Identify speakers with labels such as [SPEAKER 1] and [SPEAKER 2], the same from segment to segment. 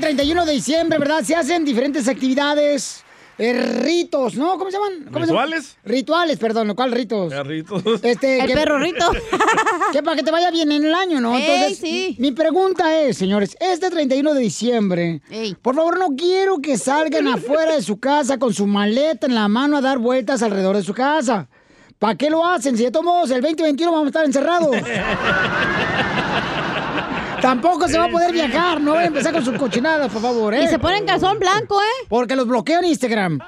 [SPEAKER 1] 31 de diciembre, ¿verdad? Se hacen diferentes actividades, eh, ritos, ¿no? ¿Cómo se llaman? ¿Cómo se llaman?
[SPEAKER 2] ¿Rituales?
[SPEAKER 1] Rituales, perdón, ¿cuál ritos? Este,
[SPEAKER 3] El perro rito.
[SPEAKER 1] que para que te vaya bien en el año, ¿no?
[SPEAKER 3] Ey,
[SPEAKER 1] Entonces,
[SPEAKER 3] sí.
[SPEAKER 1] mi pregunta es, señores, este 31 de diciembre,
[SPEAKER 3] Ey.
[SPEAKER 1] por favor, no quiero que salgan afuera de su casa con su maleta en la mano a dar vueltas alrededor de su casa. ¿Para qué lo hacen? Si de todos modos, el 2021 vamos a estar encerrados. Tampoco se va a poder viajar, no Vayan a empezar con sus cochinadas, por favor, ¿eh?
[SPEAKER 3] Y se ponen calzón blanco, ¿eh?
[SPEAKER 1] Porque los bloqueo en Instagram.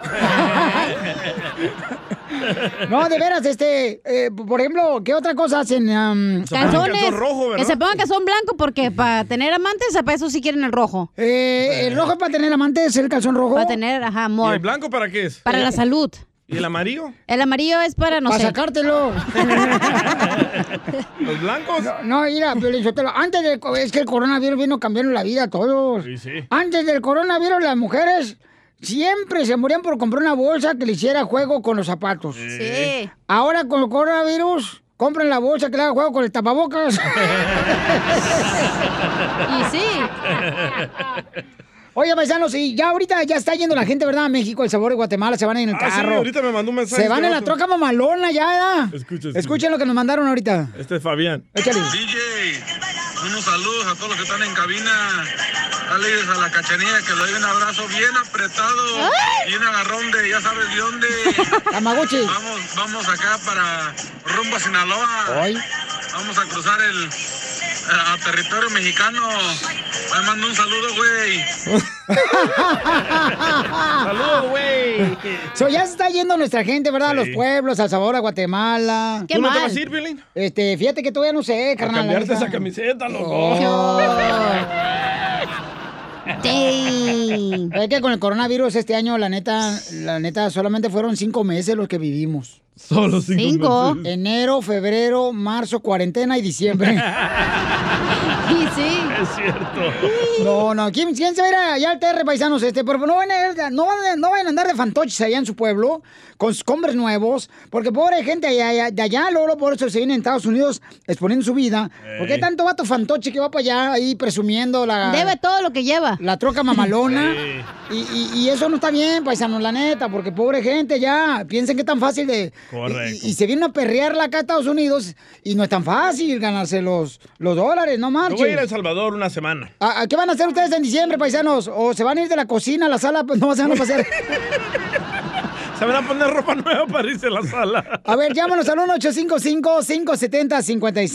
[SPEAKER 1] No, de veras, este, eh, por ejemplo, ¿qué otra cosa hacen? Am,
[SPEAKER 2] ponen
[SPEAKER 3] Calzones.
[SPEAKER 2] calzón rojo, ¿verdad?
[SPEAKER 3] que se pongan calzón blanco porque para tener amantes, para eso sí quieren el rojo.
[SPEAKER 1] Eh, el rojo es para tener amantes, el calzón rojo.
[SPEAKER 3] Para tener, ajá,
[SPEAKER 2] ¿Y
[SPEAKER 3] amor.
[SPEAKER 2] el blanco para qué es?
[SPEAKER 3] Para la salud.
[SPEAKER 2] ¿Y el amarillo?
[SPEAKER 3] El amarillo es para, no
[SPEAKER 1] para
[SPEAKER 3] sé.
[SPEAKER 1] sacártelo.
[SPEAKER 2] ¿Los blancos?
[SPEAKER 1] No, mira, Piolín Sotelo, antes del co- es que el coronavirus vino cambiando la vida a todos.
[SPEAKER 2] Sí, sí.
[SPEAKER 1] Antes del coronavirus las mujeres siempre se morían por comprar una bolsa que le hiciera juego con los zapatos.
[SPEAKER 3] Sí.
[SPEAKER 1] Ahora con el coronavirus compran la bolsa que le haga juego con el tapabocas.
[SPEAKER 3] Y sí.
[SPEAKER 1] Oye, paisanos, y ya ahorita ya está yendo la gente, ¿verdad? A México, El Sabor de Guatemala, se van en el
[SPEAKER 2] Ah, sí,
[SPEAKER 1] carro.
[SPEAKER 2] ahorita me mandó un mensaje.
[SPEAKER 1] se van
[SPEAKER 2] este
[SPEAKER 1] en la
[SPEAKER 2] vato.
[SPEAKER 1] troca mamalona ya, ¿verdad?
[SPEAKER 2] Escucha, escucha.
[SPEAKER 1] Escuchen lo que nos mandaron ahorita.
[SPEAKER 2] Este es Fabián.
[SPEAKER 1] Échale.
[SPEAKER 4] DJ, unos saludos a todos los que están en cabina. Dale a la cachanilla que le doy un abrazo bien apretado y un agarrón de ya sabes de dónde.
[SPEAKER 1] Tamaguchi.
[SPEAKER 4] Vamos, vamos acá para rumbo a Sinaloa.
[SPEAKER 1] Hoy.
[SPEAKER 4] Vamos a cruzar el a, a territorio mexicano. Le mando un saludo, güey.
[SPEAKER 2] Saludos, güey.
[SPEAKER 1] So, ya se está yendo nuestra gente, ¿verdad? A los
[SPEAKER 2] Sí.
[SPEAKER 1] pueblos, a Sabor, a Guatemala.
[SPEAKER 3] Qué
[SPEAKER 2] ¿Tú no te
[SPEAKER 3] mal.
[SPEAKER 2] vas a ir, Piolín?
[SPEAKER 1] Este, fíjate que todavía no sé,
[SPEAKER 2] A
[SPEAKER 1] carnal. la
[SPEAKER 2] cambiarte
[SPEAKER 1] neta.
[SPEAKER 2] esa camiseta, loco.
[SPEAKER 1] Oh.
[SPEAKER 3] Dang.
[SPEAKER 1] Es que con el coronavirus este año, la neta, la neta, solamente fueron cinco meses los que vivimos.
[SPEAKER 2] Solo cinco,
[SPEAKER 3] Cinco.
[SPEAKER 2] meses.
[SPEAKER 1] Enero, febrero, marzo, cuarentena y diciembre.
[SPEAKER 3] Y sí.
[SPEAKER 2] Es cierto.
[SPEAKER 1] No, no, ¿quién, quién se va a ir allá al TR, paisanos? Este, por favor, no van a, ir- no, van a- no vayan a andar de fantoches allá en su pueblo, con sus hombres nuevos, porque pobre gente allá- allá- de allá, Lolo, por eso se viene a Estados Unidos exponiendo su vida. ¿Por qué
[SPEAKER 2] Ey.
[SPEAKER 1] tanto vato fantoche que va para allá ahí presumiendo la,
[SPEAKER 3] Debe todo lo que lleva.
[SPEAKER 1] la troca mamalona?
[SPEAKER 2] Ey.
[SPEAKER 1] Y, y- y eso no está bien, paisanos, la neta, porque pobre gente ya, piensen que es tan fácil de...
[SPEAKER 2] Correcto.
[SPEAKER 1] Y, y se viene a perrearla acá a Estados Unidos y no es tan fácil ganarse los, los dólares, no
[SPEAKER 2] Yo
[SPEAKER 1] marches.
[SPEAKER 2] voy a ir a El Salvador una semana.
[SPEAKER 1] ¿A, a qué van a hacer ustedes en diciembre, paisanos? ¿O se van a ir de la cocina a la sala? Pues No se van a pasar.
[SPEAKER 2] Se van a poner ropa nueva para irse a la sala.
[SPEAKER 1] A ver, llámanos al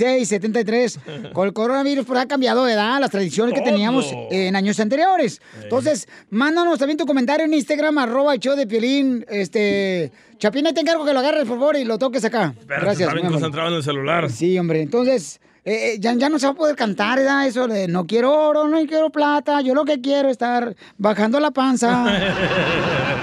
[SPEAKER 1] 1-855-570-5673. Con el coronavirus pues, ha cambiado de edad las tradiciones que
[SPEAKER 2] Todo.
[SPEAKER 1] teníamos eh, en años anteriores. Entonces, mándanos también tu comentario en Instagram, arroba el show de Piolín. Este, Chapina, te encargo que lo agarres, por favor, y lo toques acá.
[SPEAKER 2] Pero
[SPEAKER 1] Gracias.
[SPEAKER 2] Está
[SPEAKER 1] muy
[SPEAKER 2] bien
[SPEAKER 1] amable.
[SPEAKER 2] concentrado en el celular.
[SPEAKER 1] Sí, hombre. Entonces, eh, eh, ya, ya no se va a poder cantar, ¿verdad? Eso de no quiero oro, no quiero plata, yo lo que quiero es estar bajando la panza.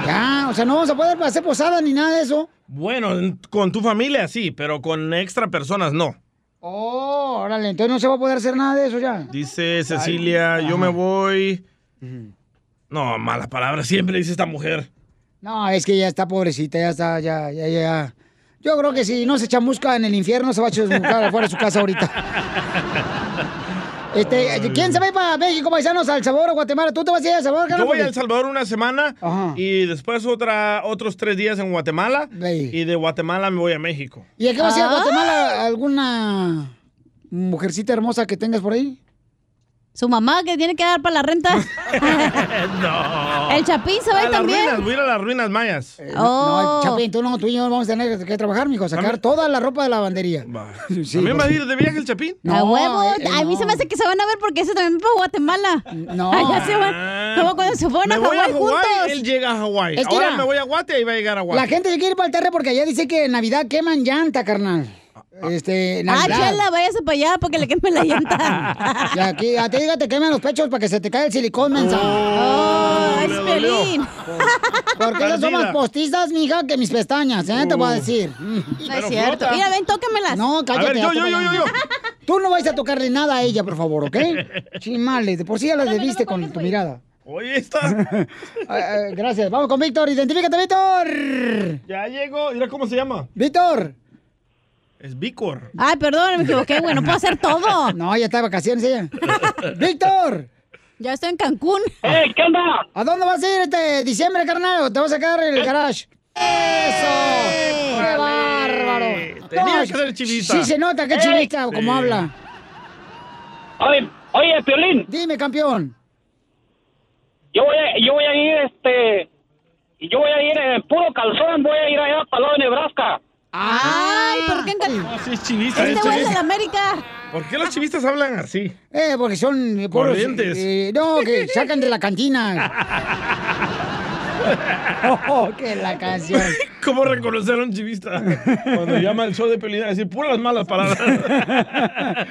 [SPEAKER 1] ya, o sea, no vamos a poder hacer posada ni nada de eso.
[SPEAKER 2] Bueno, en- con tu familia sí, pero con extra personas no.
[SPEAKER 1] Oh, órale, entonces no se va a poder hacer nada de eso ya.
[SPEAKER 2] Dice Cecilia, yo me voy. No, malas palabras, siempre dice esta mujer.
[SPEAKER 1] No, es que ya está pobrecita, ya está, ya, ya, ya. Yo creo que si no se chamusca en el infierno, se va a chamuscar afuera de su casa ahorita. Este, ¿Quién se va a ir para México, paisanos, al Salvador, a Guatemala? ¿Tú te vas a ir al Salvador,
[SPEAKER 2] Yo
[SPEAKER 1] carnal?
[SPEAKER 2] voy a El Salvador una semana
[SPEAKER 1] Ajá.
[SPEAKER 2] y después otra, otros tres días en Guatemala
[SPEAKER 1] Ey.
[SPEAKER 2] y de Guatemala me voy a México.
[SPEAKER 1] ¿Y a qué vas a ir a
[SPEAKER 3] Ah.
[SPEAKER 1] Guatemala? ¿Alguna mujercita hermosa que tengas por ahí?
[SPEAKER 3] Su mamá que tiene que dar para la renta.
[SPEAKER 2] no.
[SPEAKER 3] El Chapín se va a
[SPEAKER 2] a
[SPEAKER 3] ir
[SPEAKER 2] las
[SPEAKER 3] también.
[SPEAKER 2] ruinas, voy a ir a las ruinas mayas.
[SPEAKER 1] Eh, No,
[SPEAKER 3] Oh.
[SPEAKER 1] no, Chapín, tú no, tú y yo vamos a tener que trabajar, mijo, sacar
[SPEAKER 2] Dame.
[SPEAKER 1] toda la ropa de lavandería.
[SPEAKER 2] Va.
[SPEAKER 1] sí, pues.
[SPEAKER 2] ¿También
[SPEAKER 1] por
[SPEAKER 2] vas a ir de viaje el Chapín?
[SPEAKER 1] No,
[SPEAKER 3] a huevo.
[SPEAKER 1] eh,
[SPEAKER 3] a mí
[SPEAKER 1] no.
[SPEAKER 3] se me hace que se van a ver porque ese también va para Guatemala.
[SPEAKER 1] No.
[SPEAKER 3] Allá se
[SPEAKER 2] Ah.
[SPEAKER 3] van. Como cuando se fueron a
[SPEAKER 2] me voy a
[SPEAKER 3] Hawái
[SPEAKER 2] Hawái, él
[SPEAKER 3] juntos.
[SPEAKER 2] llega a Hawái.
[SPEAKER 1] Es que
[SPEAKER 2] Ahora
[SPEAKER 1] mira,
[SPEAKER 2] me voy a Guate y va a llegar
[SPEAKER 1] La
[SPEAKER 2] a Guate.
[SPEAKER 1] gente se quiere ir para el terre porque allá dice que en Navidad queman llanta, carnal. Este,
[SPEAKER 3] Ah,
[SPEAKER 1] Navidad.
[SPEAKER 3] chela, váyase para allá porque le queme la llanta.
[SPEAKER 1] Y aquí, a ti diga, te queman los pechos para que se te caiga el silicón, mensa.
[SPEAKER 3] Oh,
[SPEAKER 2] Oh,
[SPEAKER 3] es
[SPEAKER 2] le dolió.
[SPEAKER 3] Piolín.
[SPEAKER 1] Porque esas son
[SPEAKER 2] perdida.
[SPEAKER 1] más postizas, mija, que mis pestañas, ¿eh? Te voy a decir.
[SPEAKER 3] No es
[SPEAKER 2] Pero
[SPEAKER 3] cierto.
[SPEAKER 2] flota.
[SPEAKER 3] Mira, ven, tócamelas.
[SPEAKER 1] No,
[SPEAKER 2] A
[SPEAKER 1] cállate.
[SPEAKER 2] ver, Uh. yo,
[SPEAKER 1] hazte
[SPEAKER 2] yo,
[SPEAKER 1] para
[SPEAKER 2] yo, yo,
[SPEAKER 1] allá.
[SPEAKER 2] yo.
[SPEAKER 1] Tú no vais a tocarle nada a ella, por favor, ¿ok? Chimales, de por sí ya las debiste con tu mirada.
[SPEAKER 2] Oye, está.
[SPEAKER 1] Ah, ah, gracias. Vamos con Víctor. Identifícate, Víctor.
[SPEAKER 2] Ya llegó. Mira cómo se llama.
[SPEAKER 1] Víctor.
[SPEAKER 2] Es Vicor.
[SPEAKER 3] Ay, perdón, me equivoqué, güey. No puedo hacer todo.
[SPEAKER 1] No, ya está de vacaciones ella. Víctor.
[SPEAKER 3] Ya estoy en Cancún.
[SPEAKER 1] ¡Eh, qué onda! Eh, ¿A dónde vas a ir este diciembre, carnal? ¿O te vas a quedar en el garage? ¡Eso! ¡Qué bárbaro!
[SPEAKER 5] Tenía
[SPEAKER 1] No,
[SPEAKER 5] que ser chivista.
[SPEAKER 1] Sí, se nota que
[SPEAKER 5] ¡Ey!
[SPEAKER 1] chivista, como
[SPEAKER 5] Sí.
[SPEAKER 1] habla.
[SPEAKER 6] Oye, oye, Piolín.
[SPEAKER 1] Dime, campeón.
[SPEAKER 6] Yo voy a, yo voy a ir, este... y Yo voy a ir en puro calzón, voy a ir allá para el lado de Nebraska.
[SPEAKER 3] ¡Ay! ¿Por qué en Cancún?
[SPEAKER 2] Ah. No, sí es chivista.
[SPEAKER 3] Este
[SPEAKER 2] es
[SPEAKER 3] güey es de
[SPEAKER 2] chivista.
[SPEAKER 3] la América.
[SPEAKER 2] ¿Por qué los chivistas hablan así?
[SPEAKER 1] Eh, porque son eh, puros,
[SPEAKER 2] Corrientes.
[SPEAKER 1] eh, no, que sacan de la cantina. Oh, que la canción.
[SPEAKER 2] ¿Cómo reconocer a un chivista? Cuando llama el show de Pelín a decir puras malas
[SPEAKER 1] Este,
[SPEAKER 2] palabras.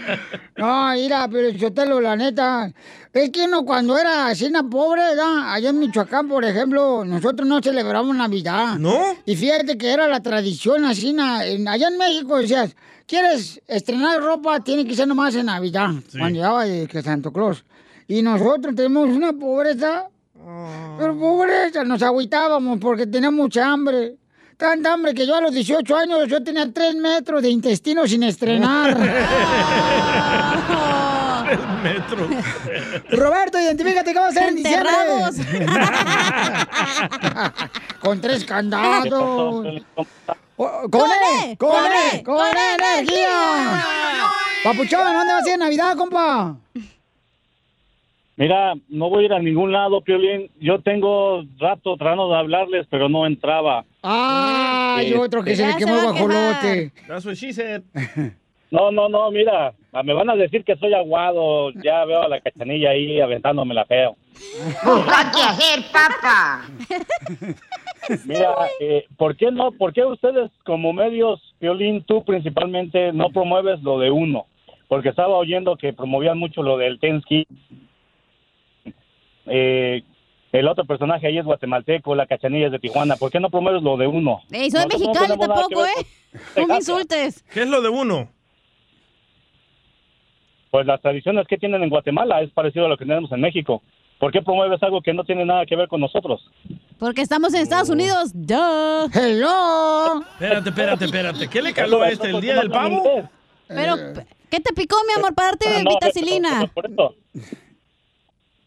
[SPEAKER 1] No, mira, pero yo te lo, la neta. Es que uno cuando era asina pobre, ¿verdad? allá en Michoacán, por ejemplo, nosotros no celebramos Navidad.
[SPEAKER 2] ¿No?
[SPEAKER 1] Y fíjate que era la tradición asina. en- allá en México decías, ¿quieres estrenar ropa? Tiene que ser nomás en Navidad, cuando llegaba de que Santo Claus. Y nosotros tenemos una pobreza, pero pobreza, nos agüitábamos porque teníamos mucha hambre. Tanta hambre que yo a los 18 años yo tenía 3 metros de intestino sin estrenar.
[SPEAKER 2] Tres metros.
[SPEAKER 1] Roberto, identifícate qué vas a hacer en diciembre.
[SPEAKER 3] Enterrados.
[SPEAKER 1] Con tres candados. O-
[SPEAKER 3] ¡Con
[SPEAKER 1] ¡Con E!
[SPEAKER 3] E!
[SPEAKER 1] ¡Con E!
[SPEAKER 3] ¡Con
[SPEAKER 1] ¡Con E energía! Papuchón, ¿dónde vas a ir en Navidad, compa?
[SPEAKER 6] Mira, no voy a ir a ningún lado, Piolín. Yo tengo rato tratando de hablarles, pero no entraba.
[SPEAKER 1] ¡Ay,
[SPEAKER 6] Sí.
[SPEAKER 1] Ah, otro que se
[SPEAKER 3] Ya
[SPEAKER 1] le
[SPEAKER 3] se
[SPEAKER 1] quemó
[SPEAKER 3] va
[SPEAKER 1] el
[SPEAKER 3] a quejar.
[SPEAKER 1] guajolote!
[SPEAKER 2] That's what she said.
[SPEAKER 6] No, no, no, mira, me van a decir que soy aguado. Ya veo a la cachanilla ahí aventándome la feo. Mira, eh, ¿por qué no? ¿Por qué ustedes como medios, Piolín, tú principalmente, no promueves lo de uno? Porque estaba oyendo que promovían mucho lo del Tensky. Eh, el otro personaje ahí es guatemalteco, la cachanilla es de Tijuana. ¿Por qué no promueves lo de uno?
[SPEAKER 3] Ey, Eh, soy
[SPEAKER 6] Nosotros no
[SPEAKER 3] mexicano
[SPEAKER 6] tenemos nada que
[SPEAKER 3] tampoco,
[SPEAKER 6] ver
[SPEAKER 3] ¿eh?
[SPEAKER 6] con-
[SPEAKER 3] No me insultes.
[SPEAKER 2] ¿Qué es lo de uno?
[SPEAKER 6] Pues las tradiciones que tienen en Guatemala es parecido a lo que tenemos en México. ¿Por qué promueves algo que no tiene nada que ver con nosotros?
[SPEAKER 3] Porque estamos en Estados Unidos. Duh.
[SPEAKER 1] ¡Hello!
[SPEAKER 2] Espérate, espérate, espérate. ¿Qué le caló a este? ¿El día del pavo?
[SPEAKER 3] Pero,
[SPEAKER 1] Eh.
[SPEAKER 3] ¿qué te picó, mi amor, para
[SPEAKER 1] Ah,
[SPEAKER 3] darte
[SPEAKER 6] Ah, No,
[SPEAKER 3] vitacilina?
[SPEAKER 6] por eso.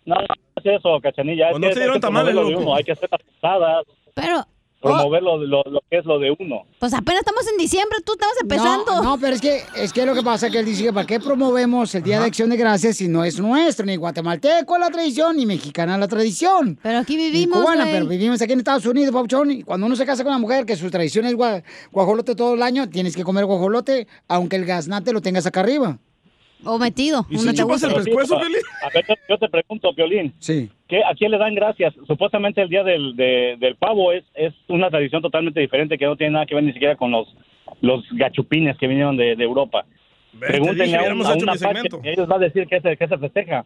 [SPEAKER 6] No, no es eso, cachanilla.
[SPEAKER 2] O
[SPEAKER 6] es
[SPEAKER 2] no
[SPEAKER 6] que
[SPEAKER 2] te
[SPEAKER 6] hay
[SPEAKER 2] dieron
[SPEAKER 6] que
[SPEAKER 2] tamales,
[SPEAKER 6] promover lo de
[SPEAKER 2] loco.
[SPEAKER 6] uno, Hay que hacer las pasadas,
[SPEAKER 3] Pero,
[SPEAKER 6] promover lo, lo- lo que es lo de uno.
[SPEAKER 3] pues apenas estamos en diciembre, tú estabas
[SPEAKER 1] No,
[SPEAKER 3] empezando.
[SPEAKER 1] no, pero es que, es que lo que pasa es que él dice que ¿para qué promovemos el Día de Acción de Gracias si no es nuestro? Ni guatemalteco la tradición, ni mexicana la tradición.
[SPEAKER 3] Pero aquí
[SPEAKER 1] Ni
[SPEAKER 3] vivimos,
[SPEAKER 1] cubana,
[SPEAKER 3] güey.
[SPEAKER 1] pero vivimos aquí en Estados Unidos, Papuchón. Y cuando uno se casa con una mujer que su tradición es gua- guajolote todo el año, tienes que comer guajolote, aunque el gaznate lo tengas acá arriba.
[SPEAKER 3] O metido,
[SPEAKER 2] ¿Y
[SPEAKER 3] uno
[SPEAKER 2] si
[SPEAKER 3] te
[SPEAKER 2] chupas
[SPEAKER 3] gusta.
[SPEAKER 2] el
[SPEAKER 6] Pero sí,
[SPEAKER 2] pescuezo,
[SPEAKER 6] a-
[SPEAKER 2] Pelín?
[SPEAKER 6] A ver, yo- yo te pregunto, Violín,
[SPEAKER 1] Sí.
[SPEAKER 6] ¿qué, ¿a quién le dan gracias? Supuestamente el día del, de- del pavo es, es una tradición totalmente diferente que no tiene nada que ver ni siquiera con los, los gachupines que vinieron de, de Europa. Pregúntenle a, un,
[SPEAKER 2] hubiéramos
[SPEAKER 6] a
[SPEAKER 2] hecho
[SPEAKER 6] un
[SPEAKER 2] mi
[SPEAKER 6] apache,
[SPEAKER 2] segmento.
[SPEAKER 6] y ellos van a decir que se, que se festeja.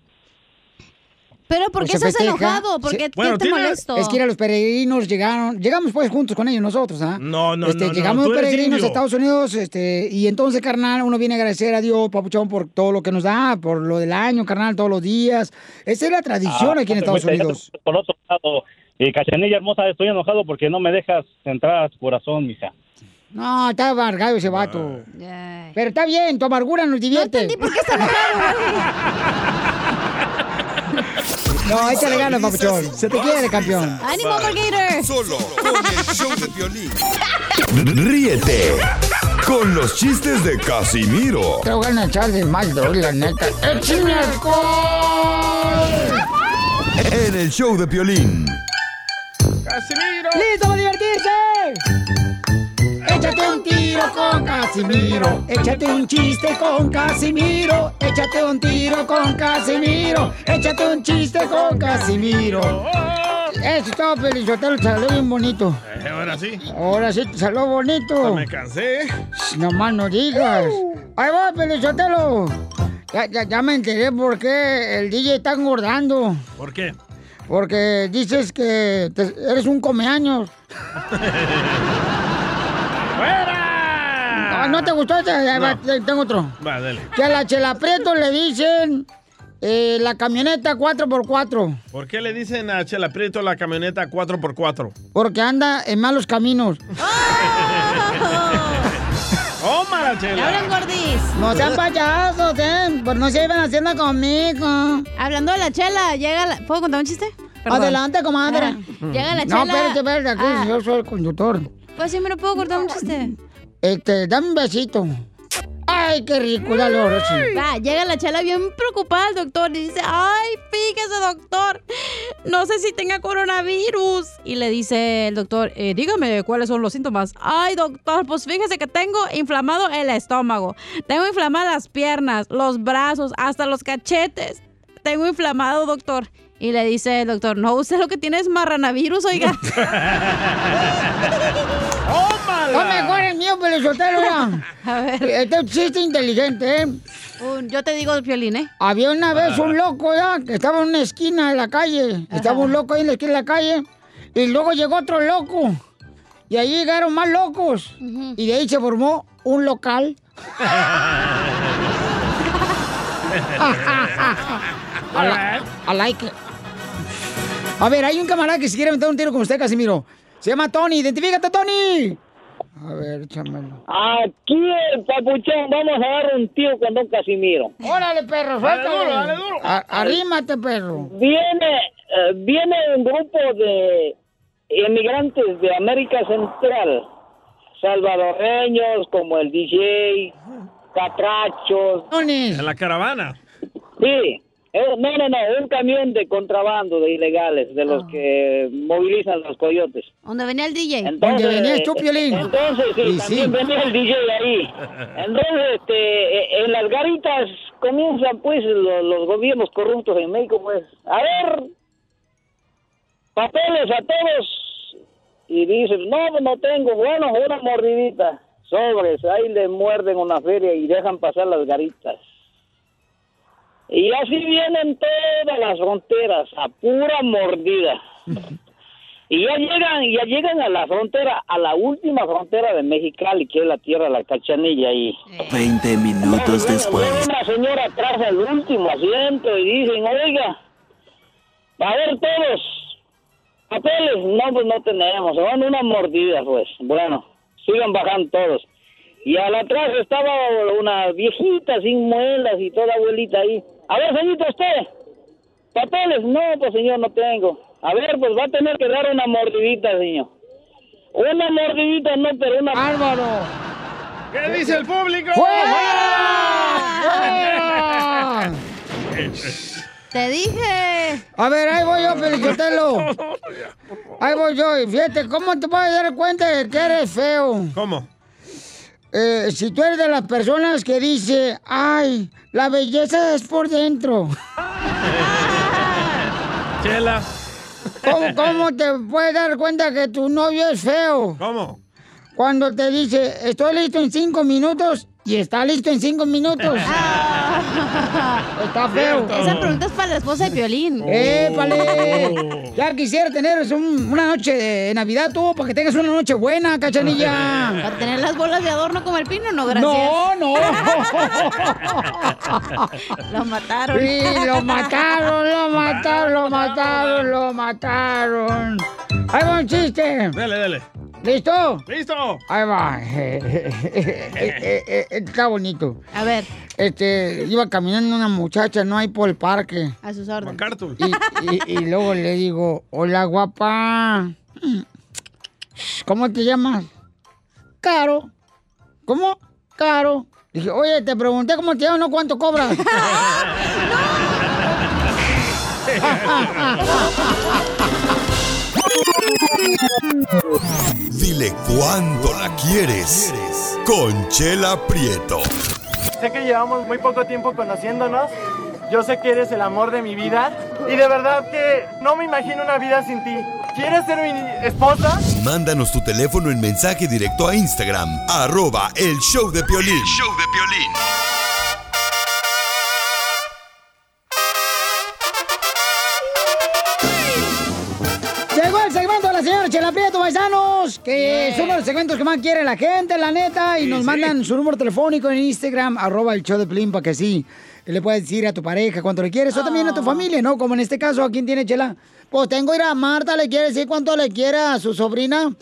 [SPEAKER 3] Pero, ¿por
[SPEAKER 1] Pues
[SPEAKER 3] qué
[SPEAKER 1] se
[SPEAKER 3] estás
[SPEAKER 1] festeja.
[SPEAKER 3] enojado? ¿Por
[SPEAKER 1] Sí.
[SPEAKER 3] qué, qué
[SPEAKER 2] Bueno,
[SPEAKER 3] te
[SPEAKER 2] tiene-
[SPEAKER 3] molesto?
[SPEAKER 1] Es que era los peregrinos llegaron, llegamos pues juntos con ellos nosotros, ¿ah?
[SPEAKER 2] No, no,
[SPEAKER 1] este,
[SPEAKER 2] no, no,
[SPEAKER 1] Llegamos
[SPEAKER 2] tú eres
[SPEAKER 1] peregrinos
[SPEAKER 2] indio.
[SPEAKER 1] a Estados Unidos, este, y entonces, carnal, uno viene a agradecer a Dios, Papuchón, por todo lo que nos da, por lo del año, carnal, todos los días. Esa es la tradición
[SPEAKER 6] Ah,
[SPEAKER 1] aquí en
[SPEAKER 6] no te
[SPEAKER 1] Estados
[SPEAKER 6] fuiste, ya te
[SPEAKER 1] Unidos.
[SPEAKER 6] fuiste Por otro lado, y Cachanilla hermosa, estoy enojado porque no me dejas entrar a tu corazón, mija.
[SPEAKER 1] No, está amargado ese vato.
[SPEAKER 3] Ay.
[SPEAKER 1] Pero está bien, tu amargura nos divierte.
[SPEAKER 3] ¿Por qué estás enojado, güey?
[SPEAKER 1] No, hay que ganas, Papuchón. Se te quiere, campeón.
[SPEAKER 3] ¡Ánimo, Margator!
[SPEAKER 7] Solo con el show de violín. Ríete con los chistes de Casimiro
[SPEAKER 1] Te voy a echar de mal, doy, la neta. ¡Échame alcohol!
[SPEAKER 7] en el show de violín.
[SPEAKER 2] ¡Casimiro!
[SPEAKER 1] ¡Listo para divertirse! Échate un tiro con Casimiro. Échate un chiste con Casimiro. Échate un tiro con Casimiro. Échate un chiste con Casimiro. Eso es todo, Pelizotelo. Te salió bien bonito.
[SPEAKER 2] Eh, ahora sí.
[SPEAKER 1] Ahora sí te salió
[SPEAKER 2] Ya
[SPEAKER 1] bonito.
[SPEAKER 2] Me cansé.
[SPEAKER 1] No más no digas. Ahí va, Pelizotelo. Ya, ya, ya me enteré por qué el DJ está engordando.
[SPEAKER 2] ¿Por qué?
[SPEAKER 1] Porque dices que te- eres un comeaños.
[SPEAKER 2] ¡Fuera!
[SPEAKER 1] Ah, ¿No te gustó? ese? Ahí va, te- Tengo otro.
[SPEAKER 2] Va, dale.
[SPEAKER 1] Que a la Chela Prieto le dicen eh, la camioneta 4x4
[SPEAKER 2] ¿Por qué le dicen a Chela Prieto la camioneta 4x4?
[SPEAKER 1] porque anda en malos caminos.
[SPEAKER 2] ¡Tómala,
[SPEAKER 3] Ya hablan
[SPEAKER 2] Oh, Chela!
[SPEAKER 3] gordis.
[SPEAKER 1] No sean payasos, ¿eh? Pues no se iban haciendo conmigo.
[SPEAKER 3] Hablando de la chela, llega la... ¿Puedo contar un chiste? Perdón.
[SPEAKER 1] Adelante, comadre.
[SPEAKER 3] Ah, llega la
[SPEAKER 1] No,
[SPEAKER 3] chela.
[SPEAKER 1] espérate, espérate. aquí
[SPEAKER 3] Ah,
[SPEAKER 1] Yo soy el conductor.
[SPEAKER 3] pues sí, me lo puedo cortar un chiste.
[SPEAKER 1] Este, dame un besito. Ay, qué rico, dale ahora sí.
[SPEAKER 3] Va, llega la chela bien preocupada al doctor y dice, ay, fíjese doctor, no sé si tenga coronavirus. Y le dice el doctor, "Eh, dígame cuáles son los síntomas. Ay, doctor, pues fíjese que tengo inflamado el estómago, tengo inflamadas las piernas, los brazos, hasta los cachetes. Tengo inflamado, doctor. Y le dice el doctor, no, usted lo que tiene es marranavirus, oiga.
[SPEAKER 1] No
[SPEAKER 2] ¡Tómala!
[SPEAKER 1] mejor el mío, pero soltero ya.
[SPEAKER 3] A ver,
[SPEAKER 1] Este es un chiste inteligente, ¿eh?
[SPEAKER 3] un- yo te digo, Piolín, ¿eh?
[SPEAKER 1] Había una vez un loco, ¿ya? Que estaba en una esquina de la calle. Estaba un loco ahí en la esquina de la calle. Y luego llegó otro loco. Y ahí llegaron más locos. Y de ahí se formó un local. I li- I like it. A ver, hay un camarada que se quiere meter un tiro con usted, Casimiro. Se llama Tony. Identifícate, Tony. A ver, échamelo.
[SPEAKER 8] Aquí el papuchón, vamos a dar un tío con don Casimiro.
[SPEAKER 1] Órale, perro, suéltalo.
[SPEAKER 2] duro, dale duro.
[SPEAKER 1] A- Arrímate, perro.
[SPEAKER 8] Viene, eh, viene un grupo de emigrantes de América Central, salvadoreños como el DJ, catrachos,
[SPEAKER 1] Tony.
[SPEAKER 2] En la caravana.
[SPEAKER 8] sí, eh, no, no, no, un camión de contrabando de ilegales, de
[SPEAKER 1] Ah.
[SPEAKER 8] los que movilizan los coyotes.
[SPEAKER 3] Donde venía el DJ.
[SPEAKER 8] Entonces,
[SPEAKER 1] Donde venías tú,
[SPEAKER 8] eh,
[SPEAKER 1] Piolín.
[SPEAKER 8] Entonces, sí,
[SPEAKER 1] Y sí.
[SPEAKER 8] también venía el DJ ahí. Entonces, este, eh, en las garitas comienzan, pues, lo- los, gobiernos corruptos en México, pues, a ver, papeles a todos. Y dicen, no, no tengo, bueno, una mordidita. Sobres, ahí le muerden una feria y dejan pasar las garitas. Y así vienen todas las fronteras, a pura mordida. Y ya llegan, ya llegan a la frontera, a la última frontera de Mexicali, que es la tierra de la cachanilla ahí.
[SPEAKER 9] 20 minutos después.
[SPEAKER 8] Llega una señora atrás al último asiento y dicen, oiga, a ver todos, papeles, no, pues no tenemos, van una mordida, pues. Bueno, sigan bajando todos. Y al atrás estaba una viejita sin muelas y toda abuelita ahí. A ver, señorita, usted, papeles, no, pues señor, no tengo. A ver, pues va a tener que dar una mordidita, señor. Una mordidita, no, pero una...
[SPEAKER 1] Álvaro.
[SPEAKER 2] ¿Qué dice el público?
[SPEAKER 1] ¡Fuera! ¡Fuera!
[SPEAKER 3] Te dije.
[SPEAKER 1] A ver, ahí voy yo, Felicitelo. Ahí voy yo. Y fíjate, ¿cómo te puedes dar cuenta de que eres feo?
[SPEAKER 2] ¿Cómo?
[SPEAKER 1] Eh, si tú eres de las personas que dice, ay, la belleza es por dentro.
[SPEAKER 2] Chela.
[SPEAKER 1] ¿Cómo, cómo te puedes dar cuenta que tu novio es feo?
[SPEAKER 2] ¿Cómo?
[SPEAKER 1] Cuando te dice, estoy listo en cinco minutos y está listo en cinco minutos. Está feo.
[SPEAKER 3] Esa pregunta es para la esposa de Piolín.
[SPEAKER 1] ¡Épale! Ya quisiera tener un- una noche de Navidad tú, para que tengas una noche buena, cachanilla.
[SPEAKER 3] Para tener las bolas de adorno como el pino, no, gracias.
[SPEAKER 1] No, no.
[SPEAKER 3] Lo mataron.
[SPEAKER 1] Sí, lo mataron, lo mataron, lo mataron, lo mataron. Ahí va un chiste.
[SPEAKER 2] Dale, dale.
[SPEAKER 1] ¿Listo?
[SPEAKER 2] ¡Listo!
[SPEAKER 1] Ahí va. E-, Está bonito.
[SPEAKER 3] A ver,
[SPEAKER 1] Este, iba caminando una muchacha, no hay por el parque.
[SPEAKER 3] a sus
[SPEAKER 2] Juan
[SPEAKER 3] órdenes.
[SPEAKER 2] Cartul.
[SPEAKER 1] Y, y- y luego le digo, hola guapa. ¿Cómo te llamas? Caro. ¿Cómo? Caro. Dije, oye, te pregunté cómo te llamas, no cuánto cobras.
[SPEAKER 7] Dile cuándo la quieres. Conchela Prieto.
[SPEAKER 10] Sé que llevamos muy poco tiempo conociéndonos. Yo sé que eres el amor de mi vida. Y de verdad que no me imagino una vida sin ti. ¿Quieres ser mi esposa?
[SPEAKER 7] Mándanos tu teléfono en mensaje directo a Instagram. Arroba el show de Piolín. show de Piolín.
[SPEAKER 1] Llegó el segmento de la señora Chela Prieto, paisanos. Que son los segmentos que más quiere la gente, la neta. Y nos mandan su número telefónico en Instagram, arroba el show de Plin, para que sí le puedes decir a tu pareja cuánto le quieres. O también a tu
[SPEAKER 3] Ah.
[SPEAKER 1] familia, ¿no? Como en este caso, ¿a quién tiene chela? Pues tengo ir a Marta, le quiere decir cuánto le quiere a su sobrina.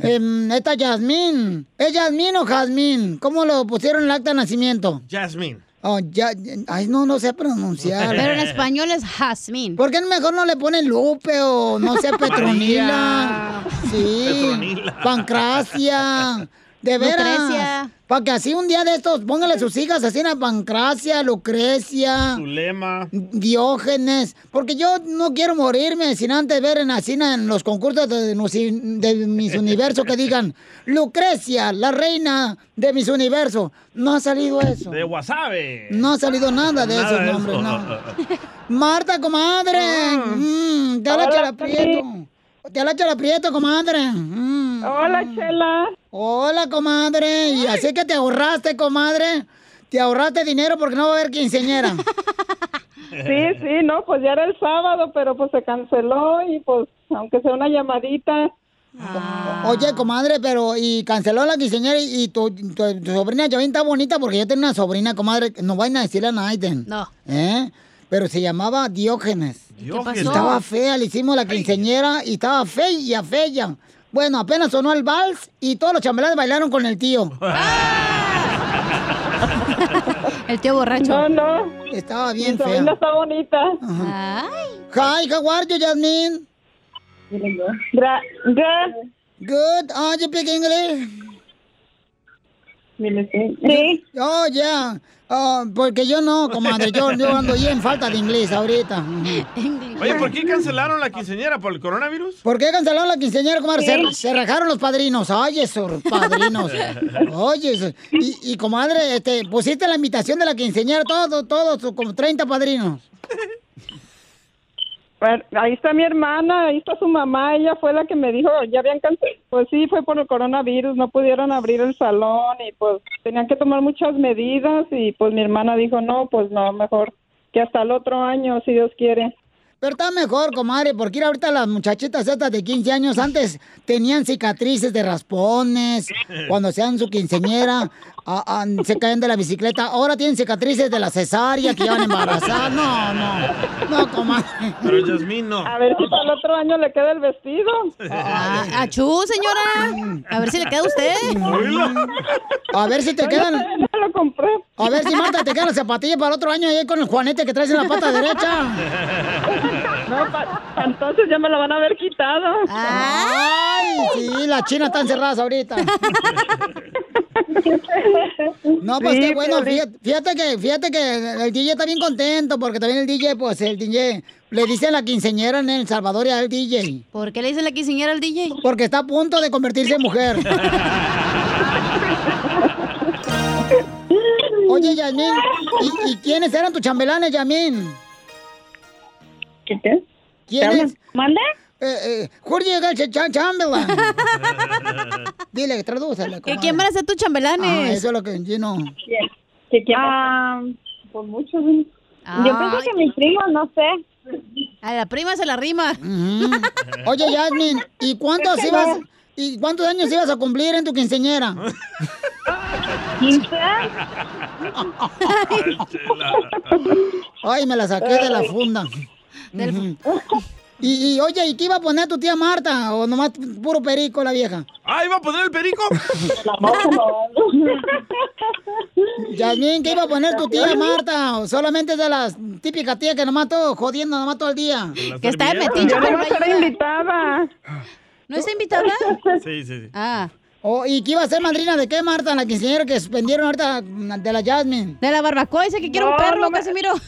[SPEAKER 1] Em, esta Yasmín. ¿Es Yasmín o Jazmín? ¿Cómo lo pusieron en el acta de nacimiento?
[SPEAKER 2] Jasmine.
[SPEAKER 1] Oh, ya, ay, no, no sé pronunciar.
[SPEAKER 3] Pero en español es Jasmine.
[SPEAKER 1] ¿Por qué mejor no le ponen Lupe o no sé, Petronila? sí.
[SPEAKER 3] Petronila.
[SPEAKER 1] Pancracia. De veras.
[SPEAKER 3] Lucrecia.
[SPEAKER 1] Para que así un día de estos, póngale sus hijas así a Pancracia, Lucrecia.
[SPEAKER 2] Zulema.
[SPEAKER 1] Diógenes, porque yo no quiero morirme sin antes ver en Asina en los concursos de, Miss- de Miss Universo que digan Lucrecia, la reina de Miss Universo. No ha salido eso.
[SPEAKER 2] De wasabi.
[SPEAKER 1] No ha salido nada de
[SPEAKER 2] Nada
[SPEAKER 1] esos
[SPEAKER 2] de
[SPEAKER 1] nombres,
[SPEAKER 2] eso.
[SPEAKER 1] no. Marta, comadre. Mm, te habla
[SPEAKER 11] Hola,
[SPEAKER 1] Chela Prieto. Te habla Chela Prieto, comadre. Hola, Chela. Hola, comadre. Y así que te ahorraste, comadre. Te ahorraste dinero porque no va a haber quinceñera.
[SPEAKER 11] Sí, sí, no, pues ya era el sábado, pero pues se canceló y pues aunque sea una llamadita.
[SPEAKER 1] Ah. Oye, comadre, pero y canceló la quinceañera y, y tu, tu- tu sobrina Yavin está bonita porque yo tengo una sobrina, comadre, que no vayan a decirle a Naiden.
[SPEAKER 3] No.
[SPEAKER 1] ¿Eh? Pero se llamaba Diógenes.
[SPEAKER 3] Diógenes.
[SPEAKER 1] Y estaba fea, le hicimos la quinceañera y estaba fea, fea. Bueno, apenas sonó el vals y todos los chambelanes bailaron con el tío.
[SPEAKER 3] El tío
[SPEAKER 11] No,
[SPEAKER 3] borracho.
[SPEAKER 11] no.
[SPEAKER 1] Estaba bien
[SPEAKER 11] Mi
[SPEAKER 1] fea.
[SPEAKER 11] sobrina está bonita.
[SPEAKER 1] Hi, how are you, Jasmine?
[SPEAKER 11] Gra- gra-
[SPEAKER 1] Good. Oh, you speak English?
[SPEAKER 11] Sí.
[SPEAKER 1] Oh, yeah. Oh, porque yo no, comadre. Yo, yo ando ahí en falta de inglés ahorita.
[SPEAKER 2] Oye, ¿por qué cancelaron la quinceañera? ¿Por el coronavirus?
[SPEAKER 1] ¿Por qué cancelaron la quinceañera, comadre?
[SPEAKER 2] Sí.
[SPEAKER 1] Se, se rajaron los padrinos. Oye, esos padrinos. Oye, eso. y, y, comadre, este, pusiste la invitación de la quinceañera, todo, todos, como 30 padrinos.
[SPEAKER 11] Bueno, ahí está mi hermana, ahí está su mamá, ella fue la que me dijo, ya habían cancelado. Pues sí, fue por el coronavirus, no pudieron abrir el salón y pues tenían que tomar muchas medidas y pues mi hermana dijo, no, pues no, mejor que hasta el otro año, si Dios quiere.
[SPEAKER 1] Pero está mejor, comadre, porque ir ahorita las muchachitas estas de 15 años antes tenían cicatrices de raspones, cuando sean su quinceñera, a- a- se caen de la bicicleta, ahora tienen cicatrices de la cesárea que ya van a embarazar. No, no, no, comadre.
[SPEAKER 2] Pero Jasmine no.
[SPEAKER 11] A ver si para el otro año le queda el vestido.
[SPEAKER 3] Ah, achú, señora. A ver si le queda a usted.
[SPEAKER 1] A ver si te quedan. A ver si Marta te quedan las zapatillas para el otro año ahí con el juanete que traes en la pata derecha.
[SPEAKER 11] No, pa- pa' entonces ya me lo van a haber quitado.
[SPEAKER 1] Ay, sí, las chinas están cerradas ahorita. No, pues
[SPEAKER 11] Sí,
[SPEAKER 1] qué bueno,
[SPEAKER 11] Piolín.
[SPEAKER 1] fíjate, fíjate que, fíjate que el DJ está bien contento, porque también el DJ, pues el DJ, le dicen la quinceñera en El Salvador y al DJ.
[SPEAKER 3] ¿Por qué le dicen la quinceañera al DJ?
[SPEAKER 1] Porque está a punto de convertirse en mujer. Oye, Yasmín, ¿y, y quiénes eran tus chambelanes, Yasmín?
[SPEAKER 11] ¿Qué te?
[SPEAKER 1] ¿Quiénes?
[SPEAKER 11] ¿Manda?
[SPEAKER 1] Eh, eh, Jorge García Cha- Chamberlain. Dile, tradúcele.
[SPEAKER 3] ¿Que
[SPEAKER 1] comadre.
[SPEAKER 3] ¿Quién van a ser tus chambelanes?
[SPEAKER 1] Ah, eso es lo que yo no.
[SPEAKER 11] Ah, por mucho. Yo pienso que mi primo, no sé.
[SPEAKER 3] Ah. A la prima se la rima.
[SPEAKER 1] Mm. Oye, Yasmin, ¿y cuántos
[SPEAKER 3] Es que
[SPEAKER 1] ibas?
[SPEAKER 3] no.
[SPEAKER 1] ¿Y cuántos años ibas a cumplir en tu quinceñera? Ay, me la saqué de la funda. Ujú. Y, y, oye, ¿y qué iba a poner tu tía Marta? ¿O nomás puro perico la vieja?
[SPEAKER 2] ¡Ah, iba a poner el perico!
[SPEAKER 1] Yasmin, ¿qué iba a poner tu tía Marta? ¿O solamente de las típicas tías que nomás todo jodiendo nomás todo el día?
[SPEAKER 3] Que está de metiche,
[SPEAKER 11] Yo
[SPEAKER 3] pero
[SPEAKER 11] no
[SPEAKER 3] no
[SPEAKER 11] estar
[SPEAKER 3] ayuda.
[SPEAKER 11] invitada.
[SPEAKER 3] ¿No está invitada?
[SPEAKER 2] Sí, sí, sí.
[SPEAKER 3] Ah.
[SPEAKER 1] Oh, ¿Y qué iba a ser madrina de qué, Marta? La quinceañera que suspendieron ahorita mm, de la Jasmine.
[SPEAKER 3] De la barbacoa, dice que quiere un
[SPEAKER 11] No,
[SPEAKER 3] perro,
[SPEAKER 11] no me-
[SPEAKER 3] Casimiro.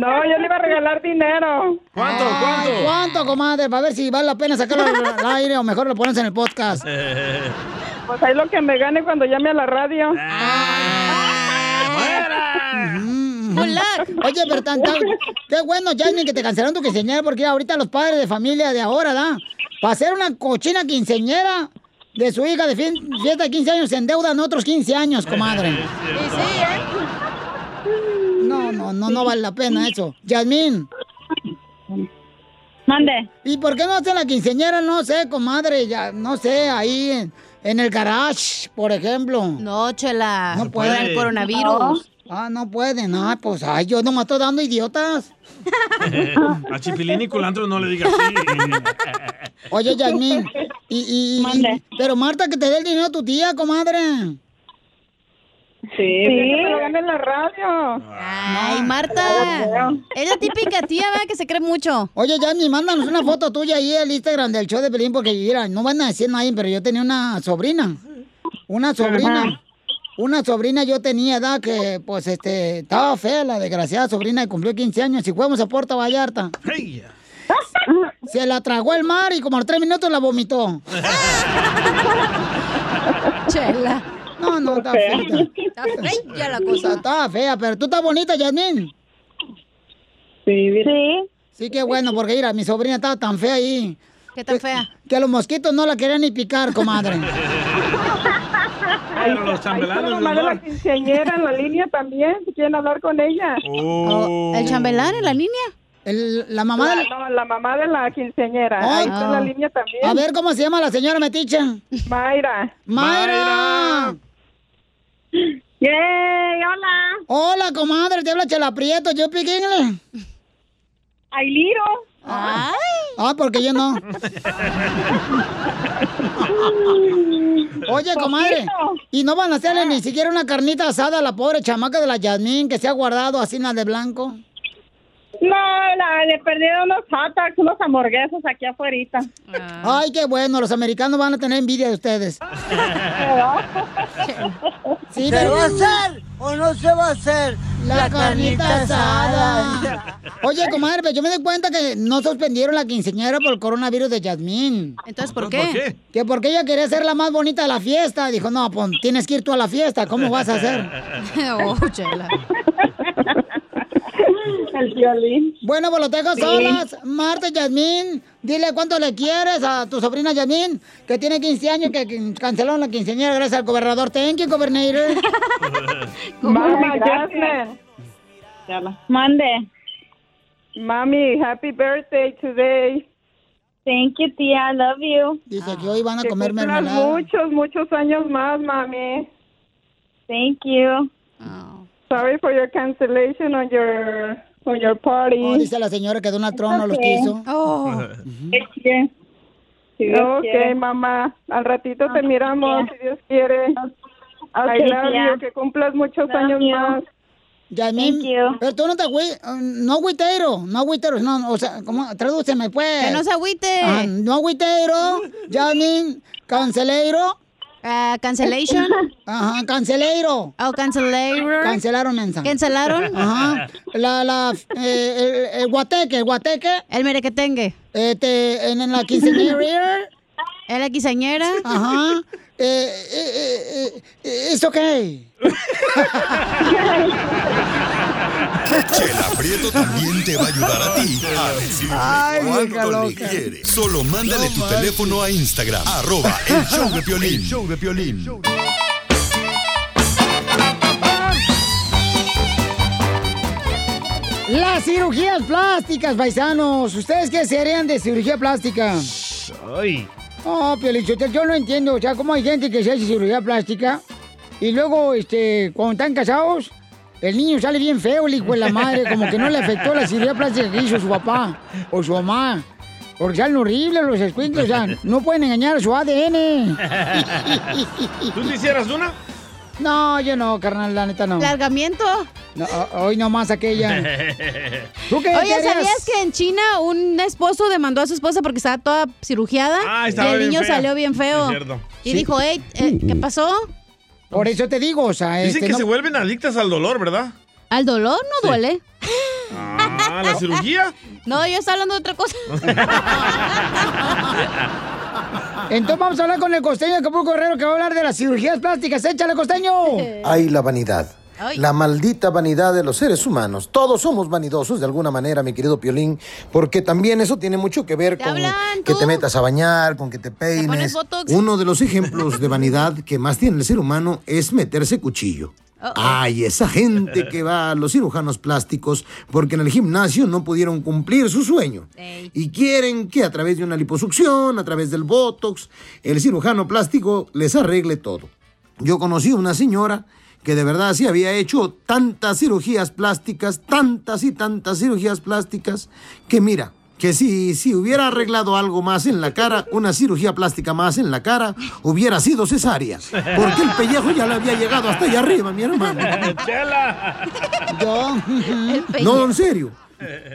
[SPEAKER 11] No, yo le iba a regalar dinero.
[SPEAKER 2] ¿Cuánto?
[SPEAKER 1] Ay,
[SPEAKER 2] ¿Cuánto?
[SPEAKER 1] ¿Cuánto, comadre? Para ver si vale la pena sacarlo al al aire o mejor lo pones en el podcast.
[SPEAKER 2] Eh,
[SPEAKER 11] Pues ahí lo que me gane cuando llame a la radio.
[SPEAKER 1] Ah.
[SPEAKER 3] Good luck.
[SPEAKER 1] Oye, pero tan, tan- qué bueno, Jasmine, que te cancelaron tu quinceñera porque ahorita los padres de familia de ahora, ¿da? Para hacer una cochina quinceñera de su hija de fin- fiesta de 15 años se endeudan otros 15 años, comadre.
[SPEAKER 3] Sí, sí, ¿eh?
[SPEAKER 1] No, no, no, no vale la pena eso. Jasmine. Mande. ¿Y por qué no hace la quinceñera, no sé, comadre? Ya, no sé, ahí en, en el garage, por ejemplo.
[SPEAKER 3] No, chela.
[SPEAKER 1] No puede.
[SPEAKER 3] Por el coronavirus.
[SPEAKER 1] Ah, no puede. No, pues, ay, yo nomás estoy dando idiotas.
[SPEAKER 2] A Chipilín y Culantro no le digas así.
[SPEAKER 1] Oye, Yasmín, y, y- y- pero Marta, que te dé el dinero a tu tía, comadre.
[SPEAKER 11] Sí, que me lo gane en la radio.
[SPEAKER 3] Ay, Marta. Es la típica tía, ¿verdad? Que se cree mucho.
[SPEAKER 1] Oye, Yasmín, mándanos una foto tuya ahí al Instagram del show de Pelín, porque mira, no van a decir nadie, pero yo tenía una sobrina. Una sobrina.
[SPEAKER 12] Ajá.
[SPEAKER 1] Una sobrina yo tenía, edad Que, pues, este, estaba fea la desgraciada sobrina y cumplió 15 años y fuimos a Puerto Vallarta. Se la tragó el mar y como a los tres minutos la vomitó. Chela. No, no, está fea. Está
[SPEAKER 3] fea la
[SPEAKER 1] cosa. Está fea, pero tú estás bonita, Yasmín. Sí, sí. Sí, qué bueno, porque mira, mi sobrina estaba tan fea ahí.
[SPEAKER 3] ¿Qué tan fea?
[SPEAKER 1] Que a los mosquitos no la querían ni picar, comadre.
[SPEAKER 2] Pero los chambelanes,
[SPEAKER 11] Tengo
[SPEAKER 2] mi
[SPEAKER 11] madre
[SPEAKER 2] amor.
[SPEAKER 11] la quinceañera en la línea también, si quieren hablar con ella.
[SPEAKER 3] Oh, ¿El chambelán en la línea?
[SPEAKER 1] Oh. la mamá
[SPEAKER 11] La,
[SPEAKER 1] del-
[SPEAKER 11] no, la mamá de la quinceañera.
[SPEAKER 1] Ay.
[SPEAKER 11] Ahí está en la
[SPEAKER 1] Ah.
[SPEAKER 11] línea también.
[SPEAKER 1] A ver, ¿cómo se llama la señora metiche?
[SPEAKER 11] Mayra.
[SPEAKER 1] ¡Mayra!
[SPEAKER 13] ¡Yay! ¡Hola!
[SPEAKER 1] Hola, comadre, te habla Chela Prieto, yo piqué inglés.
[SPEAKER 13] ¡Ay, Liro!
[SPEAKER 1] Ah, ah, porque yo no. Oye, comadre, ¿y no van a
[SPEAKER 13] Ah.
[SPEAKER 1] hacerle ni siquiera una carnita asada a la pobre chamaca de la Yasmín que se ha guardado así nada de blanco?
[SPEAKER 13] No, la, le perdieron unos hot dogs, unos hamburguesas aquí afuera.
[SPEAKER 1] Ay, qué bueno, los americanos van a tener envidia de ustedes. Sí,
[SPEAKER 12] ¿Se
[SPEAKER 1] pero-
[SPEAKER 12] va a hacer o no se va a hacer
[SPEAKER 1] La, carnita, asada. Oye, comadre, pero yo me doy cuenta que no suspendieron la quinceañera por el coronavirus de Yasmín.
[SPEAKER 3] Entonces, ¿por qué? Pues, ¿Por qué?
[SPEAKER 1] Que porque ella quería ser la más bonita de la fiesta. Dijo, no, pues tienes que ir tú a la fiesta. ¿Cómo vas a hacer?
[SPEAKER 3] Oh, chela.
[SPEAKER 1] El violín. Bueno, pues lo dejo
[SPEAKER 12] Sí.
[SPEAKER 1] solas. Marta, Yasmín, dile cuánto le quieres a tu sobrina Yasmín, que tiene 15 años, que qu- cancelaron la quinceañera gracias al gobernador. Thank you, gobernador.
[SPEAKER 11] Mami,
[SPEAKER 13] gracias.
[SPEAKER 11] Jasmine.
[SPEAKER 13] Mande.
[SPEAKER 11] Mami, happy birthday today.
[SPEAKER 13] Thank you, tía. I love you.
[SPEAKER 1] Dice que hoy van a comer
[SPEAKER 11] cumplas
[SPEAKER 1] mermelada.
[SPEAKER 11] muchos, muchos años más, mami.
[SPEAKER 13] Thank you.
[SPEAKER 1] Ah.
[SPEAKER 11] Sorry for your cancellation on your on your party.
[SPEAKER 1] Oh, dice la señora que Donald Trump no los
[SPEAKER 11] okay.
[SPEAKER 1] quiso.
[SPEAKER 11] Sí,
[SPEAKER 1] Dios
[SPEAKER 11] ok,
[SPEAKER 1] quiere.
[SPEAKER 11] mamá. Al ratito te miramos, si Dios quiere. I
[SPEAKER 1] Ok,
[SPEAKER 11] love
[SPEAKER 1] tía.
[SPEAKER 11] you, que cumplas muchos
[SPEAKER 1] Love
[SPEAKER 11] años
[SPEAKER 1] you.
[SPEAKER 11] más.
[SPEAKER 1] Yasmín, pero tú no te agüi- ah, no agüitero, no agüitero, no, o sea, ¿cómo? tradúceme pues.
[SPEAKER 3] Que no se agüite.
[SPEAKER 1] Ah, no agüitero, Yasmín, canceleiro.
[SPEAKER 3] Ah, cancellation.
[SPEAKER 1] Ajá, canceleiro.
[SPEAKER 3] Oh, canceleiro.
[SPEAKER 1] Cancelaron, mensa.
[SPEAKER 3] ¿Cancelaron?
[SPEAKER 1] Ajá. La, la, eh, el, el guateque, el guateque.
[SPEAKER 3] El merequetengue.
[SPEAKER 1] Este, en, en la quinceañera.
[SPEAKER 3] En la quinceañera.
[SPEAKER 1] Ajá. Eh, eh, eh, eh, it's okay.
[SPEAKER 7] Chela Prieto también te va a ayudar a ti a decirle
[SPEAKER 1] Ay, vieja
[SPEAKER 7] cuánto le
[SPEAKER 1] loca.
[SPEAKER 7] quieres. Solo mándale tu
[SPEAKER 1] No manches.
[SPEAKER 7] teléfono a Instagram, arroba el show de Piolín.
[SPEAKER 1] El
[SPEAKER 7] show de Piolín.
[SPEAKER 1] Las cirugías plásticas, paisanos. ¿Ustedes qué serían de cirugía plástica?
[SPEAKER 2] Ay.
[SPEAKER 1] No, Piolichotel, yo no entiendo. O sea, cómo hay gente que se hace cirugía plástica y luego, este, cuando están casados, el niño sale bien feo, el hijo de la madre, como que no le afectó la cirugía plástica que hizo su papá o su mamá. Porque salen horribles los escuincles, o sea, no pueden engañar a su ADN.
[SPEAKER 2] ¿Tú te hicieras una?
[SPEAKER 1] No, yo no, carnal, la neta no.
[SPEAKER 3] ¿Largamiento?
[SPEAKER 1] No, o- hoy nomás aquella. ¿Tú qué
[SPEAKER 3] Oye,
[SPEAKER 1] te harías?
[SPEAKER 3] ¿sabías que en China un esposo demandó a su esposa porque estaba toda cirugiada?
[SPEAKER 1] Ah,
[SPEAKER 3] y
[SPEAKER 1] estaba
[SPEAKER 3] el
[SPEAKER 1] bien
[SPEAKER 3] niño
[SPEAKER 1] fea.
[SPEAKER 3] salió bien feo.
[SPEAKER 2] Es cierto.
[SPEAKER 3] Y
[SPEAKER 2] Sí.
[SPEAKER 3] dijo, hey, eh, ¿qué pasó?
[SPEAKER 1] Por eso te digo, o sea,
[SPEAKER 2] Dicen
[SPEAKER 1] este,
[SPEAKER 2] que
[SPEAKER 1] no-
[SPEAKER 2] se vuelven adictas al dolor, ¿verdad?
[SPEAKER 3] ¿Al dolor no duele?
[SPEAKER 2] Ah, la cirugía.
[SPEAKER 3] No, yo estaba hablando de otra cosa.
[SPEAKER 1] Entonces vamos a hablar con el costeño de Acapulco Guerrero que va a hablar de las cirugías plásticas. ¡Échale, costeño!
[SPEAKER 14] Hay la vanidad.
[SPEAKER 1] Ay.
[SPEAKER 14] La maldita vanidad de los seres humanos. Todos somos vanidosos de alguna manera, mi querido Piolín, porque también eso tiene mucho que ver con que te metas a bañar, con que te peines.
[SPEAKER 12] Botox?
[SPEAKER 14] Uno de los ejemplos de vanidad que más tiene el ser humano es meterse cuchillo. Ay, esa gente que va a los cirujanos plásticos porque en el gimnasio no pudieron cumplir su sueño. Y quieren que a través de una liposucción, a través del Botox, el cirujano plástico les arregle todo. Yo conocí una señora que de verdad sí había hecho tantas cirugías plásticas, tantas y tantas cirugías plásticas, que mira, que si, si hubiera arreglado algo más en la cara, una cirugía plástica más en la cara, hubiera sido cesárea. Porque el pellejo ya le había llegado hasta allá arriba, mi hermano. Yo. No, en serio.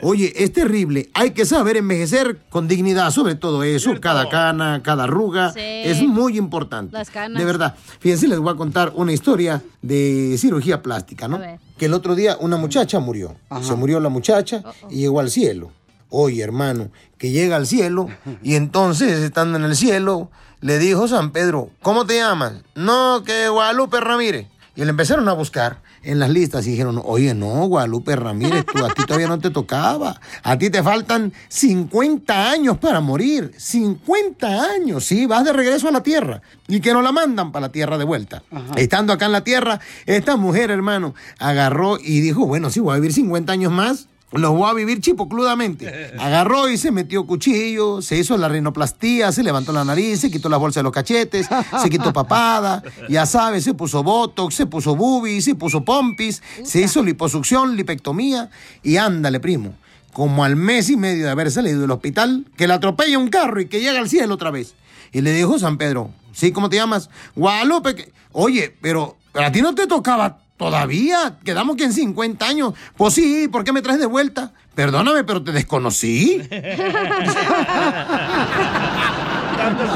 [SPEAKER 14] Oye, es terrible. Hay que saber envejecer con dignidad, sobre todo eso. Cada cana, cada arruga.
[SPEAKER 15] Sí.
[SPEAKER 14] Es muy importante.
[SPEAKER 15] Las canas.
[SPEAKER 14] De verdad. Fíjense, les voy a contar una historia de cirugía plástica, ¿no?
[SPEAKER 15] A ver.
[SPEAKER 14] Que el otro día una muchacha murió. Se murió la muchacha y llegó al cielo. Oye, hermano, que llega al cielo y entonces, estando en el cielo, le dijo San Pedro, ¿cómo te llamas? No, que Guadalupe Ramírez. Y le empezaron a buscar en las listas y dijeron, oye, no, Guadalupe Ramírez, tú a ti todavía no te tocaba. A ti te faltan 50 años para morir. 50 años, sí, vas de regreso a la tierra. Y que no la mandan para la tierra de vuelta. Estando acá en la tierra, esta mujer, hermano, agarró y dijo, bueno, sí, voy a vivir 50 años más. Los voy a vivir chipocludamente. Agarró y se metió cuchillo, se hizo la rinoplastía, se levantó la nariz, se quitó las bolsas de los cachetes, se quitó papada, ya sabes, se puso botox, se puso boobies, se puso pompis, se hizo liposucción, lipectomía y ándale, primo. Como al mes y medio de haber salido del hospital, que le atropella un carro y que llega al cielo otra vez. Y le dijo San Pedro, ¿sí? ¿Cómo te llamas? Guadalupe. que- Oye, pero a ti no te tocaba todavía. Quedamos que en 50 años. Pues sí, ¿por qué me traes de vuelta? Perdóname, pero te desconocí.
[SPEAKER 15] Tanta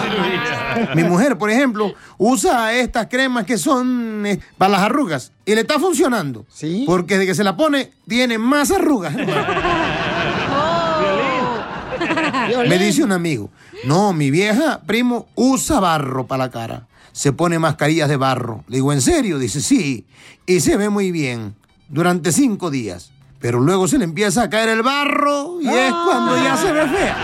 [SPEAKER 15] cirugía.
[SPEAKER 14] Mi mujer, por ejemplo, usa estas cremas que son eh, para las arrugas y le está funcionando. Sí. Porque desde que se la pone, tiene más arrugas.
[SPEAKER 1] Oh.
[SPEAKER 14] Me dice un amigo, no, mi vieja, primo, usa barro para la cara. Se pone mascarillas de barro. Le digo, ¿en serio? Dice, sí. Y se ve muy bien durante cinco días. Pero luego se le empieza a caer el barro y es cuando ya se ve fea.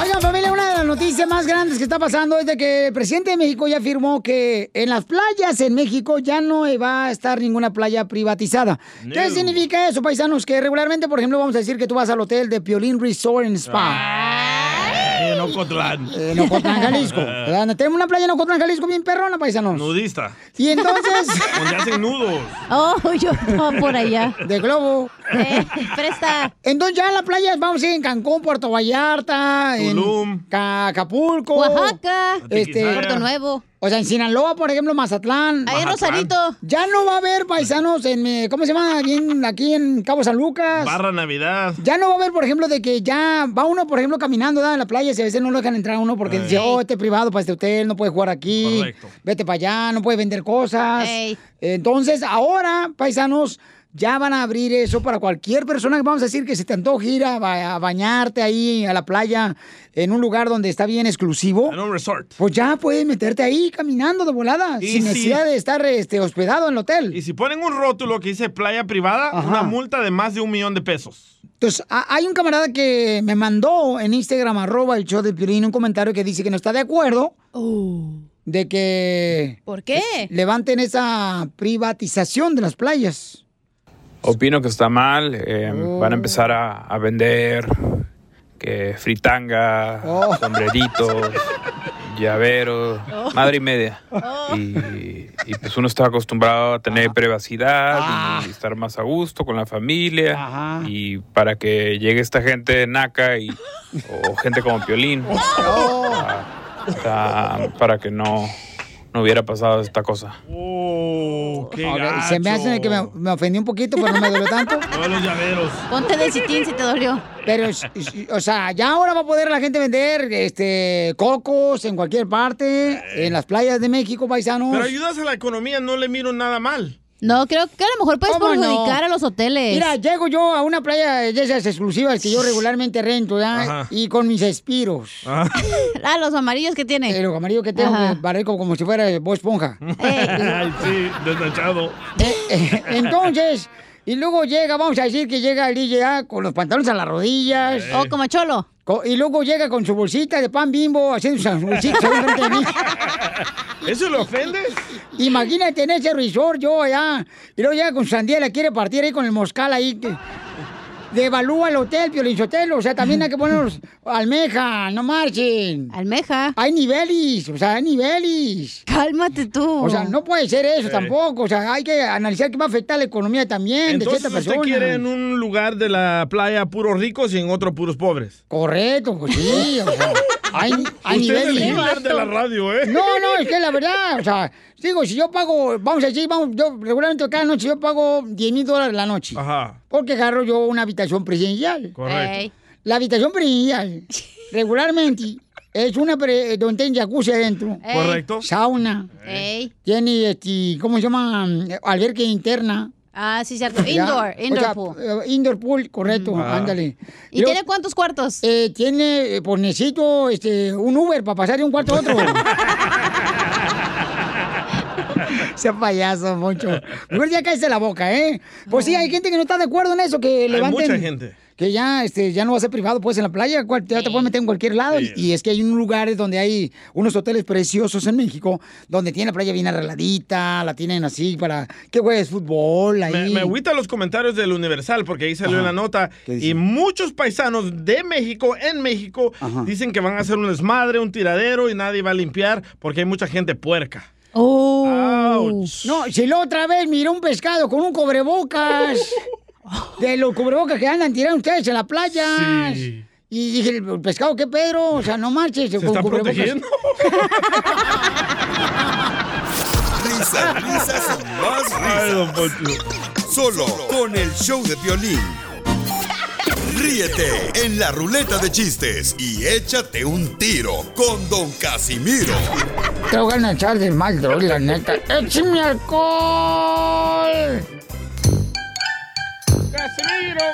[SPEAKER 1] Oigan, familia, una de las noticias más grandes que está pasando es de que el presidente de México ya afirmó que en las playas en México ya no va a estar ninguna playa privatizada. ¿Qué
[SPEAKER 15] No.
[SPEAKER 1] significa eso, paisanos? Que regularmente, por ejemplo, vamos a decir que tú vas al hotel de Piolín Resort and Spa.
[SPEAKER 2] En Ocotlán.
[SPEAKER 1] En Ocotlán, Jalisco. ¿Verdad? Tenemos una playa en Ocotlán, Jalisco bien perrona, paisanos.
[SPEAKER 2] Nudista.
[SPEAKER 1] Y entonces...
[SPEAKER 2] Donde hacen nudos.
[SPEAKER 1] Oh, yo no, por allá. De globo. presta. Entonces ya en la playa vamos a ir en Cancún, Puerto Vallarta, en
[SPEAKER 15] Tulum.
[SPEAKER 1] Ca- Acapulco.
[SPEAKER 15] Oaxaca.
[SPEAKER 1] Este,
[SPEAKER 15] Puerto
[SPEAKER 1] Nuevo. O sea, en Sinaloa, por ejemplo, Mazatlán.
[SPEAKER 15] Ahí en Mazatlán. Rosarito.
[SPEAKER 1] Ya no va a haber paisanos en, eh, ¿cómo se llama? Aquí en, aquí en Cabo San Lucas.
[SPEAKER 2] Barra Navidad.
[SPEAKER 1] Ya no va a haber, por ejemplo, de que ya va uno, por ejemplo, caminando ¿da? en la playa y a veces no lo dejan entrar a uno porque
[SPEAKER 2] Ey.
[SPEAKER 1] dice, oh, este es privado para este hotel, no puedes jugar aquí,
[SPEAKER 2] Correcto.
[SPEAKER 1] vete para allá, no puedes vender cosas. Entonces, ahora, paisanos, ya van a abrir eso para cualquier persona que vamos a decir que se te antoje ir a, ba- a bañarte ahí a la playa en un lugar donde está bien exclusivo.
[SPEAKER 2] En un resort.
[SPEAKER 1] Pues ya puedes meterte ahí caminando de volada,
[SPEAKER 2] Y
[SPEAKER 1] sin
[SPEAKER 2] si-
[SPEAKER 1] necesidad de estar este, hospedado en el hotel.
[SPEAKER 2] Y si ponen un rótulo que dice playa privada,
[SPEAKER 1] Ajá.
[SPEAKER 2] una multa de más de un millón de pesos.
[SPEAKER 1] Entonces, a- hay un camarada que me mandó en Instagram, arroba el show de Piolín, un comentario que dice que no está de acuerdo
[SPEAKER 16] Oh.
[SPEAKER 1] de que... ¿Por qué? Levanten esa privatización de las playas.
[SPEAKER 17] Opino que está mal. eh, Van a empezar a, a vender que fritanga, sombreritos, llaveros, madre y media. Y, y, pues uno está acostumbrado a tener privacidad y estar más a gusto con la familia. Y para que llegue esta gente naca y, o gente como Piolín,
[SPEAKER 5] Oh.
[SPEAKER 1] Oh.
[SPEAKER 17] ah, está- para que no, no hubiera pasado esta cosa.
[SPEAKER 1] A ver, se me hace que me, me ofendí un poquito, pero no me dolió tanto.
[SPEAKER 2] Todos los llaveros.
[SPEAKER 1] Ponte de sitín si te dolió. Pero, s- s- o sea, ya ahora va a poder la gente vender este cocos en cualquier parte, en las playas de México, paisanos.
[SPEAKER 2] Pero ayudas a la economía, no le miro nada mal.
[SPEAKER 1] No, creo que a lo mejor
[SPEAKER 3] puedes perjudicar a los
[SPEAKER 1] hoteles. Mira, llego yo a una playa de esas exclusivas que yo regularmente rento, ¿ya?
[SPEAKER 3] Ajá.
[SPEAKER 1] Y con mis espiros. Eh,
[SPEAKER 3] Ah, los amarillos que tiene.
[SPEAKER 1] los amarillos que tengo, que parezco como si Eh, fuera Bob Esponja.
[SPEAKER 2] Ay, sí, desnachado.
[SPEAKER 1] eh, Entonces, Y luego llega, vamos a decir que llega el DJ ah, con los pantalones a las rodillas.
[SPEAKER 3] Eh. O como cholo.
[SPEAKER 1] y luego llega con su bolsita de pan bimbo, haciendo sus bolsitas ahí enfrente de mí.
[SPEAKER 2] ¿Eso lo ofende?
[SPEAKER 1] Imagínate en ese resort yo allá. Y luego llega con su sandía, la quiere partir ahí con el moscal ahí. que- Devalúa el hotel, Piolinchotelo. O sea, también hay que poner los- almeja, no marchen.
[SPEAKER 3] Almeja.
[SPEAKER 1] Hay niveles, o sea, hay niveles.
[SPEAKER 3] Cálmate tú.
[SPEAKER 1] O sea, no puede ser eso
[SPEAKER 2] Sí.
[SPEAKER 1] tampoco. O sea, hay que analizar qué va a afectar la economía también de
[SPEAKER 2] Entonces
[SPEAKER 1] cierta
[SPEAKER 2] usted
[SPEAKER 1] persona.
[SPEAKER 2] quiere en un lugar de la playa puros ricos y en otro puros pobres.
[SPEAKER 1] Correcto, pues sí. o sea, hay, hay
[SPEAKER 2] Usted es el
[SPEAKER 1] niveles.
[SPEAKER 2] líder de la radio, ¿eh?
[SPEAKER 1] No, no, es que la verdad, o sea, digo, si yo pago, vamos a decir, vamos, yo regularmente cada noche yo pago 10 mil dólares la noche.
[SPEAKER 2] Ajá.
[SPEAKER 1] Porque agarro yo una habitación presidencial.
[SPEAKER 2] Correcto. Ey.
[SPEAKER 1] La habitación presidencial, regularmente, es una pre- eh, donde tiene jacuzzi adentro.
[SPEAKER 15] Ey. Correcto.
[SPEAKER 1] Sauna. Tiene, este, ¿cómo se llama? Albergue interna.
[SPEAKER 3] Ah, sí, cierto.
[SPEAKER 1] Ya,
[SPEAKER 3] Indoor,
[SPEAKER 1] o
[SPEAKER 3] indoor
[SPEAKER 1] sea,
[SPEAKER 3] pool.
[SPEAKER 1] eh, Indoor pool, correcto,
[SPEAKER 3] Ujú. Ah.
[SPEAKER 1] ándale.
[SPEAKER 3] ¿Y tiene cuántos cuartos?
[SPEAKER 1] Eh, tiene, eh, pues necesito este, un Uber para pasar de un cuarto a otro. Sea payaso, Moncho. Mejor ya cállese la boca, ¿eh? Pues sí, hay gente que no está de acuerdo en eso, que levanten...
[SPEAKER 2] mucha gente.
[SPEAKER 1] Que ya, este, ya no va a ser privado, pues, en la playa, cual- ya te puedes meter en cualquier lado. Y- Y es que hay unos lugares donde hay unos hoteles preciosos en México, donde tienen la playa bien arregladita, la tienen así para que juegues fútbol ahí.
[SPEAKER 2] Me, me agüita los comentarios del Universal porque ahí salió la nota y muchos paisanos de México, en México, dicen que van a hacer un desmadre, un tiradero y nadie va a limpiar porque hay mucha gente puerca.
[SPEAKER 1] Oh. No, si la otra vez miró un pescado con un cobrebocas. De los cubrebocas que andan tirando ustedes en la playa.
[SPEAKER 15] Sí.
[SPEAKER 1] Y dije, el pescado, ¿qué Pedro? O sea, no marches. con
[SPEAKER 15] está
[SPEAKER 1] cubrebocas.
[SPEAKER 15] protegiendo?
[SPEAKER 7] Risas, risas y más risas. Solo con el show de violín. Ríete en la ruleta de chistes y échate un tiro con Don Casimiro.
[SPEAKER 1] Te voy a echar de mal, bro, la neta. ¡Échame alcohol!
[SPEAKER 2] ¡Casimiro!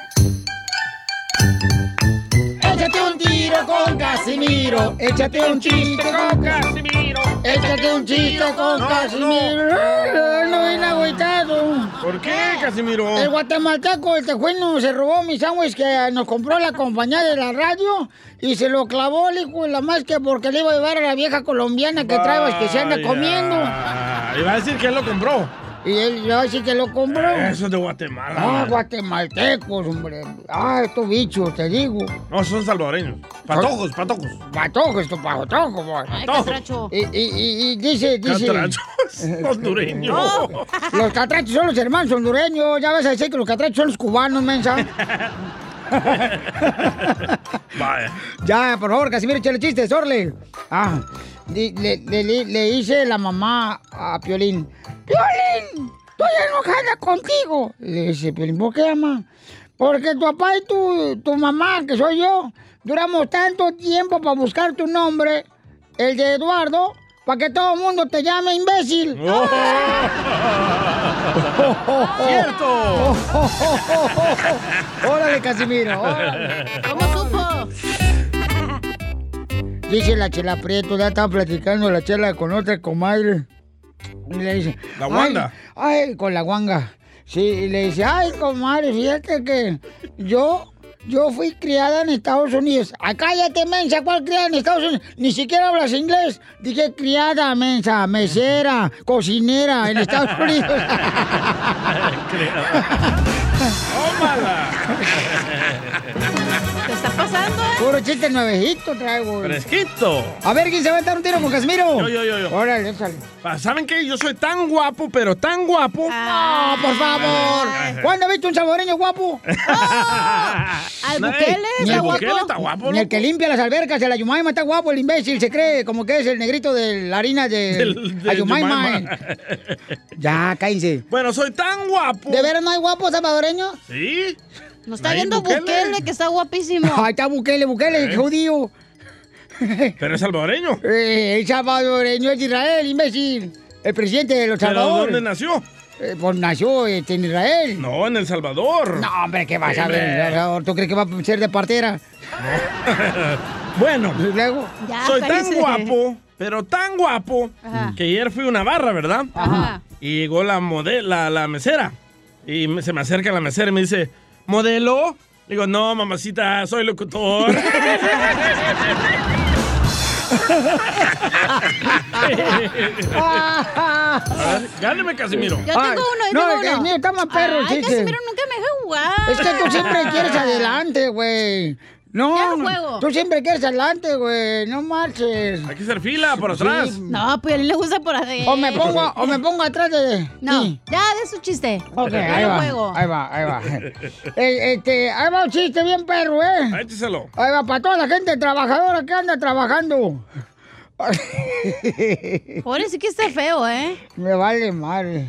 [SPEAKER 1] Échate un tiro con Casimiro. Échate un chiste con Casimiro. Échate un chiste con
[SPEAKER 2] No,
[SPEAKER 1] Casimiro.
[SPEAKER 2] no.
[SPEAKER 1] No viene agüitado.
[SPEAKER 2] ¿Por qué, Casimiro?
[SPEAKER 1] El guatemalteco, el tejuino, se robó mis sándwich que eh, nos compró la compañía de la radio y se lo clavó el hijo de la más que porque le iba a llevar a la vieja colombiana que trae pues, que se anda
[SPEAKER 2] Vaya.
[SPEAKER 1] comiendo.
[SPEAKER 2] Ah, y va a decir que él lo compró.
[SPEAKER 1] Y él le va a decir que lo compró.
[SPEAKER 2] Eso es de Guatemala.
[SPEAKER 1] Ah,
[SPEAKER 2] man.
[SPEAKER 1] guatemaltecos, hombre. Ah, estos bichos, te digo.
[SPEAKER 2] No, son salvadoreños. Patojos, patojos.
[SPEAKER 1] Patojos, estos patojos, vos. Y, y, y, y dice, dice.
[SPEAKER 2] Catrachos hondureños.
[SPEAKER 1] No, los catrachos son los hermanos hondureños. Ya vas a decir que los catrachos son los cubanos, mensa.
[SPEAKER 2] Vaya.
[SPEAKER 1] Ya, por favor, Casimiro, échale chistes, orle. Ah, di- le, le- le- le hice la mamá a Piolín. ¡Piolín! ¡Estoy enojada contigo! Le dice Piolín, ¿por qué, mamá? Porque tu papá y tu, tu mamá, que soy yo, duramos tanto tiempo para buscar tu nombre, el de Eduardo, para que todo el mundo te llame imbécil.
[SPEAKER 15] ¡Cierto!
[SPEAKER 1] ¡Órale, Casimiro! órale.
[SPEAKER 3] ¿Cómo supo?
[SPEAKER 1] Dice la chela Prieto, ya estaba platicando la chela con otra comadre. Y le dice.
[SPEAKER 2] La
[SPEAKER 1] "Ay,
[SPEAKER 2] Wanda".
[SPEAKER 1] Ay, con la guanga. Sí, y le dice, ay, comadre, fíjate que yo. Yo fui criada en Estados Unidos. ¡Ay, cállate, mensa! ¿Cuál criada en Estados Unidos? Ni siquiera hablas inglés. Dije criada, mensa, mesera, cocinera en Estados Unidos.
[SPEAKER 2] ¡Tómala!
[SPEAKER 1] ¿Qué está pasando? eh? Puro chiste nuevejito traigo.
[SPEAKER 2] Fresquito.
[SPEAKER 1] A ver, ¿quién se va a dar un tiro con Casimiro?
[SPEAKER 2] Yo, yo, yo, yo.
[SPEAKER 1] Órale, échale.
[SPEAKER 2] Ah, ¿Saben qué? Yo soy tan guapo, pero tan guapo. Ah.
[SPEAKER 1] ¡No, por favor! ¿Cuándo viste un salvadoreño guapo?
[SPEAKER 2] Al No, Bukele eh, está el guapo. Bukele está guapo,
[SPEAKER 1] Ni el
[SPEAKER 2] loco.
[SPEAKER 1] que limpia las albercas, el Ayumaima está guapo, el imbécil se cree como que es el negrito de la harina de
[SPEAKER 2] Del- del
[SPEAKER 1] Ayumaima.
[SPEAKER 2] Yumaima.
[SPEAKER 1] Ya, cállense.
[SPEAKER 2] Bueno, soy tan guapo.
[SPEAKER 1] ¿De veras no hay guapos salvadoreños?
[SPEAKER 2] ¿Sí?
[SPEAKER 3] Nos está viendo Bukele. que está guapísimo.
[SPEAKER 1] Ahí está Bukele, Bukele, qué judío.
[SPEAKER 2] Pero es salvadoreño.
[SPEAKER 1] Eh, el salvadoreño es de Israel, imbécil. El presidente de los
[SPEAKER 2] ¿Pero
[SPEAKER 1] Salvador.
[SPEAKER 2] dónde nació?
[SPEAKER 1] Eh, pues nació este, en Israel.
[SPEAKER 2] No, en El Salvador.
[SPEAKER 1] No, hombre, ¿qué vas a ver? en El Salvador? ¿Tú crees que va a ser de partera?
[SPEAKER 2] bueno.
[SPEAKER 1] ¿Y luego?
[SPEAKER 2] soy tan guapo, pero tan guapo, que ayer fui a una barra, ¿verdad? Y llegó la modelo, la, la mesera. Y me- se me acerca la mesera y me dice, ¿modelo? Digo, no, mamacita, soy locutor.
[SPEAKER 1] Ah,
[SPEAKER 2] A ver, Gáneme, Casimiro.
[SPEAKER 3] Yo tengo uno, yo
[SPEAKER 1] no,
[SPEAKER 3] tengo uno.
[SPEAKER 1] Casimiro, está más perro el
[SPEAKER 3] Ay,
[SPEAKER 1] chiste.
[SPEAKER 3] Casimiro nunca me deja jugar.
[SPEAKER 1] Es que tú siempre quieres adelante, güey. No,
[SPEAKER 3] Ya no juego.
[SPEAKER 1] tú siempre quieres adelante, güey. No marches.
[SPEAKER 2] Hay que hacer fila por atrás.
[SPEAKER 3] No, pues a él le gusta por adentro.
[SPEAKER 1] O me pongo, o me pongo atrás de.
[SPEAKER 3] No,
[SPEAKER 1] Sí.
[SPEAKER 3] ya de su chiste.
[SPEAKER 1] Ok,
[SPEAKER 3] Yo
[SPEAKER 1] ahí
[SPEAKER 3] no
[SPEAKER 1] va,
[SPEAKER 3] juego.
[SPEAKER 1] ahí va, ahí va. Eh, este, ahí va un chiste bien perro, ¿eh?
[SPEAKER 2] Écheselo.
[SPEAKER 1] Ahí va para toda la gente trabajadora que anda trabajando.
[SPEAKER 3] Pobre, sí que está feo, ¿eh?
[SPEAKER 1] Me vale madre.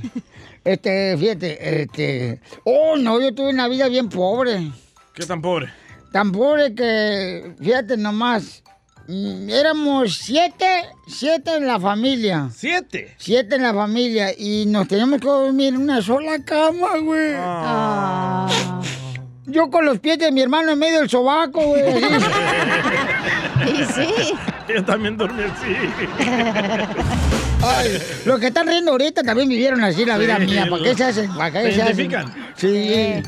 [SPEAKER 1] Este, fíjate, este. Oh, no, yo tuve una vida bien pobre.
[SPEAKER 2] ¿Qué tan pobre?
[SPEAKER 1] Tan pobre que, fíjate nomás. mm, Éramos siete, siete en la familia.
[SPEAKER 2] ¿Siete?
[SPEAKER 1] Siete en la familia y nos teníamos que dormir en una sola cama, güey.
[SPEAKER 2] Ah.
[SPEAKER 1] Yo con los pies de mi hermano en medio del sobaco, güey. así.
[SPEAKER 3] Y sí.
[SPEAKER 2] Yo también dormí así.
[SPEAKER 1] Ay, los que están riendo ahorita también vivieron así la vida
[SPEAKER 2] Sí,
[SPEAKER 1] mía. ¿Para qué se hacen? ¿Para qué
[SPEAKER 2] se
[SPEAKER 1] se hacen?
[SPEAKER 2] identifican.
[SPEAKER 1] Sí. Eh,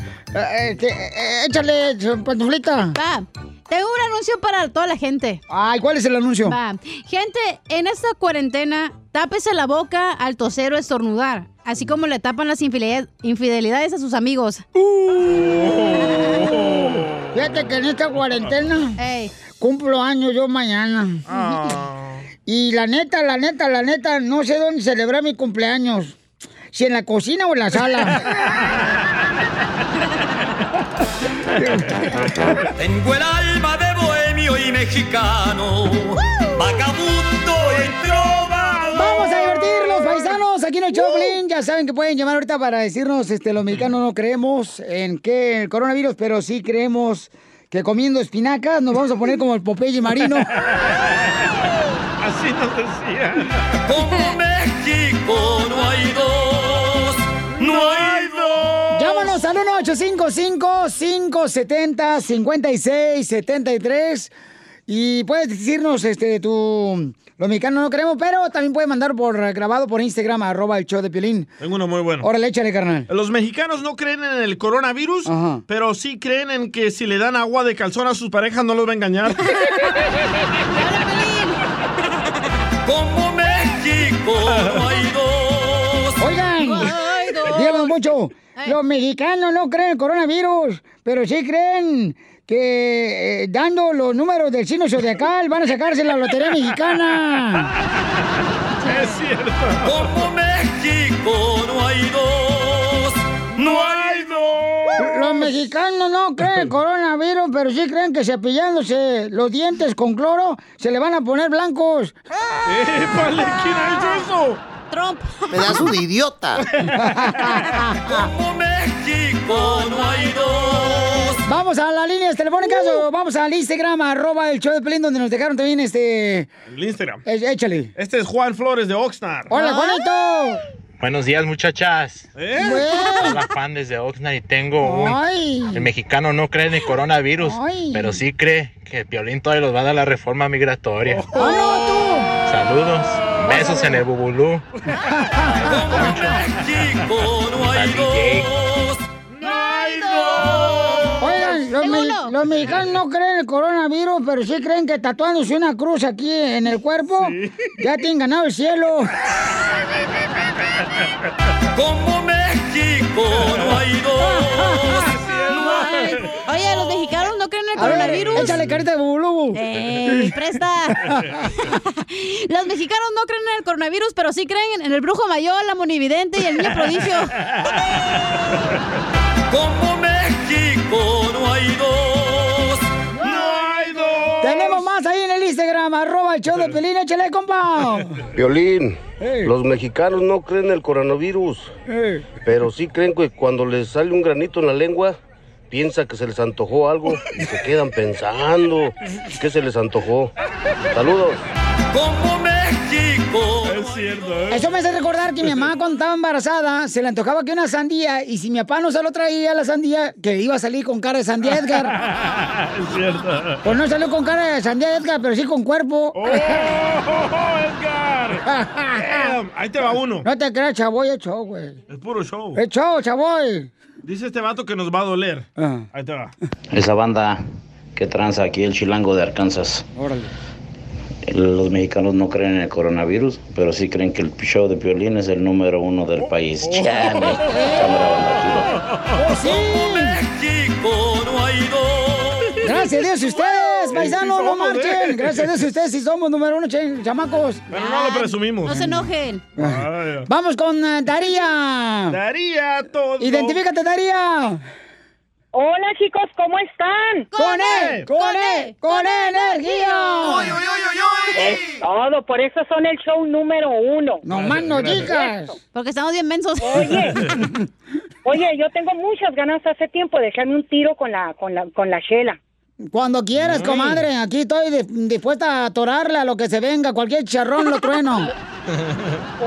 [SPEAKER 1] este, eh, échale, su pantuflita.
[SPEAKER 3] Va. Tengo un anuncio para toda la gente.
[SPEAKER 1] Ay, ¿cuál es el anuncio?
[SPEAKER 3] Va. Gente, en esta cuarentena, tápese la boca al toser o estornudar. Así como le tapan las infidelidad- infidelidades a sus amigos.
[SPEAKER 1] Fíjate que en esta cuarentena cumplo años yo mañana.
[SPEAKER 14] Ah.
[SPEAKER 1] Ah. Y la neta, la neta, la neta, no sé dónde celebrar mi cumpleaños. Si en la cocina o en la sala.
[SPEAKER 5] Tengo el alma de bohemio y mexicano, vagabundo y trovador.
[SPEAKER 1] Vamos a divertirnos, paisanos. Aquí en el Choplin, ya saben que pueden llamar ahorita para decirnos, este, los mexicanos no creemos en que el coronavirus, pero sí creemos que comiendo espinacas nos vamos a poner como el Popeye Marino.
[SPEAKER 2] Así nos decían.
[SPEAKER 5] Como México no hay dos, no hay dos.
[SPEAKER 1] Llámanos al 1-855-570-5673 y puedes decirnos este, tu... Los mexicanos no creemos, pero también puedes mandar por grabado por Instagram, arroba el show de Piolín.
[SPEAKER 2] Tengo uno muy bueno.
[SPEAKER 1] Órale, échale, carnal.
[SPEAKER 2] Los mexicanos no creen en el coronavirus, pero sí creen en que si le dan agua de calzón a sus parejas no los va a engañar.
[SPEAKER 5] Como México no hay dos.
[SPEAKER 1] Oigan, díganos mucho. Los mexicanos no creen en coronavirus, pero sí creen que eh, dando los números del sino zodiacal van a sacarse la lotería mexicana.
[SPEAKER 5] Es cierto. Como México no hay dos, no hay dos.
[SPEAKER 1] Los mexicanos no creen en coronavirus, pero sí creen que cepillándose los dientes con cloro se le van a poner blancos.
[SPEAKER 2] ¡Épale! ¿Quién ha hecho eso?
[SPEAKER 3] Trump.
[SPEAKER 5] Pedazo de
[SPEAKER 1] idiota.
[SPEAKER 5] Como México no hay dos.
[SPEAKER 1] Vamos a las líneas telefónicas o vamos al Instagram, arroba el show de Pelín, donde nos dejaron también este...
[SPEAKER 2] El Instagram.
[SPEAKER 1] Eh, Échale.
[SPEAKER 2] Este es Juan Flores de Oxnard.
[SPEAKER 1] Hola, Juanito.
[SPEAKER 18] Buenos días, muchachas.
[SPEAKER 1] Bueno.
[SPEAKER 18] Hola, fan desde Oxnard y tengo un...
[SPEAKER 1] Ay.
[SPEAKER 18] El mexicano no cree en el coronavirus,
[SPEAKER 1] Ay.
[SPEAKER 18] pero sí cree que el Piolín todavía los va a dar la reforma migratoria.
[SPEAKER 5] Oh.
[SPEAKER 1] Oh,
[SPEAKER 18] Saludos, besos en el bubulú.
[SPEAKER 5] México no hay dos. No hay
[SPEAKER 1] Oigan, los, me- los mexicanos no creen en el coronavirus, pero sí creen que tatuándose una cruz aquí en el cuerpo, ya tienen ganado el cielo.
[SPEAKER 5] Como México no hay dos.
[SPEAKER 3] Oye, los mexicanos no creen en el
[SPEAKER 1] A ver,
[SPEAKER 3] coronavirus.
[SPEAKER 1] échale carita de bubulubu.
[SPEAKER 3] ¡Ey, presta! los mexicanos no creen en el coronavirus, pero sí creen en el brujo mayor, la monividente y el niño prodigio.
[SPEAKER 5] Como México no hay dos. No hay dos.
[SPEAKER 1] Tenemos más ahí en el Instagram, arroba el show de Pelín, échale, compa.
[SPEAKER 19] Violín, los mexicanos no creen el coronavirus, pero sí creen que cuando les sale un granito en la lengua, piensa que se les antojó algo y se quedan pensando que se les antojó. Saludos.
[SPEAKER 5] Como México. Es
[SPEAKER 2] cierto. ¿eh?
[SPEAKER 1] Eso me hace recordar que mi mamá cuando estaba embarazada se le antojaba que una sandía y si mi papá no se lo traía la sandía, que iba a salir con cara de sandía Edgar.
[SPEAKER 2] es cierto.
[SPEAKER 1] Pues no salió con cara de sandía Edgar, pero sí con cuerpo.
[SPEAKER 2] Oh, Damn, Ahí te va uno.
[SPEAKER 1] No te creas, chavoy, es show, güey.
[SPEAKER 2] Es puro show.
[SPEAKER 1] Es show, chavoy.
[SPEAKER 2] Dice este vato que nos va a doler. Ahí te va.
[SPEAKER 20] Esa banda que tranza aquí el chilango de Arkansas. Los mexicanos no creen en el coronavirus, pero sí creen que el show de Piolín es el número uno del país.
[SPEAKER 5] Oh.
[SPEAKER 20] Chale.
[SPEAKER 5] México no hay dos.
[SPEAKER 1] Gracias a Dios y ustedes, paisanos, no marchen. Gracias a Dios y ustedes, si somos número uno, ch- chamacos.
[SPEAKER 2] Pero no lo presumimos.
[SPEAKER 3] No se enojen.
[SPEAKER 2] Ay,
[SPEAKER 1] Vamos con eh, Daría.
[SPEAKER 2] Daría, todo.
[SPEAKER 1] Identifícate, Daría.
[SPEAKER 21] Hola, chicos, ¿cómo están?
[SPEAKER 1] ¡Con él!
[SPEAKER 3] E,
[SPEAKER 1] ¡Con él! ¡Con E. energía! ¡Oy, oy,
[SPEAKER 21] Es todo, por eso son el show número uno.
[SPEAKER 1] No más no digas.
[SPEAKER 21] Porque estamos bien mensos. Oye, oye, yo tengo muchas ganas hace tiempo de echarme un tiro con la, con la, con la Shela.
[SPEAKER 1] Cuando quieras,
[SPEAKER 21] Ay.
[SPEAKER 1] comadre. Aquí estoy de- dispuesta a atorarle a lo que se venga. Cualquier charrón lo trueno.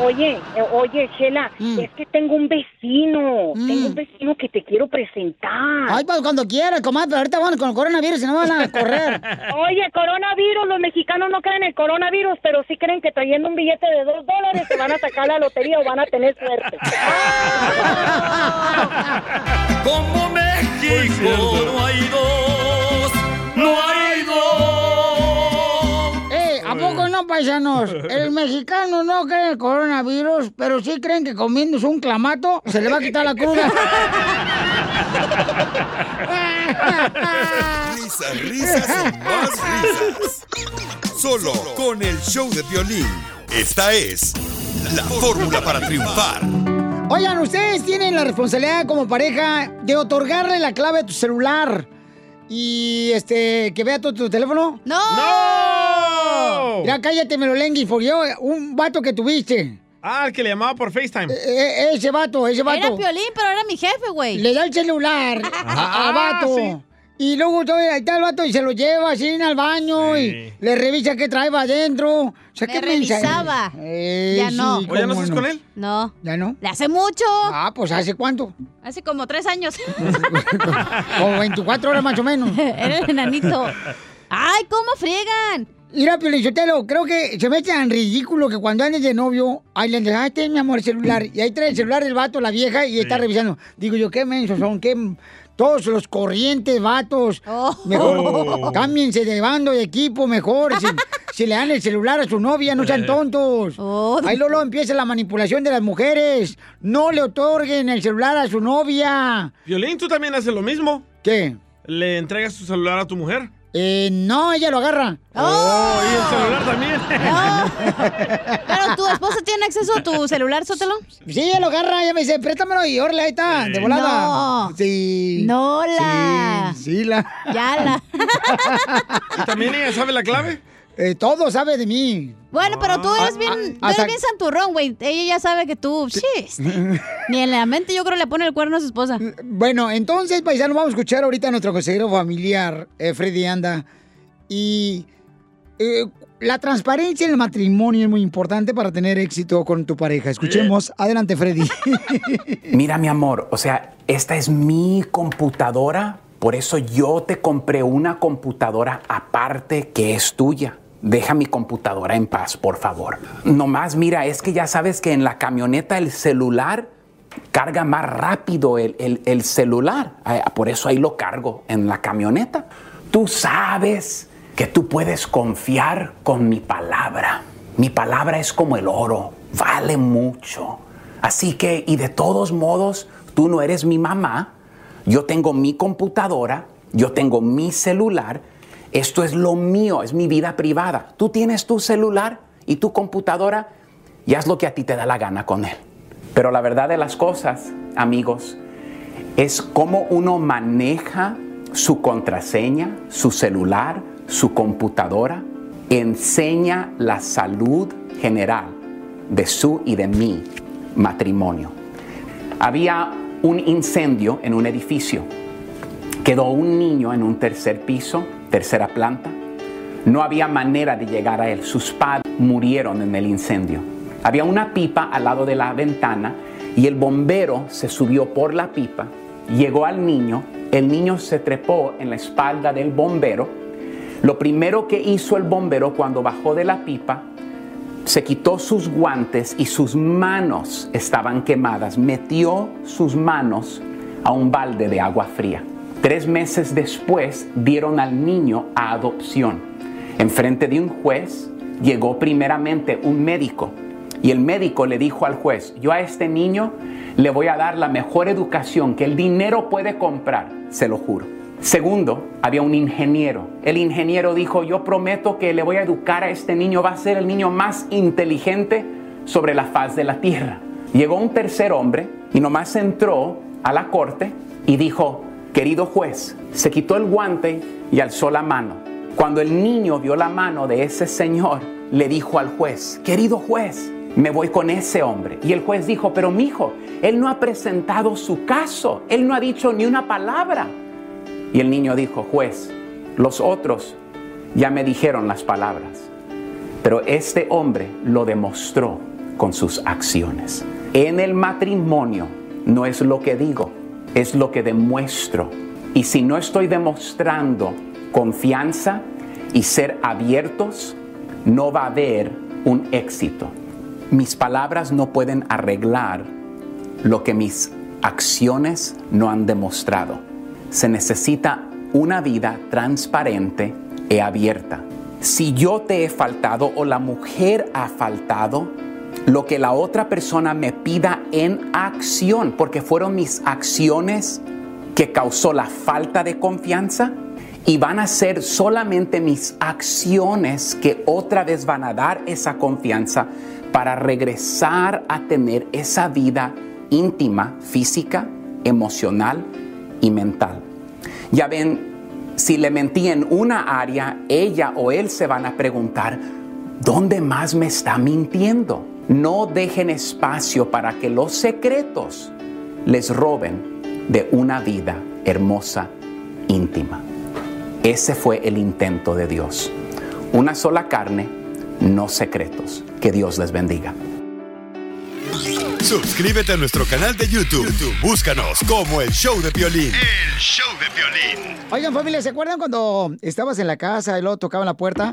[SPEAKER 21] Oye, eh, oye, Shela,
[SPEAKER 1] Mm.
[SPEAKER 21] es que tengo un vecino, tengo un vecino que te quiero presentar.
[SPEAKER 1] Ay, pues cuando quieras, comadre. Pero ahorita vamos con el coronavirus y no van a correr.
[SPEAKER 21] Oye, coronavirus, los mexicanos no creen en el coronavirus, pero sí creen que trayendo un billete de dos dólares se van a sacar la lotería o van a tener suerte.
[SPEAKER 5] Como México no hay dos, no hay dos.
[SPEAKER 1] ¡Eh! ¿A poco no, paisanos? El mexicano no cree en el coronavirus, pero sí creen que comiéndose un clamato se le va a quitar la cruda.
[SPEAKER 7] Risas, risas y más risas. Solo con el show de violín. Esta es la fórmula para triunfar.
[SPEAKER 1] Oigan, ustedes tienen la responsabilidad como pareja de otorgarle la clave a tu celular. Y este, que vea tu, tu teléfono.
[SPEAKER 3] ¡No!
[SPEAKER 2] ¡No!
[SPEAKER 1] Ya cállate, Melolengui, porque yo, un vato que tuviste.
[SPEAKER 2] Ah, el que le llamaba por FaceTime.
[SPEAKER 1] E- e- ese vato, ese vato.
[SPEAKER 3] Era Piolín, pero era mi jefe, güey.
[SPEAKER 1] Le da el celular a, a vato.
[SPEAKER 3] sí.
[SPEAKER 1] Y luego todavía ahí está el vato y se lo lleva así al baño y le revisa qué trae para adentro. O sea,
[SPEAKER 3] Me
[SPEAKER 1] qué mensaje.
[SPEAKER 3] revisaba.
[SPEAKER 1] Eh,
[SPEAKER 3] Ya no.
[SPEAKER 1] sí,
[SPEAKER 3] ¿O ya no
[SPEAKER 1] cómo
[SPEAKER 3] estás con él? No.
[SPEAKER 1] ¿Ya no?
[SPEAKER 3] Le hace mucho.
[SPEAKER 1] Ah, pues ¿hace cuánto?
[SPEAKER 3] Hace como tres años.
[SPEAKER 1] Como 24 horas más o menos.
[SPEAKER 3] Era el enanito.
[SPEAKER 1] Ay, ¿cómo friegan? Mira, Piolichotelo, creo que se me hace tan ridículo que cuando andes de novio, ahí le dices, ah, este es mi amor, el celular. Y ahí trae el celular del vato, la vieja, y está revisando. Digo yo, qué mensos son, qué... m- Todos los corrientes, vatos, mejor
[SPEAKER 5] Oh.
[SPEAKER 1] cámbiense de bando, de equipo, mejor. Si, si le dan el celular a su novia, no
[SPEAKER 2] Eh.
[SPEAKER 1] sean tontos. Ahí Lolo empieza la manipulación de las mujeres. No le otorguen el celular a su novia.
[SPEAKER 2] Violín, tú también haces lo mismo.
[SPEAKER 1] ¿Qué?
[SPEAKER 2] ¿Le entregas tu celular a tu mujer?
[SPEAKER 1] Eh, no, ella lo agarra.
[SPEAKER 2] Oh, y el celular también.
[SPEAKER 3] Oh. Pero tu esposa tiene acceso a tu celular, Sótelo.
[SPEAKER 1] Sí, ella lo agarra, ella me dice, préstamelo y órale, ahí está, de volada.
[SPEAKER 3] No.
[SPEAKER 1] Sí.
[SPEAKER 3] No la.
[SPEAKER 1] Sí, sí, la.
[SPEAKER 3] Ya la.
[SPEAKER 2] ¿Y también ella sabe la clave?
[SPEAKER 1] Eh, todo sabe de mí.
[SPEAKER 3] Bueno, pero tú eres
[SPEAKER 1] Ah,
[SPEAKER 3] bien, tú
[SPEAKER 1] ah,
[SPEAKER 3] eres
[SPEAKER 1] hasta-
[SPEAKER 3] bien santurrón, güey. Ella ya sabe que tú. Chis. Ni en la mente yo creo le pone el cuerno a su esposa.
[SPEAKER 1] Bueno, entonces, paisano, vamos a escuchar ahorita a nuestro consejero familiar, eh, Freddy Anda. Y eh, la transparencia en el matrimonio es muy importante para tener éxito con tu pareja. Escuchemos. Adelante, Freddy.
[SPEAKER 22] Mira, mi amor, o sea, esta es mi computadora, por eso yo te compré una computadora aparte que es tuya. Deja mi computadora en paz, por favor. Nomás, mira, es que ya sabes que en la camioneta el celular carga más rápido el, el- el celular. Ah, Por eso ahí lo cargo en la camioneta. Tú sabes que tú puedes confiar con mi palabra. Mi palabra es como el oro, vale mucho. Así que, y de todos modos, tú no eres mi mamá, yo tengo mi computadora, yo tengo mi celular, esto es lo mío, es mi vida privada. Tú tienes tu celular y tu computadora y haz lo que a ti te da la gana con él. Pero la verdad de las cosas, amigos, es cómo uno maneja su contraseña, su celular, su computadora, enseña la salud general de su y de mi matrimonio. Había un incendio en un edificio. Quedó un niño en un tercer piso, tercera planta. No había manera de llegar a él. Sus padres murieron en el incendio. Había una pipa al lado de la ventana y el bombero se subió por la pipa, llegó al niño, el niño se trepó en la espalda del bombero. Lo primero que hizo el bombero cuando bajó de la pipa, se quitó sus guantes y sus manos estaban quemadas. Metió sus manos a un balde de agua fría. Tres meses después dieron al niño a adopción. Enfrente de un juez llegó primeramente un médico y el médico le dijo al juez, yo a este niño le voy a dar la mejor educación que el dinero puede comprar, se lo juro. Segundo, había un ingeniero. El ingeniero dijo, yo prometo que le voy a educar a este niño, va a ser el niño más inteligente sobre la faz de la tierra. Llegó un tercer hombre y nomás entró a la corte y dijo, querido juez, se quitó el guante y alzó la mano. Cuando el niño vio la mano de ese señor, le dijo al juez, querido juez, me voy con ese hombre. Y el juez dijo, pero mi hijo, él no ha presentado su caso, él no ha dicho ni una palabra. Y el niño dijo, juez, los otros ya me dijeron las palabras, pero este hombre lo demostró con sus acciones. En el matrimonio no es lo que digo, es lo que demuestro. Y si no estoy demostrando confianza y ser abiertos, no va a haber un éxito. Mis palabras no pueden arreglar lo que mis acciones no han demostrado. Se necesita una vida transparente y abierta. Si yo te he faltado o la mujer ha faltado, lo que la otra persona me pida en acción, porque fueron mis acciones que causó la falta de confianza y van a ser solamente mis acciones que otra vez van a dar esa confianza para regresar a tener esa vida íntima, física, emocional y mental. Ya ven, si le mentí en una área, ella o él se van a preguntar, ¿dónde más me está mintiendo? No dejen espacio para que los secretos les roben de una vida hermosa, íntima. Ese fue el intento de Dios. Una sola carne, no secretos. Que Dios les bendiga.
[SPEAKER 7] Suscríbete a nuestro canal de YouTube. YouTube, Búscanos como el show de violín.
[SPEAKER 1] El show de violín. Oigan, familia, ¿se acuerdan cuando estabas en la casa y luego tocaban la puerta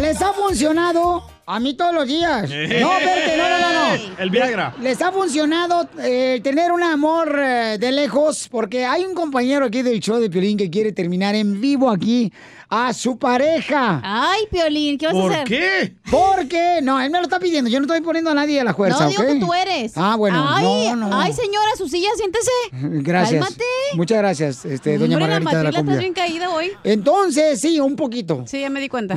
[SPEAKER 1] ¿les ha funcionado? A mí todos los días. No, espérate, no, no, no, no.
[SPEAKER 2] El Viagra.
[SPEAKER 1] Les ha funcionado eh, tener un amor eh, de lejos, porque hay un compañero aquí del show de Piolín que quiere terminar en vivo aquí a su pareja.
[SPEAKER 3] Ay, Piolín, ¿qué vas
[SPEAKER 1] ¿Por
[SPEAKER 3] a hacer?
[SPEAKER 2] qué?
[SPEAKER 1] Porque, no, él me lo está pidiendo, yo no estoy poniendo a nadie a la fuerza,
[SPEAKER 3] no digo
[SPEAKER 1] ¿ok?
[SPEAKER 3] que tú eres.
[SPEAKER 1] Ah, bueno,
[SPEAKER 3] ay,
[SPEAKER 1] no, no, no.
[SPEAKER 3] Ay, señora, su silla, siéntese.
[SPEAKER 1] Gracias.
[SPEAKER 3] Cálmate.
[SPEAKER 1] Muchas gracias, este, doña
[SPEAKER 3] Hombre, la
[SPEAKER 1] Margarita de la
[SPEAKER 3] matrila está
[SPEAKER 1] cumbia.
[SPEAKER 3] bien caída hoy.
[SPEAKER 1] Entonces, sí, un poquito.
[SPEAKER 3] Sí, ya me di cuenta.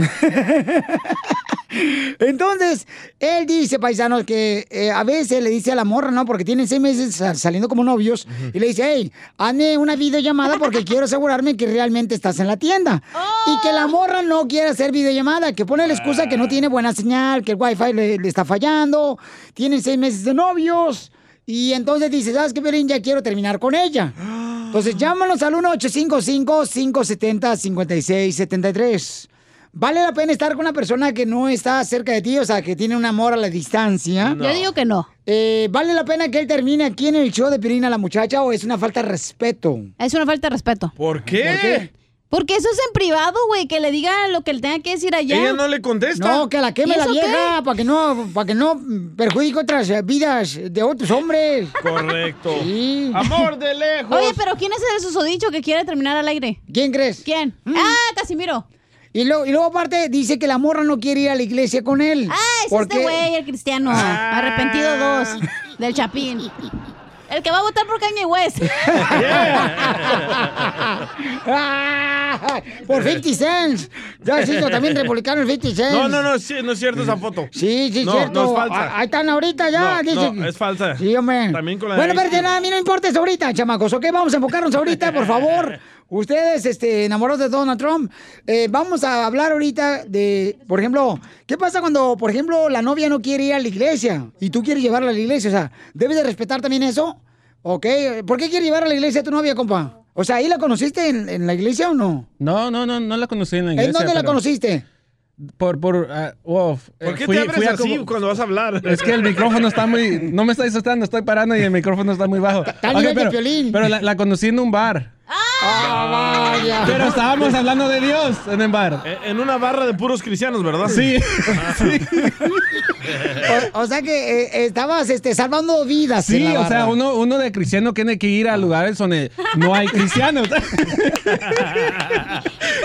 [SPEAKER 1] Entonces, él dice, paisanos, que eh, a veces le dice a la morra, ¿no? Porque tienen seis meses sal- saliendo como novios. Y le dice, hey, hazme una videollamada porque quiero asegurarme que realmente estás en la tienda. Y que la morra no quiere hacer videollamada, que pone la excusa que no tiene buena señal, que el wifi le, le está fallando. Tienen seis meses de novios. Y entonces dice, ¿sabes qué, Pelín? Ya quiero terminar con ella. Entonces, llámanos al 1-855-570-5673. ¿Vale la pena estar con una persona que no está cerca de ti, o sea, que tiene un amor a la distancia?
[SPEAKER 3] Yo digo que no.
[SPEAKER 1] Eh, ¿Vale la pena que él termine aquí en el show de Pirina la muchacha o es una falta de respeto?
[SPEAKER 3] Es una falta de respeto.
[SPEAKER 2] ¿Por qué?
[SPEAKER 1] qué?
[SPEAKER 3] Porque eso es en privado, güey, que le diga lo que le tenga que decir allá.
[SPEAKER 2] Ella no le contesta.
[SPEAKER 1] No, que la queme
[SPEAKER 3] ¿Y
[SPEAKER 1] la
[SPEAKER 3] eso
[SPEAKER 1] vieja
[SPEAKER 3] qué?
[SPEAKER 1] para que no, para que no perjudique otras eh, vidas de otros hombres.
[SPEAKER 2] Correcto.
[SPEAKER 1] Sí.
[SPEAKER 2] Amor de lejos.
[SPEAKER 3] Oye, pero ¿quién es el susodicho que quiere terminar al aire?
[SPEAKER 1] ¿Quién crees? Mm.
[SPEAKER 3] ¿Quién? Ah, Casimiro.
[SPEAKER 1] Y, lo- y luego aparte dice que la morra no quiere ir a la iglesia con él.
[SPEAKER 3] Ah, es
[SPEAKER 1] ¿Por
[SPEAKER 3] este
[SPEAKER 1] qué? Ah.
[SPEAKER 3] güey, el cristiano. Arrepentido dos. Del Chapín. El que va a votar por Kanye West.
[SPEAKER 1] Ah, Por 50 cents. Ya se hizo también republicano el 50 cents.
[SPEAKER 2] No, no, no, sí, no es cierto esa foto.
[SPEAKER 1] Sí, sí,
[SPEAKER 2] no,
[SPEAKER 1] cierto.
[SPEAKER 2] No, es falsa.
[SPEAKER 1] Ah, Ahí están ahorita ya.
[SPEAKER 2] No,
[SPEAKER 1] dice-
[SPEAKER 2] no, es falsa.
[SPEAKER 1] Sí, hombre.
[SPEAKER 2] También con la
[SPEAKER 1] Bueno,
[SPEAKER 2] de
[SPEAKER 1] pero de
[SPEAKER 2] Ice
[SPEAKER 1] nada, a mí no me importa eso ahorita, chamacos, ¿ok? Vamos a enfocarnos ahorita, por favor. Ustedes, este, enamorados de Donald Trump, eh, vamos a hablar ahorita de, por ejemplo, ¿qué pasa cuando, por ejemplo, la novia no quiere ir a la iglesia y tú quieres llevarla a la iglesia? O sea, ¿debes de respetar también eso? ¿Ok? ¿Por qué quiere llevar a la iglesia a tu novia, compa? O sea, ¿ahí la conociste en, en la iglesia o no?
[SPEAKER 4] No, no, no, no la conocí en la iglesia.
[SPEAKER 1] ¿En dónde la
[SPEAKER 4] pero
[SPEAKER 1] conociste?
[SPEAKER 4] Por, por, ah, wow, eh,
[SPEAKER 2] ¿Por qué
[SPEAKER 4] fui-
[SPEAKER 2] te
[SPEAKER 4] fui
[SPEAKER 2] abres
[SPEAKER 4] a
[SPEAKER 2] así
[SPEAKER 4] como-
[SPEAKER 2] cuando vas a hablar?
[SPEAKER 4] Es que el micrófono está muy, no me está soltando, estoy parando y el micrófono está muy bajo.
[SPEAKER 2] a
[SPEAKER 4] Ok,
[SPEAKER 2] nivel de
[SPEAKER 4] pero,
[SPEAKER 2] Piolín.
[SPEAKER 4] pero la, la conocí en un bar.
[SPEAKER 1] vaya.
[SPEAKER 4] Pero estábamos hablando de Dios en el bar.
[SPEAKER 2] Eh, En una barra de puros cristianos, ¿verdad?
[SPEAKER 4] Sí.
[SPEAKER 1] O, o sea que eh, estabas este, salvando vidas. en
[SPEAKER 4] Sí,
[SPEAKER 1] la
[SPEAKER 4] o sea,
[SPEAKER 1] barra.
[SPEAKER 4] uno, uno de cristiano tiene que ir a lugares donde no hay cristianos.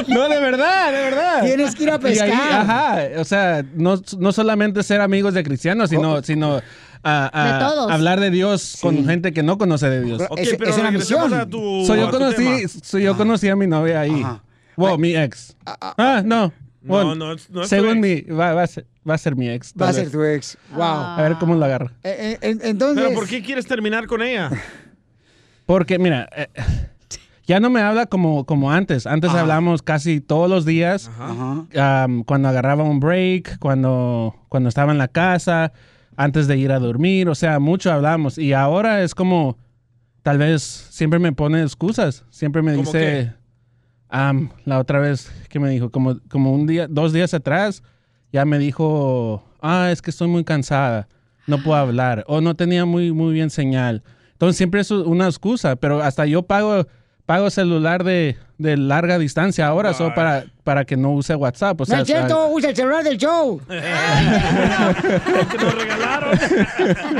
[SPEAKER 4] no, de verdad, de verdad.
[SPEAKER 1] Tienes que ir a pescar.
[SPEAKER 4] Y ahí, ajá, o sea, no, no solamente ser amigos de cristianos, sino,
[SPEAKER 1] Oh.
[SPEAKER 4] sino ah, ah,
[SPEAKER 2] De todos.
[SPEAKER 4] hablar de Dios con gente que no conoce de Dios.
[SPEAKER 2] Ok, pero regresemos a tu-
[SPEAKER 4] So, yo
[SPEAKER 2] a tu
[SPEAKER 4] conocí,
[SPEAKER 2] tema.
[SPEAKER 4] so,
[SPEAKER 1] Ah.
[SPEAKER 4] yo conocí a mi novia ahí. Wow, mi ex. Ah, no.
[SPEAKER 2] No,
[SPEAKER 4] Bueno,
[SPEAKER 2] no es- no es tu
[SPEAKER 4] según mi, va, va a ser, va a ser mi ex.
[SPEAKER 1] Va a
[SPEAKER 4] tal
[SPEAKER 1] ser
[SPEAKER 4] vez.
[SPEAKER 1] tu ex. Wow.
[SPEAKER 4] A ver cómo lo agarro.
[SPEAKER 1] Eh, eh, en- entonces.
[SPEAKER 2] Pero ¿por qué quieres terminar con ella?
[SPEAKER 4] Porque, mira, eh, ya no me habla como, como antes. Antes hablamos casi todos los días. Am, cuando agarraba un break, cuando, cuando estaba en la casa, antes de ir a dormir. O sea, mucho hablamos. Y ahora es como, tal vez siempre me pone excusas. Siempre me
[SPEAKER 2] ¿Cómo
[SPEAKER 4] dice, am, la otra vez que me dijo, como, como un día, dos días atrás, ya me dijo, ah, es que estoy muy cansada, no puedo hablar, o no tenía muy, muy bien señal. Entonces siempre es una excusa, pero hasta yo pago, pago celular de, de larga distancia ahora, solo para, para que no use WhatsApp. O sea,
[SPEAKER 1] no es cierto, usa el celular del show.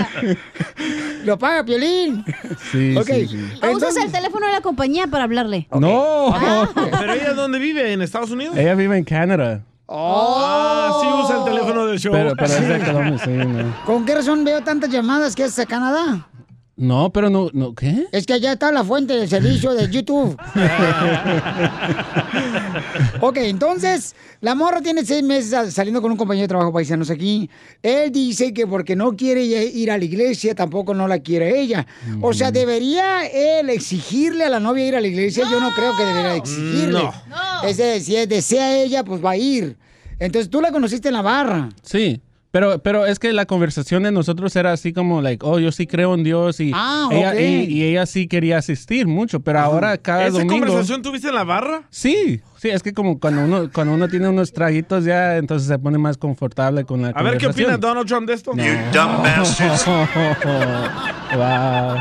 [SPEAKER 1] Lo paga Piolín.
[SPEAKER 4] Sí,
[SPEAKER 1] Ok.
[SPEAKER 4] sí,
[SPEAKER 3] O usas el teléfono de la compañía para hablarle.
[SPEAKER 4] No.
[SPEAKER 2] ¿Pero ella dónde vive? ¿En Estados Unidos?
[SPEAKER 4] Ella vive en Canadá.
[SPEAKER 2] Ah, sí usa el teléfono del show.
[SPEAKER 4] Pero, pero es de Colombia, sí, no.
[SPEAKER 1] Oh. ¿Con qué razón veo tantas llamadas que haces a Canadá?
[SPEAKER 4] No, pero no, no ¿qué?
[SPEAKER 1] Es que allá está la fuente del servicio de YouTube. Ok, entonces, la morra tiene seis meses sal- saliendo con un compañero de trabajo paisanos aquí. Él dice que porque no quiere ya ir a la iglesia, tampoco no la quiere ella. O
[SPEAKER 4] Mm.
[SPEAKER 1] sea, ¿debería él exigirle a la novia ir a la iglesia? Yo no creo que debería exigirle.
[SPEAKER 2] No.
[SPEAKER 1] Es de- si desea ella, pues va a ir. Entonces, tú la conociste en la barra.
[SPEAKER 4] Sí, pero, pero es que la conversación de nosotros era así como, like, oh, yo sí creo en Dios y,
[SPEAKER 2] Ah,
[SPEAKER 4] ella,
[SPEAKER 2] ok.
[SPEAKER 4] y, y ella sí quería asistir mucho, pero ahora cada
[SPEAKER 2] ¿Esa
[SPEAKER 4] domingo...
[SPEAKER 2] conversación tuviste en la barra?
[SPEAKER 4] Sí, sí, es que como cuando uno, cuando uno tiene unos traguitos ya, entonces se pone más confortable con la
[SPEAKER 2] A ver qué opina
[SPEAKER 4] conversación.
[SPEAKER 2] Donald Trump de esto.
[SPEAKER 4] wow.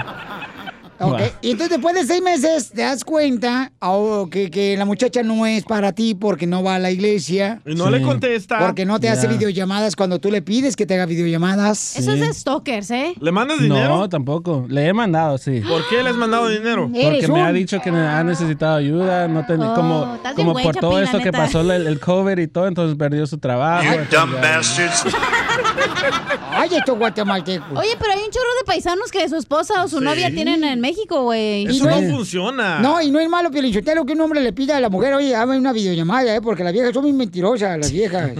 [SPEAKER 1] Ok, Y entonces después de seis meses te das cuenta oh, que, que la muchacha no es para ti porque no va a la iglesia.
[SPEAKER 2] Y no Sí. le contesta.
[SPEAKER 1] Porque no te hace
[SPEAKER 2] Ya.
[SPEAKER 1] videollamadas cuando tú le pides que te haga videollamadas.
[SPEAKER 3] Eso es de stalkers, ¿eh?
[SPEAKER 2] ¿Le mandas
[SPEAKER 4] No,
[SPEAKER 2] dinero?
[SPEAKER 4] tampoco. Le he mandado, sí.
[SPEAKER 2] ¿Por qué le has mandado dinero?
[SPEAKER 4] Porque me ha dicho que ha necesitado ayuda, no ten-
[SPEAKER 2] Oh,
[SPEAKER 4] como,
[SPEAKER 2] estás bien
[SPEAKER 4] como
[SPEAKER 2] buen
[SPEAKER 4] por todo
[SPEAKER 2] chapín, la
[SPEAKER 4] esto que
[SPEAKER 2] neta.
[SPEAKER 4] pasó el, el cover y todo, entonces perdió su trabajo. entonces ya-
[SPEAKER 1] Ay, estos guatemaltecos.
[SPEAKER 3] Oye, pero hay un chorro de paisanos que su esposa o su
[SPEAKER 1] Sí.
[SPEAKER 3] novia tienen en México, güey.
[SPEAKER 1] Y es- No, y no es malo, Piolichotelo, que un hombre le pida a la mujer, oye, hazme una videollamada, ¿eh? porque las viejas son muy mentirosas, las viejas.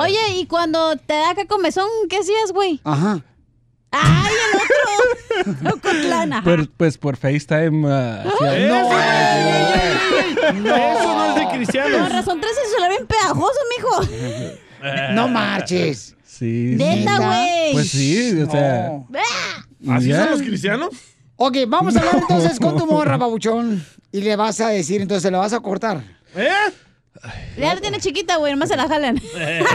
[SPEAKER 3] Oye, y cuando te da acá comezón, ¿qué hacías, güey?
[SPEAKER 1] Ajá.
[SPEAKER 3] Ocotlán.
[SPEAKER 4] Por- pues por FaceTime. ah, sí, ahí.
[SPEAKER 2] No. Eso no es de
[SPEAKER 3] Con
[SPEAKER 2] cristianos.
[SPEAKER 3] razón, tres el celular bien pegajoso, mijo.
[SPEAKER 1] No marches.
[SPEAKER 4] Sí.
[SPEAKER 3] Neta, güey.
[SPEAKER 4] Pues sí, o sea.
[SPEAKER 2] ¿Así
[SPEAKER 4] ya.
[SPEAKER 2] son los cristianos?
[SPEAKER 1] Ok, vamos a hablar entonces con tu morra, babuchón. Y le vas a decir, entonces le vas a cortar.
[SPEAKER 3] Ya la tiene chiquita, güey, nomás se la jalan.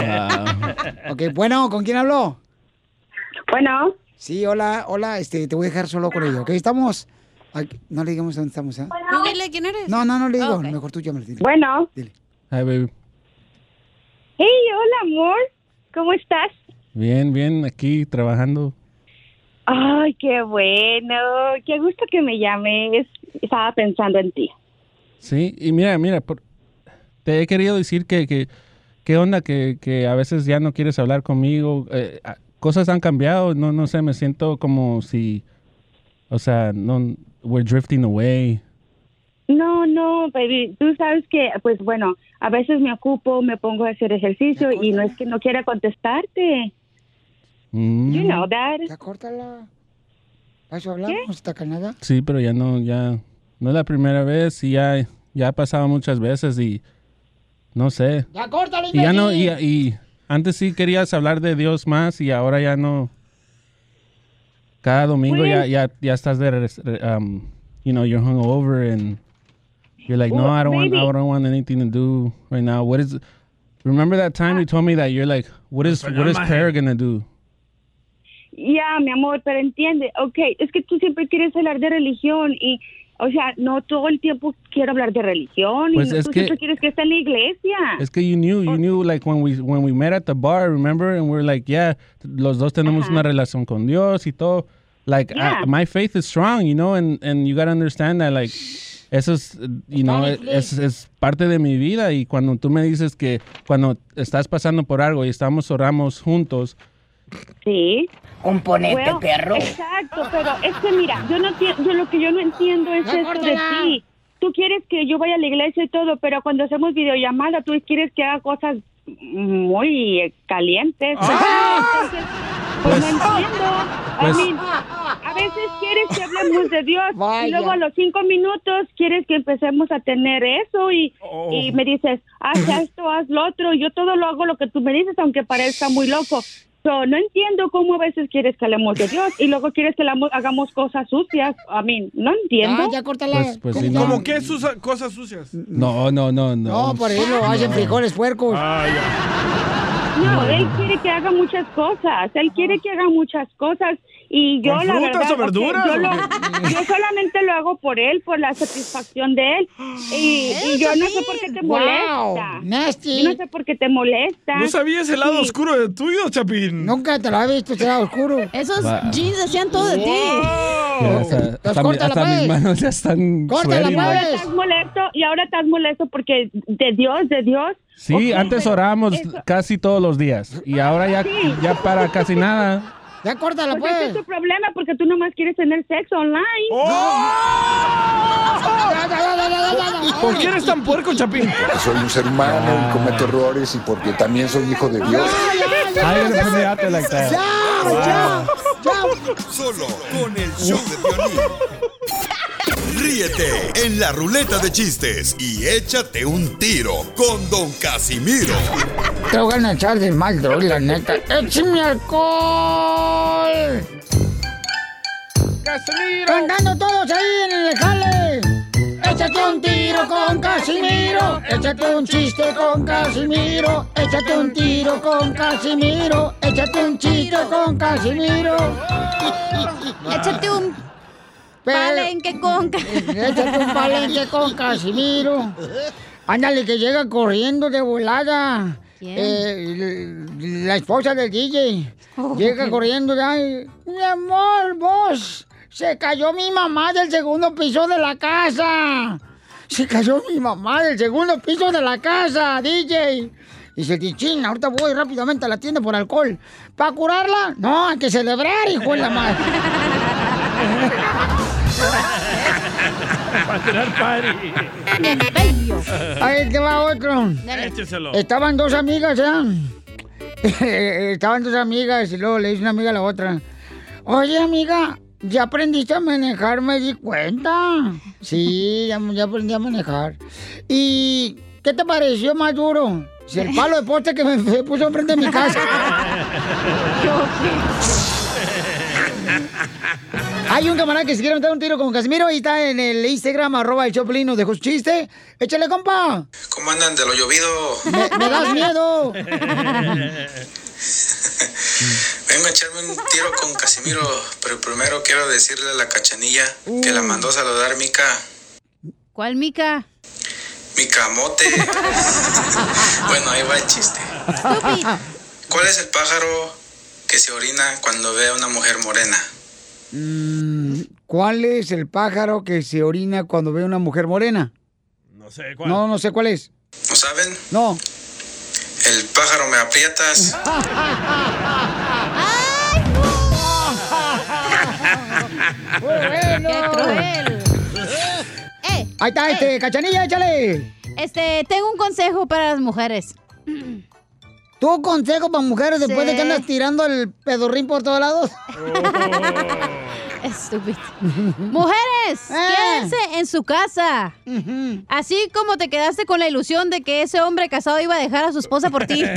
[SPEAKER 1] Ah. ok, bueno, ¿con quién habló? Bueno. Sí, hola, hola, este, te voy a dejar solo con ella, ¿ok? Estamos Ay, no le digamos dónde estamos, ¿ah?
[SPEAKER 3] Tú dile quién eres.
[SPEAKER 1] No, no, no le digo.
[SPEAKER 3] Ok.
[SPEAKER 1] Mejor tú llámale. Dile.
[SPEAKER 13] Bueno.
[SPEAKER 1] Dile.
[SPEAKER 4] Hi, baby.
[SPEAKER 13] Hey, hola amor, ¿cómo estás?
[SPEAKER 4] Bien, bien, aquí trabajando.
[SPEAKER 13] Ay, qué bueno, qué gusto que me llames. Estaba pensando en ti.
[SPEAKER 4] Sí, y mira, mira, por- te he querido decir que, que, qué onda, que, que a veces ya no quieres hablar conmigo. eh, a- cosas han cambiado, no, no sé, me siento como si, o sea, no, we're drifting away.
[SPEAKER 13] No, no, baby, tú sabes que, pues bueno, a veces me ocupo, me pongo a hacer ejercicio y no es que no quiera contestarte.
[SPEAKER 4] Mm.
[SPEAKER 13] You know that.
[SPEAKER 1] Ya córtala. ¿Para eso hablamos hasta Canadá?
[SPEAKER 4] Sí, pero ya no, ya no es la primera vez y ya, ya ha pasado muchas veces y no sé.
[SPEAKER 1] Ya córtala,
[SPEAKER 4] Y ya no, y, y antes sí querías hablar de Dios más y ahora ya no. Cada domingo ya, ya, ya estás de, res- re- um, you know, you're hungover and you're like, no,
[SPEAKER 19] Well,
[SPEAKER 4] I don't want, I
[SPEAKER 19] maybe-
[SPEAKER 4] don't want anything to do right now. What is, remember that time you told me that you're like, what is, what is prayer gonna do?
[SPEAKER 13] Ya, mi amor, pero entiende, ok, es que tú siempre quieres hablar de religión y, o sea, no todo el tiempo quiero hablar de religión
[SPEAKER 4] Pues
[SPEAKER 13] y no-
[SPEAKER 4] es
[SPEAKER 13] tú
[SPEAKER 4] que-
[SPEAKER 13] siempre quieres que esté en la iglesia.
[SPEAKER 4] Es que you knew, you knew like when we when we met at the bar, remember? And we're like, yeah, los dos tenemos una relación con Dios y todo. Like I-
[SPEAKER 13] Yeah.
[SPEAKER 4] my faith is strong, you know, and and you gotta understand that like eso es, you know, es, es parte de mi vida y cuando tú me dices que cuando estás pasando por algo y estamos oramos juntos.
[SPEAKER 13] Sí.
[SPEAKER 4] Componente,
[SPEAKER 13] Bueno, Exacto, pero es que mira, yo no tie- yo lo que yo no entiendo es
[SPEAKER 23] Ya,
[SPEAKER 13] esto de
[SPEAKER 23] córtala.
[SPEAKER 13] ti. Tú quieres que yo vaya a la iglesia y todo, pero cuando hacemos videollamada tú quieres que haga cosas muy eh, calientes. Entonces, pues, no entiendo.
[SPEAKER 4] Pues-
[SPEAKER 13] I mean, a veces quieres que hablemos de Dios y luego a los cinco minutos quieres que empecemos a tener eso y, y me dices, haz esto, haz lo otro. Yo todo lo hago lo que tú me dices, aunque parezca muy loco. So, no entiendo cómo a veces quieres que hablemos de Dios y luego quieres que hablamos- hagamos cosas sucias. A mí, no entiendo.
[SPEAKER 1] Ya, ya córtala.
[SPEAKER 4] Pues- pues
[SPEAKER 5] ¿Cómo,
[SPEAKER 4] sí, no.
[SPEAKER 5] cómo qué sus- cosas sucias?
[SPEAKER 4] No, no, no, no. Ah,
[SPEAKER 1] No, por ejemplo,
[SPEAKER 13] Ah,
[SPEAKER 1] hacen frijoles puercos.
[SPEAKER 13] No, él quiere que haga muchas cosas. Él quiere que haga muchas cosas. Y yo,
[SPEAKER 5] ¿Con
[SPEAKER 13] la
[SPEAKER 5] frutas
[SPEAKER 13] verdad,
[SPEAKER 5] o verduras,
[SPEAKER 13] ok, yo,
[SPEAKER 5] o
[SPEAKER 13] lo- yo solamente lo hago por él, por la satisfacción de él. Y, y yo no sé por qué te
[SPEAKER 1] Wow,
[SPEAKER 13] molesta. Yo no sé por qué te molesta.
[SPEAKER 5] No sabías el lado
[SPEAKER 13] Y-
[SPEAKER 5] oscuro de tuyo, Chapín.
[SPEAKER 1] Nunca te lo había visto, ese lado oscuro.
[SPEAKER 3] Esos
[SPEAKER 5] Va.
[SPEAKER 3] jeans decían todo de ti.
[SPEAKER 4] Ya, hasta, hasta mi-
[SPEAKER 13] córtala,
[SPEAKER 4] hasta mis
[SPEAKER 13] pues.
[SPEAKER 4] manos ya están
[SPEAKER 13] Y
[SPEAKER 4] sweating,
[SPEAKER 13] ahora
[SPEAKER 5] ¿eh?
[SPEAKER 4] like-
[SPEAKER 13] estás molesto, y ahora estás molesto porque de Dios, de Dios.
[SPEAKER 4] Sí,
[SPEAKER 13] Ok,
[SPEAKER 4] antes
[SPEAKER 13] pero
[SPEAKER 4] orábamos
[SPEAKER 13] eso-
[SPEAKER 4] casi todos los días y ahora ya, ya para casi nada.
[SPEAKER 1] Ya córtala,
[SPEAKER 13] pues. Ese es tu problema porque tú nomás quieres tener sexo online.
[SPEAKER 5] ¡Oh! ¿Por qué eres tan puerco, Chapín?
[SPEAKER 14] Soy un ser humano y cometo errores y porque también soy hijo de Dios.
[SPEAKER 7] Solo con el show de violín. Ríete en la ruleta de chistes y échate un tiro con Don Casimiro.
[SPEAKER 1] Te voy a echar de mal, de hoy, la neta. ¡Échame alcohol!
[SPEAKER 5] ¡Casimiro!
[SPEAKER 1] ¡Cantando todos ahí en el jale! Échate un tiro con Casimiro, échate un chiste con Casimiro, échate un tiro con Casimiro, échate un chiste con Casimiro.
[SPEAKER 3] Échate un palenque con
[SPEAKER 1] Échate un palenque con Casimiro. Ándale, que llega corriendo de volada.
[SPEAKER 3] ¿Quién?
[SPEAKER 1] Eh, l- la esposa del DJ.
[SPEAKER 3] Oh.
[SPEAKER 1] Llega corriendo de ahí. Mi amor, vos. Se cayó mi mamá del segundo piso de la casa. Se cayó mi mamá del segundo piso de la casa, DJ. Y se dice, ching, ahorita voy rápidamente a la tienda por alcohol. ¿Para curarla? No, hay que celebrar, hijo de la madre.
[SPEAKER 5] Para tirar party.
[SPEAKER 1] Ahí te va otro.
[SPEAKER 5] Écheselo.
[SPEAKER 1] Estaban dos amigas, ¿ya? Estaban dos amigas y luego le dice una amiga a la otra. Oye, amiga, ¿ya aprendiste a manejar? Me di cuenta. Sí, ya, ya aprendí a manejar. ¿Y qué te pareció más duro? Si el palo de poste que me se puso enfrente de mi casa. Hay un camarada que se quiere meter un tiro con Casimiro y está en el Instagram, arroba el Choplin, nos dejó su chiste. Échale, compa.
[SPEAKER 24] ¿Cómo andan de lo llovido?
[SPEAKER 1] Me, me das miedo.
[SPEAKER 24] Vengo a echarme un tiro con Casimiro, pero primero quiero decirle a la cachanilla que la mandó a saludar Mica.
[SPEAKER 3] ¿Cuál, Mica?
[SPEAKER 24] Mi camote. bueno, ahí va el chiste. ¿Cuál es el pájaro que se orina cuando ve a una mujer morena?
[SPEAKER 1] Mm, ¿Cuál es el pájaro que se orina cuando ve una mujer morena?
[SPEAKER 2] No sé cuál.
[SPEAKER 1] No, no sé cuál es.
[SPEAKER 24] ¿No saben?
[SPEAKER 1] No.
[SPEAKER 24] El pájaro me aprietas.
[SPEAKER 3] ¡Qué cruel! ¡Eh!
[SPEAKER 1] Ahí está, este, cachanilla, échale.
[SPEAKER 3] Este, tengo un consejo para las mujeres.
[SPEAKER 1] ¿Tú consejo para mujeres después
[SPEAKER 3] Sí.
[SPEAKER 1] de que andas tirando el pedorrín por todos lados?
[SPEAKER 3] Estúpido. Mujeres,
[SPEAKER 1] Eh.
[SPEAKER 3] quédense en su casa. Así como te quedaste con la ilusión de que ese hombre casado iba a dejar a su esposa por ti.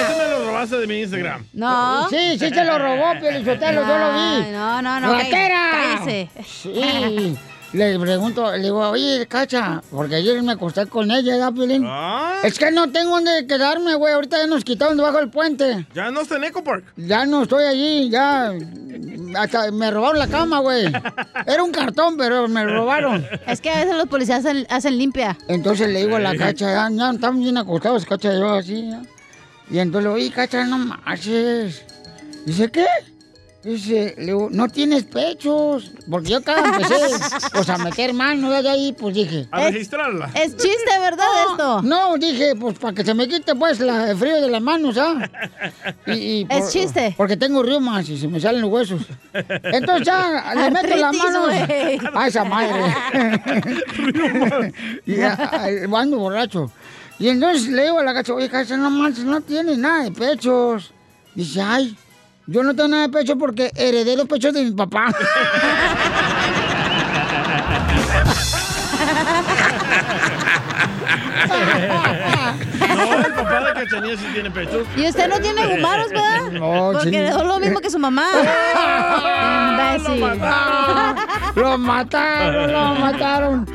[SPEAKER 2] Ese me lo robaste de mi Instagram.
[SPEAKER 3] No.
[SPEAKER 1] Sí, sí se lo robó, Pielichotelo, yo lo vi.
[SPEAKER 3] Ay, No, no, no.
[SPEAKER 1] ¡Ratera!
[SPEAKER 3] cállese.
[SPEAKER 1] Sí. Le pregunto, le digo, oye, Cacha, porque ayer me acosté con ella, ¿verdad, Piolín?
[SPEAKER 2] Ah.
[SPEAKER 1] Es que no tengo dónde quedarme, güey. Ahorita ya nos quitaron debajo del puente.
[SPEAKER 2] Ya no está en Eco Park.
[SPEAKER 1] Ya no estoy allí, ya. Hasta me robaron la cama, güey. Era un cartón, pero me lo robaron.
[SPEAKER 3] Es que a veces los policías hacen, hacen limpia.
[SPEAKER 1] Entonces le digo a la
[SPEAKER 3] Sí.
[SPEAKER 1] cacha, ya, ya estamos bien acostados, cacha, yo así. ya. Y entonces le digo, "Oye, cacha, no marches. Dice, ¿qué? Dice, le digo, no tienes pechos. Porque yo acá empecé pues, a meter mano de ahí, pues dije.
[SPEAKER 2] A registrarla.
[SPEAKER 3] Es chiste, ¿verdad, esto?
[SPEAKER 1] No, dije, pues para que se me quite pues la, el frío de las manos, ¿ah? Y- y
[SPEAKER 3] Es
[SPEAKER 1] chiste. Porque tengo riumas y se me salen los huesos. Entonces ya le meto la
[SPEAKER 3] Artritis,
[SPEAKER 1] mano
[SPEAKER 3] güey.
[SPEAKER 1] a esa madre. y a- a- ando borracho. Y entonces le digo a la cacha, oye, cacha, no manches, no tienes nada de pechos. Dice, ay, yo no tengo nada de pecho porque heredé los pechos de mi papá.
[SPEAKER 2] No, el papá de Cachanilla sí tiene pechos.
[SPEAKER 3] Y usted no tiene gumaros, ¿verdad? Porque dejó lo mismo que su mamá. Imbécil.
[SPEAKER 1] Lo mataron, lo mataron.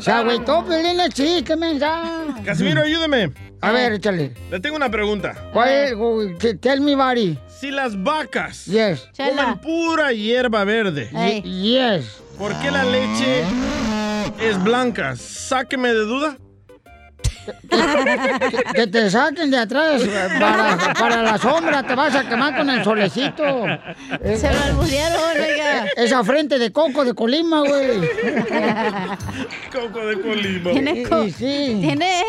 [SPEAKER 1] Se agüitó, Pelín, el chiste, men, ya.
[SPEAKER 2] Casimiro, ayúdeme.
[SPEAKER 1] A ver, échale.
[SPEAKER 2] Le tengo una pregunta.
[SPEAKER 1] ¿Cuál es? güey? T- Tell me, buddy.
[SPEAKER 2] Si las vacas
[SPEAKER 1] Yes.
[SPEAKER 2] comen pura hierba verde,
[SPEAKER 1] Ey. yes.
[SPEAKER 2] ¿por qué la leche es blanca? Sáqueme de duda.
[SPEAKER 1] Que te saquen de atrás eh, para, para la sombra, te vas a quemar con el solecito. E-,
[SPEAKER 3] Se lo alburearon, oiga.
[SPEAKER 1] Esa frente de coco de Colima, güey.
[SPEAKER 2] Coco de Colima.
[SPEAKER 3] Tiene, co- tiene...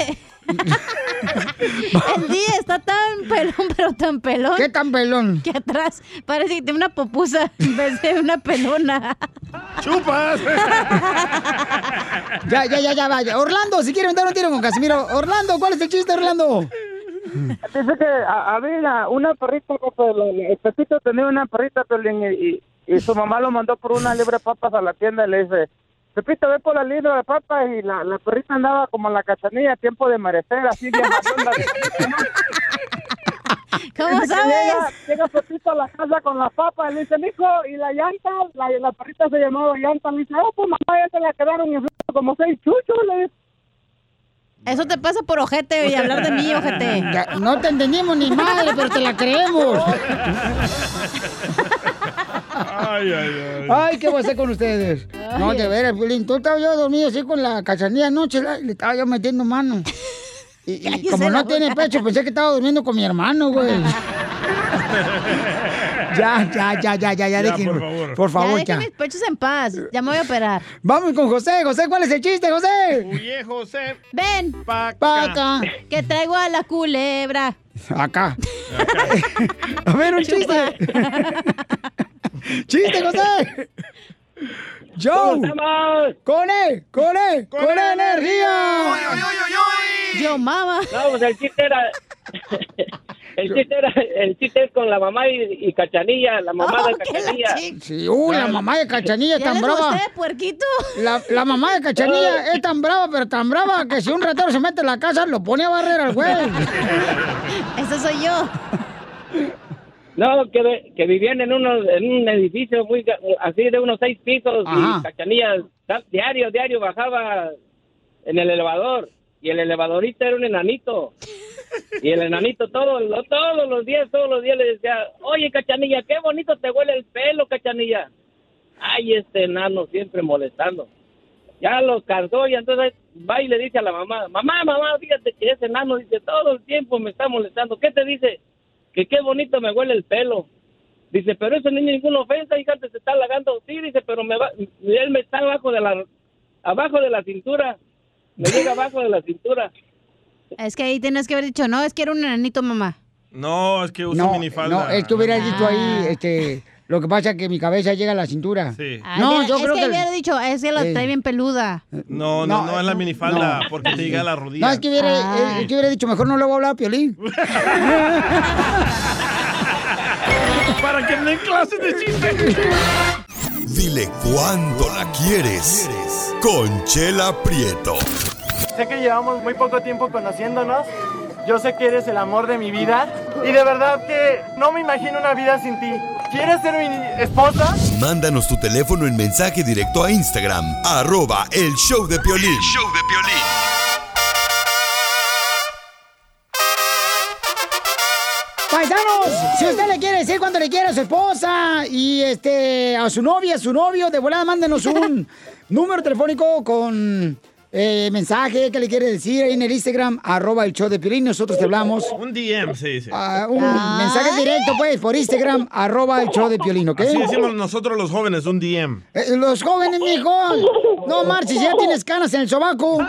[SPEAKER 3] El día está tan pelón, pero tan pelón. ¿Qué
[SPEAKER 1] tan pelón?
[SPEAKER 3] Que atrás parece que tiene una popusa en vez de una pelona.
[SPEAKER 2] ¡Chupas!
[SPEAKER 1] Ya, ya, ya, ya, vaya. Orlando, si quieren dar un tiro con Casimiro. Orlando, ¿cuál es el chiste, Orlando?
[SPEAKER 8] Dice que a- había una- una perrita, que se le- el Pepito tenía una perrita Piolín, y, y- y su mamá lo mandó por una libra de papas a la tienda y le dice, Pepito, ve por la libra de papas y la, la perrita andaba como la cachanilla, tiempo de merecer, así bien matona.
[SPEAKER 3] ¿Cómo
[SPEAKER 8] Dice que
[SPEAKER 3] sabes?
[SPEAKER 8] Llega, llega Pepito a la casa con las papas y le dice, mijo, y la llanta, la, la perrita se llamaba llanta, le dice, oh, pues mamá, ya te la quedaron inflando como seis chuchos, le dice.
[SPEAKER 3] Eso te pasa por ojete y hablar de mí, ojete.
[SPEAKER 1] Ya, no te entendimos ni madre, pero te la creemos.
[SPEAKER 2] Ay, ay, ay.
[SPEAKER 1] Ay, ¿qué voy a hacer con ustedes? No,
[SPEAKER 2] Ay.
[SPEAKER 1] de veras, Piolín. Tú estaba yo dormido así con la cachanilla anoche, la- le estaba yo metiendo mano. Y, y
[SPEAKER 25] Cállese
[SPEAKER 1] como
[SPEAKER 25] la
[SPEAKER 1] no tiene
[SPEAKER 25] boca.
[SPEAKER 1] pecho, pensé que estaba durmiendo con mi hermano, güey. Ya, ya, ya, ya, ya, ya,
[SPEAKER 25] Ya,
[SPEAKER 1] déjenme.
[SPEAKER 25] por favor.
[SPEAKER 1] Por favor,
[SPEAKER 3] ya.
[SPEAKER 1] ya.
[SPEAKER 3] dejen mis pechos en paz. Ya me voy a operar.
[SPEAKER 1] Vamos con José. José, ¿cuál es el chiste, José?
[SPEAKER 2] Oye, José.
[SPEAKER 3] Ven.
[SPEAKER 1] Paca.
[SPEAKER 3] Que traigo a la culebra.
[SPEAKER 1] Acá. A ver, un chiste. chiste, José. Joe. Con él, con él, con, energía.
[SPEAKER 3] Yo, mamá.
[SPEAKER 8] No, pues el chiste era. El chiste, era, el chiste es con la mamá y, y Cachanilla, la mamá
[SPEAKER 1] Oh,
[SPEAKER 8] de
[SPEAKER 1] que la
[SPEAKER 8] Cachanilla.
[SPEAKER 1] Sí, uh, la mamá de Cachanilla es
[SPEAKER 8] ¿Ya
[SPEAKER 1] tan
[SPEAKER 8] les
[SPEAKER 1] brava.
[SPEAKER 8] gusté,
[SPEAKER 3] puerquito?
[SPEAKER 1] La, la mamá de Cachanilla es tan brava, pero tan brava que si un ratero se mete en la casa, lo pone a barrer al güey.
[SPEAKER 3] Ese soy yo.
[SPEAKER 8] No, que, ve- que vivían en, unos, en un edificio muy ga- así de unos seis pisos
[SPEAKER 1] Ajá.
[SPEAKER 8] y Cachanilla da- diario, diario bajaba en el elevador.
[SPEAKER 10] y el elevadorista era un enanito. Y el enanito todos, lo- todos los días, todos los días le decía, oye, cachanilla, qué bonito te huele el pelo, cachanilla. Ay, este enano siempre molestando. Ya lo cargó y entonces va y le dice a la mamá, mamá, mamá, fíjate que ese enano dice, todo el tiempo me está molestando. ¿Qué te dice? Que qué bonito me huele el pelo. Dice, pero eso no es ninguna ofensa, hija, te se está halagando. Sí, dice, pero me va- él me está abajo de la, abajo de la cintura. Me llega abajo de la cintura.
[SPEAKER 3] Es que ahí tienes que haber dicho, no, es que era un enanito, mamá.
[SPEAKER 2] No, es que uso
[SPEAKER 1] No,
[SPEAKER 2] minifalda.
[SPEAKER 1] no, es que hubiera dicho ahí, este, lo que pasa es que mi cabeza llega a la cintura.
[SPEAKER 2] Sí.
[SPEAKER 3] Ah,
[SPEAKER 1] No,
[SPEAKER 3] es
[SPEAKER 1] yo
[SPEAKER 3] que
[SPEAKER 1] creo que...
[SPEAKER 3] hubiera dicho, es que la
[SPEAKER 1] Eh.
[SPEAKER 3] trae bien peluda.
[SPEAKER 2] No, no,
[SPEAKER 1] No,
[SPEAKER 2] no, es la minifalda,
[SPEAKER 1] no.
[SPEAKER 2] porque te llega a la rodilla.
[SPEAKER 1] No, es que hubiera,
[SPEAKER 2] Ah.
[SPEAKER 1] eh, es que hubiera dicho, mejor no le voy a hablar a Piolín.
[SPEAKER 2] Para que me den clases de chiste.
[SPEAKER 7] Dile cuándo la quieres. Conchela Prieto.
[SPEAKER 13] Sé que llevamos muy poco tiempo conociéndonos. Yo sé que eres el amor de mi vida. Y de verdad que no me imagino una vida sin ti. ¿Quieres ser mi esposa?
[SPEAKER 7] Mándanos tu teléfono en mensaje directo a Instagram, arroba el show de Piolín.
[SPEAKER 1] Paisanos, si usted le quiere decir cuando le quiere a su esposa y este a su novia, a su novio, de volada mándenos un número telefónico con eh, mensaje que le quiere decir ahí en el Instagram, arroba el show de Piolín, nosotros te hablamos.
[SPEAKER 2] Un DM se dice.
[SPEAKER 1] Ah, un mensaje directo, pues, por Instagram, arroba el show de Piolín, ¿ok?
[SPEAKER 2] Así decimos nosotros los jóvenes, un DM.
[SPEAKER 1] Eh, los jóvenes, mijo, no marches, ya tienes canas en el sobaco.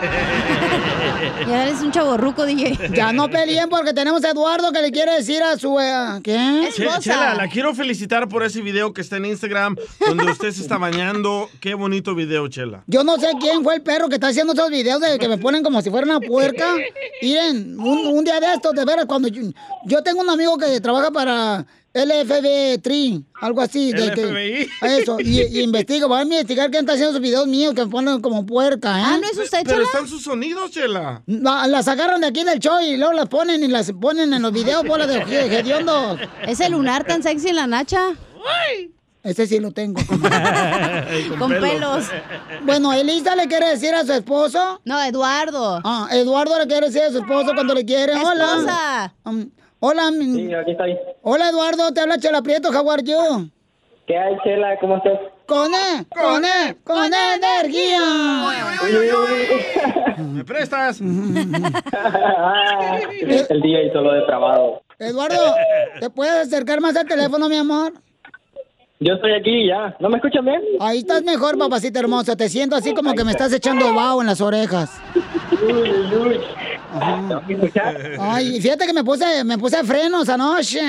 [SPEAKER 3] Ya eres un chaborruco, dije.
[SPEAKER 1] Ya no peleen porque tenemos a Eduardo que le quiere decir a su... eh, ¿Qué?
[SPEAKER 2] Che- Chela, la quiero felicitar por ese video que está en Instagram donde usted se está bañando. Qué bonito video, Chela.
[SPEAKER 1] Yo no sé quién fue el perro que está haciendo esos videos de que me ponen como si fuera una puerca. Miren, un, un día de estos, de veras, cuando yo, yo tengo un amigo que trabaja para LFB Tri, algo así. De, que-
[SPEAKER 2] LFBI.
[SPEAKER 1] eso, y, y investigo, va a investigar quién está haciendo esos videos míos que me ponen como puerca, ¿eh?
[SPEAKER 3] Ah, ¿no es usted,
[SPEAKER 2] Pero
[SPEAKER 3] Chela?
[SPEAKER 2] están sus sonidos, Chela.
[SPEAKER 1] La- las agarran de aquí del show y luego las ponen y las ponen en los videos, bola de de- de hediondos.
[SPEAKER 3] Ese lunar tan sexy en la nacha.
[SPEAKER 1] Ese sí lo tengo.
[SPEAKER 2] Con,
[SPEAKER 3] Con pelos.
[SPEAKER 1] Bueno, Elisa le quiere decir a su esposo.
[SPEAKER 3] No, Eduardo.
[SPEAKER 1] Ah, Eduardo le quiere decir a su esposo cuando le quiere. Hola. Um, hola. mi-
[SPEAKER 10] Sí, aquí estoy.
[SPEAKER 1] Hola, Eduardo. Te habla Chela Prieto, Jaguar yo.
[SPEAKER 10] ¿Qué hay, Chela? ¿Cómo estás?
[SPEAKER 1] Con E, con E, con E energía.
[SPEAKER 2] ¿Me prestas?
[SPEAKER 10] El día y solo depravado.
[SPEAKER 1] Eduardo, ¿te puedes acercar más al teléfono, mi amor?
[SPEAKER 10] Yo estoy aquí ya. ¿No me escuchas bien?
[SPEAKER 1] Ahí estás mejor, papacita hermosa. Te siento así como que me estás echando vaho en las orejas. Ajá. Ay, fíjate que me puse, me puse frenos anoche.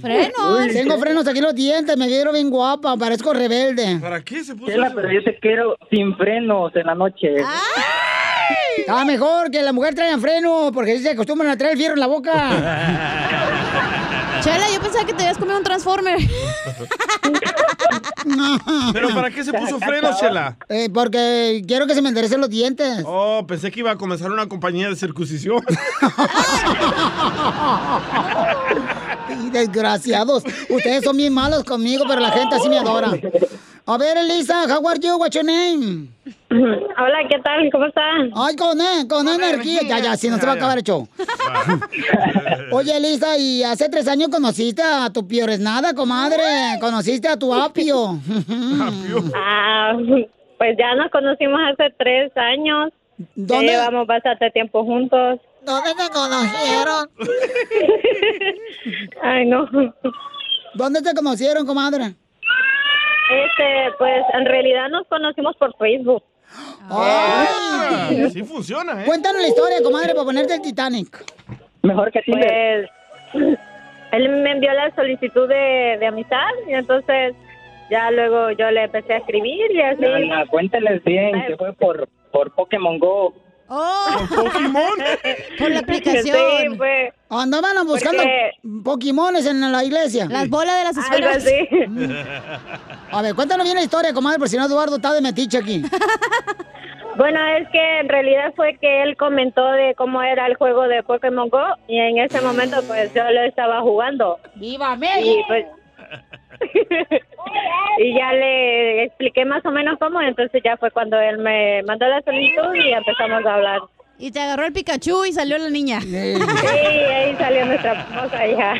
[SPEAKER 10] ¿Frenos?
[SPEAKER 1] Tengo frenos aquí en los dientes, me vieron bien guapa, parezco rebelde.
[SPEAKER 2] ¿Para qué se puso
[SPEAKER 10] Chela,
[SPEAKER 2] eso?
[SPEAKER 10] pero yo te quiero sin frenos en la noche.
[SPEAKER 1] Ah. Está mejor que la mujer traiga freno, porque así se acostumbran a traer el fierro en la boca.
[SPEAKER 3] Chela, yo pensaba que te habías comido un Transformer.
[SPEAKER 2] ¿Pero para qué se puso freno, Chela?
[SPEAKER 1] Eh, porque quiero que se me enderecen los dientes.
[SPEAKER 2] Oh, pensé que iba a comenzar una compañía de circuncisión.
[SPEAKER 1] Y Desgraciados. Ustedes son bien malos conmigo, pero la gente así me adora. A ver, Elisa, how are you? What's your name?
[SPEAKER 23] Hola, ¿qué tal? ¿Cómo están?
[SPEAKER 1] Ay, con E, con E energía. Ya, ya, si no se va a acabar el show. Oye, Elisa, y hace tres años conociste a tu pioresnada, comadre. Conociste a tu apio.
[SPEAKER 23] Ah, pues ya nos conocimos hace tres años.
[SPEAKER 1] ¿Dónde?
[SPEAKER 23] Ya llevamos bastante tiempo juntos.
[SPEAKER 1] ¿Dónde te conocieron?
[SPEAKER 23] Ay, no.
[SPEAKER 1] ¿Dónde te conocieron, comadre?
[SPEAKER 23] Este, pues en realidad nos conocimos por Facebook.
[SPEAKER 2] sí funciona, ¿eh?
[SPEAKER 1] Cuéntanos la historia, comadre, para ponerte el Titanic.
[SPEAKER 10] Mejor que
[SPEAKER 23] Pues, él me envió la solicitud de, de amistad y entonces ya luego yo le empecé a escribir y así.
[SPEAKER 10] Ana, cuéntales bien que fue por, por Pokémon Go.
[SPEAKER 3] Oh.
[SPEAKER 2] Pokémon?
[SPEAKER 23] Por la
[SPEAKER 1] aplicación.
[SPEAKER 23] Sí, fue.
[SPEAKER 1] Andaban buscando
[SPEAKER 23] Porque-
[SPEAKER 1] Pokémones en la iglesia. Mm.
[SPEAKER 23] Las bolas de las Algo esferas. así.
[SPEAKER 1] A ver, cuéntanos bien la historia, comadre, por si no Eduardo está de metiche aquí.
[SPEAKER 23] Bueno, es que en realidad fue que él comentó de cómo era el juego de Pokémon Go y en ese momento pues yo lo estaba jugando.
[SPEAKER 1] ¡Viva
[SPEAKER 23] Y pues y ya le expliqué más o menos cómo, entonces ya fue cuando él me mandó la solicitud y empezamos a hablar.
[SPEAKER 3] Y te agarró el Pikachu y salió la niña.
[SPEAKER 23] Sí, ahí salió nuestra famosa hija.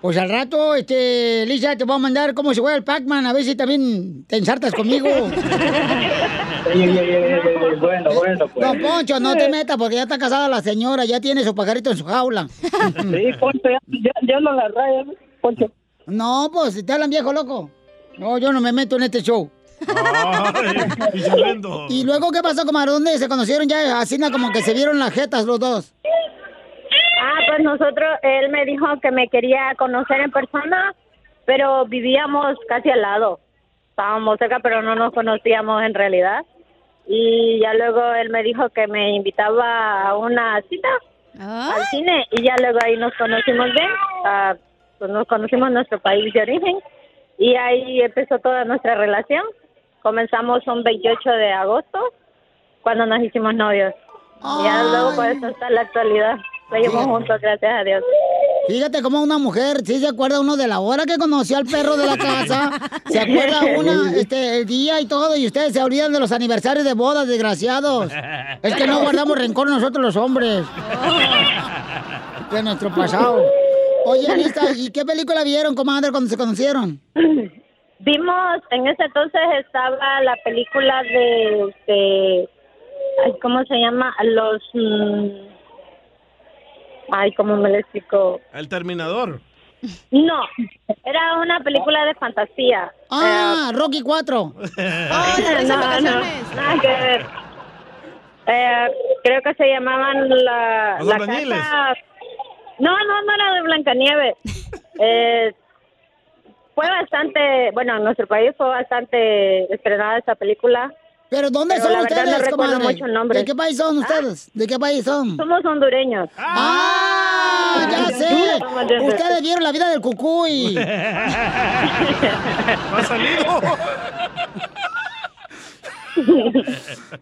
[SPEAKER 1] Pues al rato, este, Lisa, te voy a mandar cómo se juega el Pac-Man, a ver si también te ensartas conmigo.
[SPEAKER 9] Ey, ey, ey, ey, ey, Bueno, bueno, pues.
[SPEAKER 1] Don Poncho, no te metas porque ya está casada la señora, ya tiene su pajarito en su jaula.
[SPEAKER 9] Sí, Poncho, ya, ya- ya no la rayas, Poncho.
[SPEAKER 1] No, pues te hablan viejo loco. No, yo no me meto en este show. ¿Y luego qué pasó, comadre? ¿Dónde se conocieron ya? Así na, como que se vieron las jetas los dos.
[SPEAKER 23] Ah, pues nosotros, él me dijo que me quería conocer en persona, pero vivíamos casi al lado. Estábamos cerca, pero no nos conocíamos en realidad. Y ya luego él me dijo que me invitaba a una cita al cine y ya luego ahí nos conocimos bien. Ah, pues nos conocimos en nuestro país de origen y ahí empezó toda nuestra relación. Comenzamos un 28 de agosto cuando nos hicimos novios. Y ya luego por eso está la actualidad. Seguimos juntos, gracias a Dios.
[SPEAKER 1] Fíjate cómo una mujer, sí se acuerda uno de la hora que conoció al perro de la casa, se acuerda una, este, el día y todo, y ustedes se olvidan de los aniversarios de bodas, desgraciados. Es que no guardamos rencor nosotros los hombres de nuestro pasado. Oye, Lisa, ¿y qué película vieron, comadre, cuando se conocieron?
[SPEAKER 23] Vimos, en ese entonces estaba la película de, este, ay, ¿cómo se llama? Los, mm, ay, ¿cómo me lo explico?
[SPEAKER 2] El Terminador.
[SPEAKER 23] No, era una película de fantasía. Eh, Oh,
[SPEAKER 1] Ah, Rocky 4.
[SPEAKER 23] no, no, nada que ver. Eh, creo que se llamaban la,
[SPEAKER 1] Los
[SPEAKER 23] la
[SPEAKER 1] albañiles.
[SPEAKER 23] casa... No, no, no era de Blancanieves. Eh, fue bastante, bueno, en nuestro país fue bastante estrenada esa película.
[SPEAKER 1] Pero ¿Dónde son
[SPEAKER 23] la verdad
[SPEAKER 1] ustedes,
[SPEAKER 23] no recuerdo
[SPEAKER 1] comadre?
[SPEAKER 23] mucho el nombre. Ah.
[SPEAKER 1] ¿De qué país son ustedes? ¿De qué país son?
[SPEAKER 23] Somos hondureños.
[SPEAKER 1] ¡Ah! ¡Ya sé! Ustedes vieron la vida del cucuy.
[SPEAKER 2] ¿No ha salido?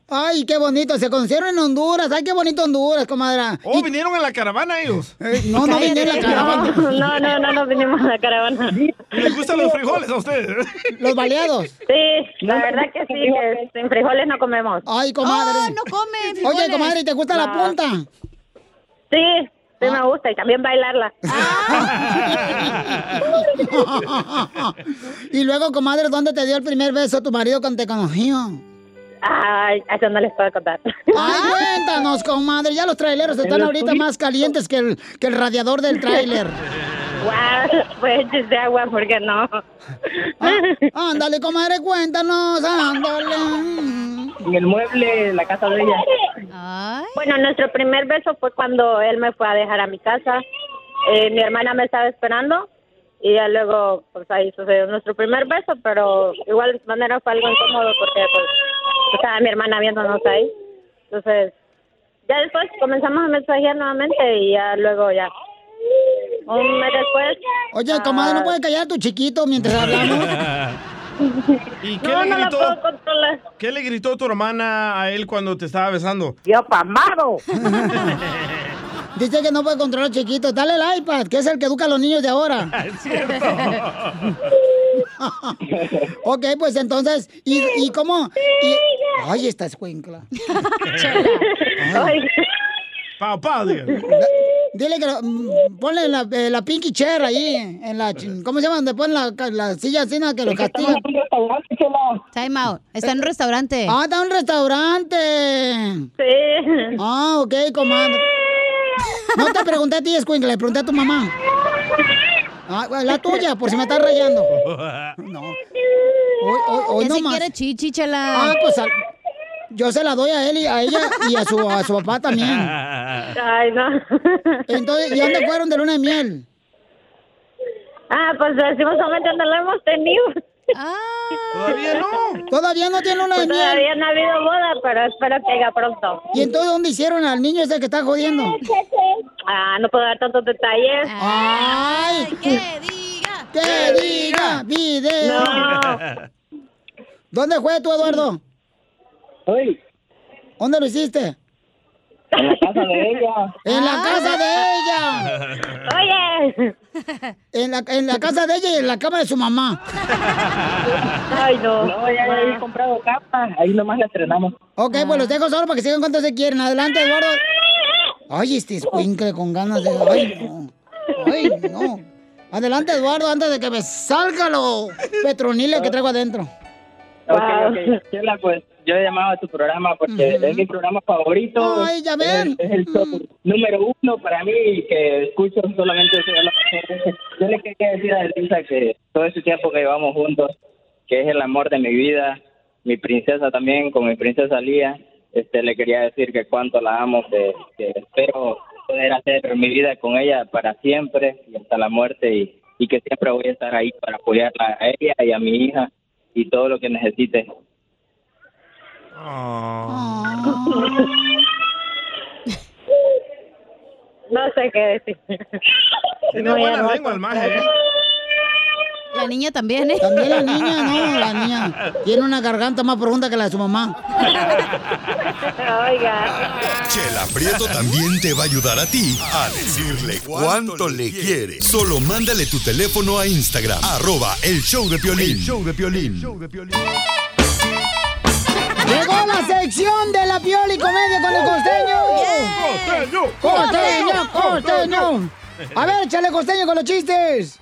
[SPEAKER 1] Ay, qué bonito. Se conocieron en Honduras. Ay, qué bonito Honduras, comadre.
[SPEAKER 2] Oh, vinieron en la caravana ellos.
[SPEAKER 1] Eh, no, no vinieron en la caravana.
[SPEAKER 23] No, no, no, no vinimos en la caravana.
[SPEAKER 2] ¿Les gustan los frijoles a ustedes?
[SPEAKER 1] Los baleados.
[SPEAKER 23] Sí, la verdad que sí, que sin frijoles no comemos.
[SPEAKER 1] Ay, comadre.
[SPEAKER 3] Oh,
[SPEAKER 23] Ah,
[SPEAKER 1] no
[SPEAKER 3] comen
[SPEAKER 1] Oye, comadre, ¿y ¿te gusta
[SPEAKER 3] Ah.
[SPEAKER 1] la
[SPEAKER 23] No.
[SPEAKER 1] punta?
[SPEAKER 23] Sí, sí me gusta y también bailarla.
[SPEAKER 1] y luego, comadre, ¿dónde te dio el primer beso tu marido cuando te conoció?
[SPEAKER 23] Ay, eso no les puedo contar.
[SPEAKER 1] Ay, cuéntanos, comadre. Ya los traileros están
[SPEAKER 23] ¿En los
[SPEAKER 1] ahorita
[SPEAKER 23] tuyos?
[SPEAKER 1] más calientes que el, que el radiador del tráiler.
[SPEAKER 23] Guau, pues de agua, porque no?
[SPEAKER 1] Ah, ándale, comadre, cuéntanos, ándale.
[SPEAKER 23] En el mueble, la casa de ella. Bueno, nuestro primer beso fue cuando él me fue a dejar a mi casa. Eh, mi hermana me estaba esperando y ya luego, pues ahí sucedió nuestro primer beso, pero igual de todas maneras fue algo incómodo porque pues estaba mi hermana viéndonos ahí. Entonces, ya después comenzamos a mensajear nuevamente y ya luego ya.
[SPEAKER 13] Oh,
[SPEAKER 23] Un mes después.
[SPEAKER 1] Oye, comadre,
[SPEAKER 23] ah,
[SPEAKER 1] no puedes callar a tu chiquito mientras hablamos.
[SPEAKER 2] ¿Y qué,
[SPEAKER 23] No,
[SPEAKER 2] le
[SPEAKER 23] no la
[SPEAKER 2] gritó,
[SPEAKER 23] puedo controlar.
[SPEAKER 2] qué le gritó tu hermana a él cuando te estaba besando?
[SPEAKER 23] ¡Yo pamado!
[SPEAKER 1] Dice que no puede controlar al chiquito. Dale el iPad, que es el que educa a los niños de ahora.
[SPEAKER 2] Ah, Es cierto.
[SPEAKER 1] ok, pues entonces, ¿y, y cómo? Y- Ay, esta escuincla. Ay.
[SPEAKER 2] Pau, pau, dígale.
[SPEAKER 1] Dile que lo- mm, ponle la, eh, la pinky chair ahí, en la, chin- ¿cómo se llama? Donde ponen la, ca- la silla así, ¿no? que lo castigan.
[SPEAKER 3] Time out. Está en un restaurante.
[SPEAKER 1] Ah, está en un restaurante.
[SPEAKER 23] Sí.
[SPEAKER 1] Ah, ok, comadre. No te pregunté a ti, escuincla, le pregunté a tu mamá. Ah, la tuya, por si me estás rayando. No. Hoy, hoy, hoy
[SPEAKER 3] Ese
[SPEAKER 1] no más.
[SPEAKER 3] quiere chichi, chela.
[SPEAKER 1] Ah, pues al- yo se la doy a él y a ella y a su, a su papá también.
[SPEAKER 23] Ay, no.
[SPEAKER 1] Entonces, ¿y dónde fueron de luna de miel?
[SPEAKER 23] Ah, pues lastimosamente no lo hemos tenido.
[SPEAKER 2] Todavía no.
[SPEAKER 1] Ah. Todavía no tiene luna de miel.
[SPEAKER 23] Pues, Todavía no ha habido boda, pero espero que haya pronto.
[SPEAKER 1] ¿Y entonces dónde hicieron al niño ese que está jodiendo?
[SPEAKER 23] Ah, no puedo dar tantos detalles.
[SPEAKER 1] ¡Ay!
[SPEAKER 3] ¡Que diga!
[SPEAKER 1] ¡Que diga! ¡Video! ¿Dónde fue tú, Eduardo? ¿Dónde lo hiciste?
[SPEAKER 9] En la casa de ella.
[SPEAKER 1] ¡En la casa de ella!
[SPEAKER 23] Oye,
[SPEAKER 1] En la, en la casa de ella y en la cama de su mamá.
[SPEAKER 11] Ay, no. No, ya he comprado capa. Ahí nomás la estrenamos.
[SPEAKER 1] Ok, pues los dejo solo para que sigan cuanto se quieren. Adelante, Eduardo. Ay, este escuincle con ganas de... Ay, no. Ay, no. Adelante, Eduardo, antes de que me salga lo petronile que traigo adentro.
[SPEAKER 11] Ok, ok. Chela, pues yo llamaba a tu programa porque es mi programa favorito.
[SPEAKER 1] Ay, ya ven.
[SPEAKER 11] Es, es el top número uno para mí que escucho solamente. eso. Yo le quería decir a Elisa que todo ese tiempo que llevamos juntos, que es el amor de mi vida, mi princesa también, con mi princesa Lía, este, le quería decir que cuánto la amo, que, que espero poder hacer mi vida con ella para siempre y hasta la muerte y, y que siempre voy a estar ahí para apoyarla a ella y a mi hija y todo lo que necesite.
[SPEAKER 23] Ah.
[SPEAKER 1] Ah.
[SPEAKER 11] No sé qué decir.
[SPEAKER 2] Tiene
[SPEAKER 11] No, ya
[SPEAKER 2] buena
[SPEAKER 11] no va a
[SPEAKER 2] lengua el
[SPEAKER 11] contar.
[SPEAKER 2] maje, ¿eh?
[SPEAKER 1] La niña también, ¿eh? También la niña, no, la niña. Tiene una garganta más profunda que la de su mamá.
[SPEAKER 7] Chela Prieto también te va a ayudar a ti a decirle cuánto le quieres. Solo mándale tu teléfono a Instagram, arroba el show de Piolín. show de
[SPEAKER 1] Llegó la sección de la piola y comedia con el Uh, costeño.
[SPEAKER 12] ¡Costeño!
[SPEAKER 1] Costeño, costeño. A ver, échale costeño con los chistes.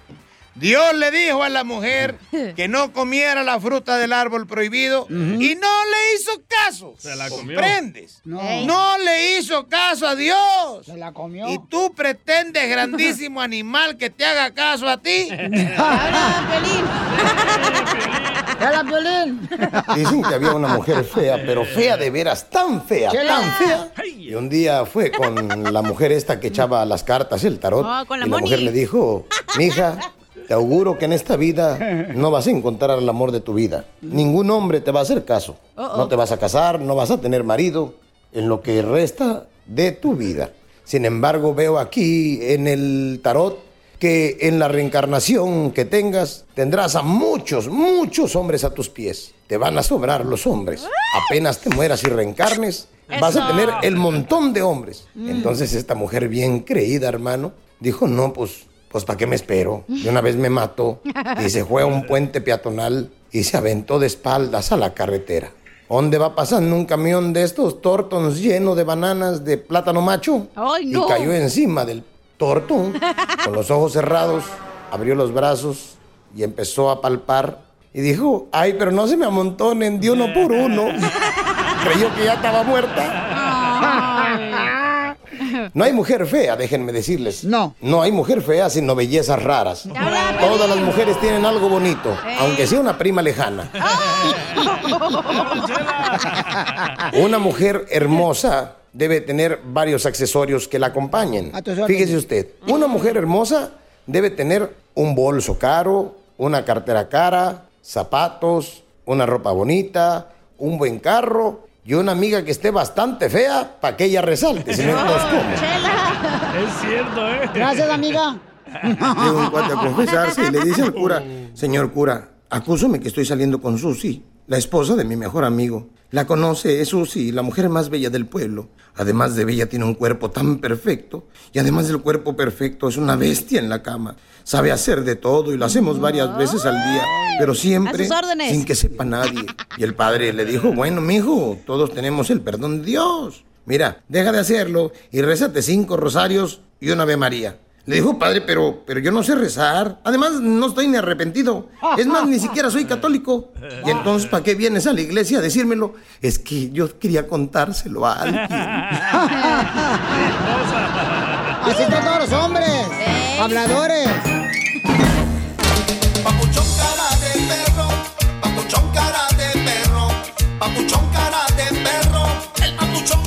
[SPEAKER 12] Dios le dijo a la mujer que no comiera la fruta del árbol prohibido y no le hizo caso.
[SPEAKER 2] Se la comió.
[SPEAKER 12] ¿Comprendes?
[SPEAKER 1] No.
[SPEAKER 12] No le hizo caso a Dios.
[SPEAKER 1] Se la comió.
[SPEAKER 12] Y tú pretendes, grandísimo animal, que te haga caso a ti.
[SPEAKER 1] ¡Hola, Piolín!
[SPEAKER 14] Dicen que había una mujer fea, pero fea de veras, tan fea,
[SPEAKER 1] Chela.
[SPEAKER 14] tan fea. Y un día fue con la mujer esta que echaba las cartas, el tarot.
[SPEAKER 11] Ah, con la
[SPEAKER 14] y la
[SPEAKER 11] Moni.
[SPEAKER 14] mujer le dijo, mija, te auguro que en esta vida no vas a encontrar el amor de tu vida. Ningún hombre te va a hacer caso.
[SPEAKER 11] Uh-oh.
[SPEAKER 14] No te vas a casar, no vas a tener marido en lo que resta de tu vida. Sin embargo, veo aquí en el tarot que en la reencarnación que tengas tendrás a muchos, muchos hombres a tus pies. Te van a sobrar los hombres. Apenas te mueras y reencarnes, vas a
[SPEAKER 11] Eso.
[SPEAKER 14] tener el montón de hombres.
[SPEAKER 11] Mm.
[SPEAKER 14] Entonces esta mujer bien creída, hermano, dijo, no, pues, pues ¿para qué me espero? De una vez me mato. Y se fue a un puente peatonal y se aventó de espaldas a la carretera. ¿Dónde va pasando un camión de estos tortons lleno de bananas de plátano macho?
[SPEAKER 11] Ay,
[SPEAKER 14] Y
[SPEAKER 11] no.
[SPEAKER 14] cayó encima del tortón con los ojos cerrados, abrió los brazos y empezó a palpar. Y dijo, ay, pero no se me amontonen de uno por uno. Creyó que ya estaba muerta. No hay mujer fea, déjenme decirles.
[SPEAKER 1] No.
[SPEAKER 14] No hay mujer fea sino bellezas raras. Todas las mujeres tienen algo bonito, aunque sea una prima lejana. Una mujer hermosa debe tener varios accesorios que Ah, la acompañen.
[SPEAKER 1] A tus órdenes.
[SPEAKER 14] Fíjese usted, una mujer hermosa debe tener un bolso caro, una cartera cara, zapatos, una ropa bonita, un buen carro y una amiga que esté bastante fea para que ella resalte. Si no, entonces, ¿cómo?
[SPEAKER 2] Es cierto, ¿eh?
[SPEAKER 1] Gracias, amiga.
[SPEAKER 14] Llega un cuate a confesarse y le dice al cura, señor cura, acúsame que estoy saliendo con Susi, la esposa de mi mejor amigo. La conoce, es Susi, la mujer más bella del pueblo. Además de bella, tiene un cuerpo tan perfecto. Y además del cuerpo perfecto, es una bestia en la cama. Sabe hacer de todo y lo hacemos varias veces al día, pero siempre
[SPEAKER 3] A sus órdenes.
[SPEAKER 14] sin que sepa nadie. Y el padre le dijo, bueno, mijo, todos tenemos el perdón de Dios. Mira, deja de hacerlo y rézate cinco rosarios y una Ave María. Le dijo, padre, pero, pero yo no sé rezar. Además, no estoy ni arrepentido. Es más, ni siquiera soy católico. Y entonces, ¿para qué vienes a la iglesia a decírmelo? Es que yo quería contárselo a
[SPEAKER 1] Así están todos los hombres. Habladores.
[SPEAKER 14] Papuchón cara de perro, papuchón cara de perro, el papuchón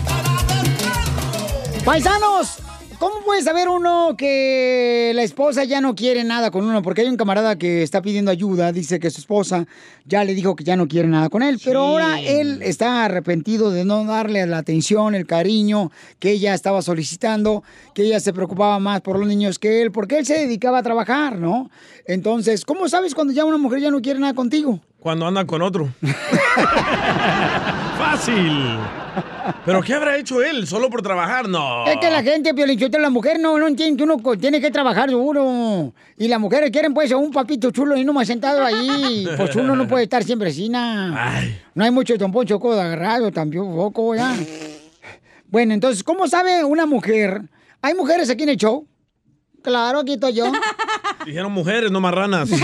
[SPEAKER 1] Paisanos, ¿cómo puede saber uno que la esposa ya no quiere nada con uno? Porque hay un camarada que está pidiendo ayuda, dice que su esposa ya le dijo que ya no quiere nada con él, pero ahora él está arrepentido de no darle la atención, el cariño que ella estaba solicitando, que ella se preocupaba más por los niños que él, porque él se dedicaba a trabajar, ¿no? Entonces, ¿cómo sabes cuando ya una mujer ya no quiere nada contigo?
[SPEAKER 2] Cuando andan con otro. fácil. ¿Pero qué habrá hecho él solo por trabajar? No.
[SPEAKER 1] Es que la gente, Piolinchotelo, la mujer no, no entiende que uno co- tiene que trabajar duro. Y las mujeres quieren, pues, a un papito chulo y nomás sentado ahí. Pues uno no puede estar siempre sina. No hay mucho tampoco codo agarrado, tampoco, ya. Bueno, entonces, ¿cómo sabe una mujer? ¿Hay mujeres aquí en el show? Claro, aquí estoy yo.
[SPEAKER 2] Dijeron mujeres, no marranas.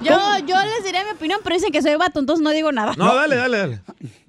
[SPEAKER 3] Yo, yo les diré mi opinión, pero dicen que soy vato, entonces no digo nada.
[SPEAKER 2] No, dale, dale, dale.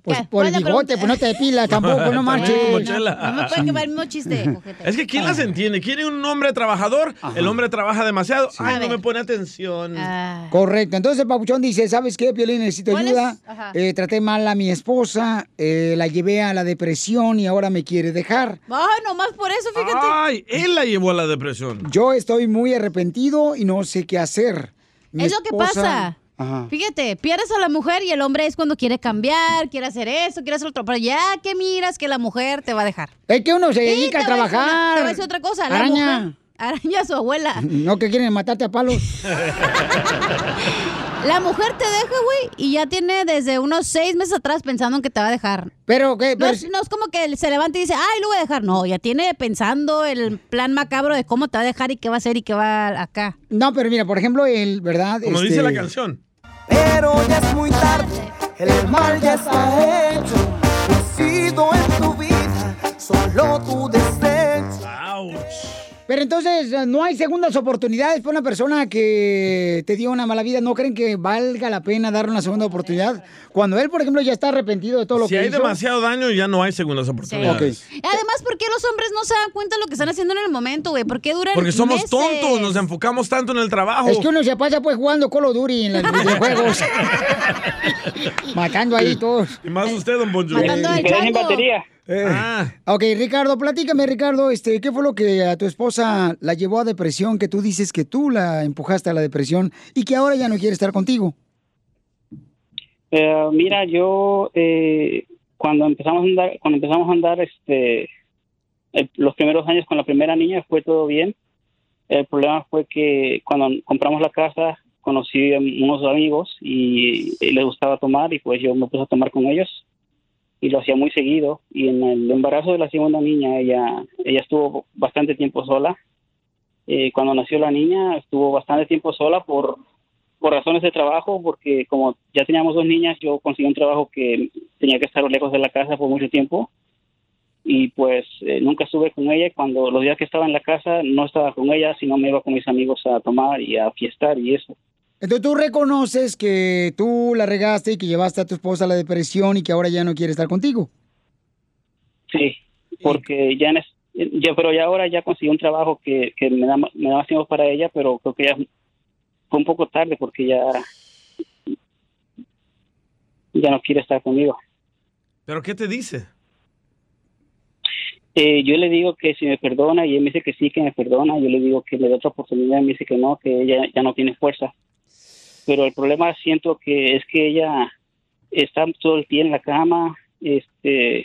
[SPEAKER 1] Pues por el
[SPEAKER 3] ¿Cuál la
[SPEAKER 1] bigote, pues no te depilas tampoco, no
[SPEAKER 2] También
[SPEAKER 1] marches.
[SPEAKER 2] como Chela.
[SPEAKER 3] No me pueden quemar el mismo chiste. ojete.
[SPEAKER 2] Es que ¿quién las entiende? Quiere un hombre trabajador, el hombre trabaja demasiado.
[SPEAKER 1] A
[SPEAKER 2] Ay, no
[SPEAKER 1] ver.
[SPEAKER 2] me pone atención.
[SPEAKER 3] Ah.
[SPEAKER 1] Correcto. Entonces Papuchón dice, ¿sabes qué, Piolín? Necesito
[SPEAKER 2] Ah. ¿Cuál es?
[SPEAKER 1] ayuda.
[SPEAKER 2] Ajá.
[SPEAKER 1] Eh, traté mal a mi esposa, eh, la llevé a la depresión y ahora me quiere dejar.
[SPEAKER 3] Ay, nomás por eso, fíjate.
[SPEAKER 2] Ay, él la llevó a la depresión.
[SPEAKER 1] Yo estoy muy arrepentido y no sé qué hacer. Mi
[SPEAKER 3] Es lo que pasa.
[SPEAKER 1] Ajá.
[SPEAKER 3] Fíjate, pierdes a la mujer y el hombre es cuando quiere cambiar, quiere hacer eso, quiere hacer otro. Pero ya que miras que la mujer te va a dejar.
[SPEAKER 1] Es que uno se
[SPEAKER 3] Y
[SPEAKER 1] dedica a
[SPEAKER 3] te voy decir una-
[SPEAKER 1] trabajar.
[SPEAKER 3] te voy a decir otra cosa. La
[SPEAKER 1] Araña.
[SPEAKER 3] mujer- araña a su abuela.
[SPEAKER 1] No que quieren matarte a palos.
[SPEAKER 3] La mujer te deja, güey, y ya tiene desde unos seis meses atrás pensando en que te va a dejar.
[SPEAKER 1] Pero, ¿qué?
[SPEAKER 3] no, es, no es como que se levanta y dice, ay, lo voy a dejar. No, ya tiene pensando el plan macabro de cómo te va a dejar y qué va a hacer y qué va acá.
[SPEAKER 1] No, pero mira, por ejemplo, el, ¿verdad? Este,
[SPEAKER 2] Como dice la canción.
[SPEAKER 15] Pero ya es muy tarde, el mal ya está hecho. Yo he sido en tu vida, solo tu desecho.
[SPEAKER 1] Pero entonces, ¿no hay segundas oportunidades para una persona que te dio una mala vida? ¿No creen que valga la pena darle una segunda oportunidad? Cuando él, por ejemplo, ya está arrepentido de todo lo
[SPEAKER 2] Si
[SPEAKER 1] que
[SPEAKER 2] hay
[SPEAKER 1] hizo.
[SPEAKER 2] demasiado daño, ya no hay segundas oportunidades.
[SPEAKER 3] Y Además, ¿por qué los hombres no se dan cuenta de lo que están haciendo en el momento, güey? ¿Por qué duran
[SPEAKER 2] Porque somos
[SPEAKER 3] meses?
[SPEAKER 2] tontos, nos enfocamos tanto en el trabajo.
[SPEAKER 1] Es que uno se pasa pues jugando Call of Duty en los videojuegos. Matando ahí todos.
[SPEAKER 2] Y más usted, don Poncho.
[SPEAKER 1] Eh,
[SPEAKER 2] Ah.
[SPEAKER 1] Ok, Ricardo, platícame, Ricardo, este, ¿qué fue lo que a tu esposa la llevó a depresión? Que tú dices que tú la empujaste a la depresión y que ahora ya no quiere estar contigo.
[SPEAKER 17] Eh, mira, yo eh, cuando empezamos a andar, cuando empezamos a andar, este, eh, los primeros años con la primera niña fue todo bien. El problema fue que cuando compramos la casa conocí a unos amigos y, y les gustaba tomar y pues yo me puse a tomar con ellos y lo hacía muy seguido y en el embarazo de la segunda niña ella ella estuvo bastante tiempo sola Eh, cuando nació la niña estuvo bastante tiempo sola por por razones de trabajo, porque como ya teníamos dos niñas, yo conseguí un trabajo que tenía que estar lejos de la casa por mucho tiempo y pues eh, nunca estuve con ella. Cuando los días que estaba en la casa no estaba con ella, sino me iba con mis amigos a tomar y a fiestar y eso.
[SPEAKER 1] Entonces tú reconoces que tú la regaste y que llevaste a tu esposa a la depresión y que ahora ya no quiere estar contigo.
[SPEAKER 17] Sí, porque ya, en es- ya- pero ya ahora ya conseguí un trabajo que, que me, da, ma- me da más tiempo para ella, pero creo que ya fue un poco tarde porque ya ya no quiere estar conmigo.
[SPEAKER 2] ¿Pero qué te dice?
[SPEAKER 17] Eh, yo le digo que si me perdona y él me dice que sí, que me perdona. Yo le digo que le dé otra oportunidad y me dice que no, que ella ya no tiene fuerza. Pero el problema siento que es que ella está todo el día en la cama, este,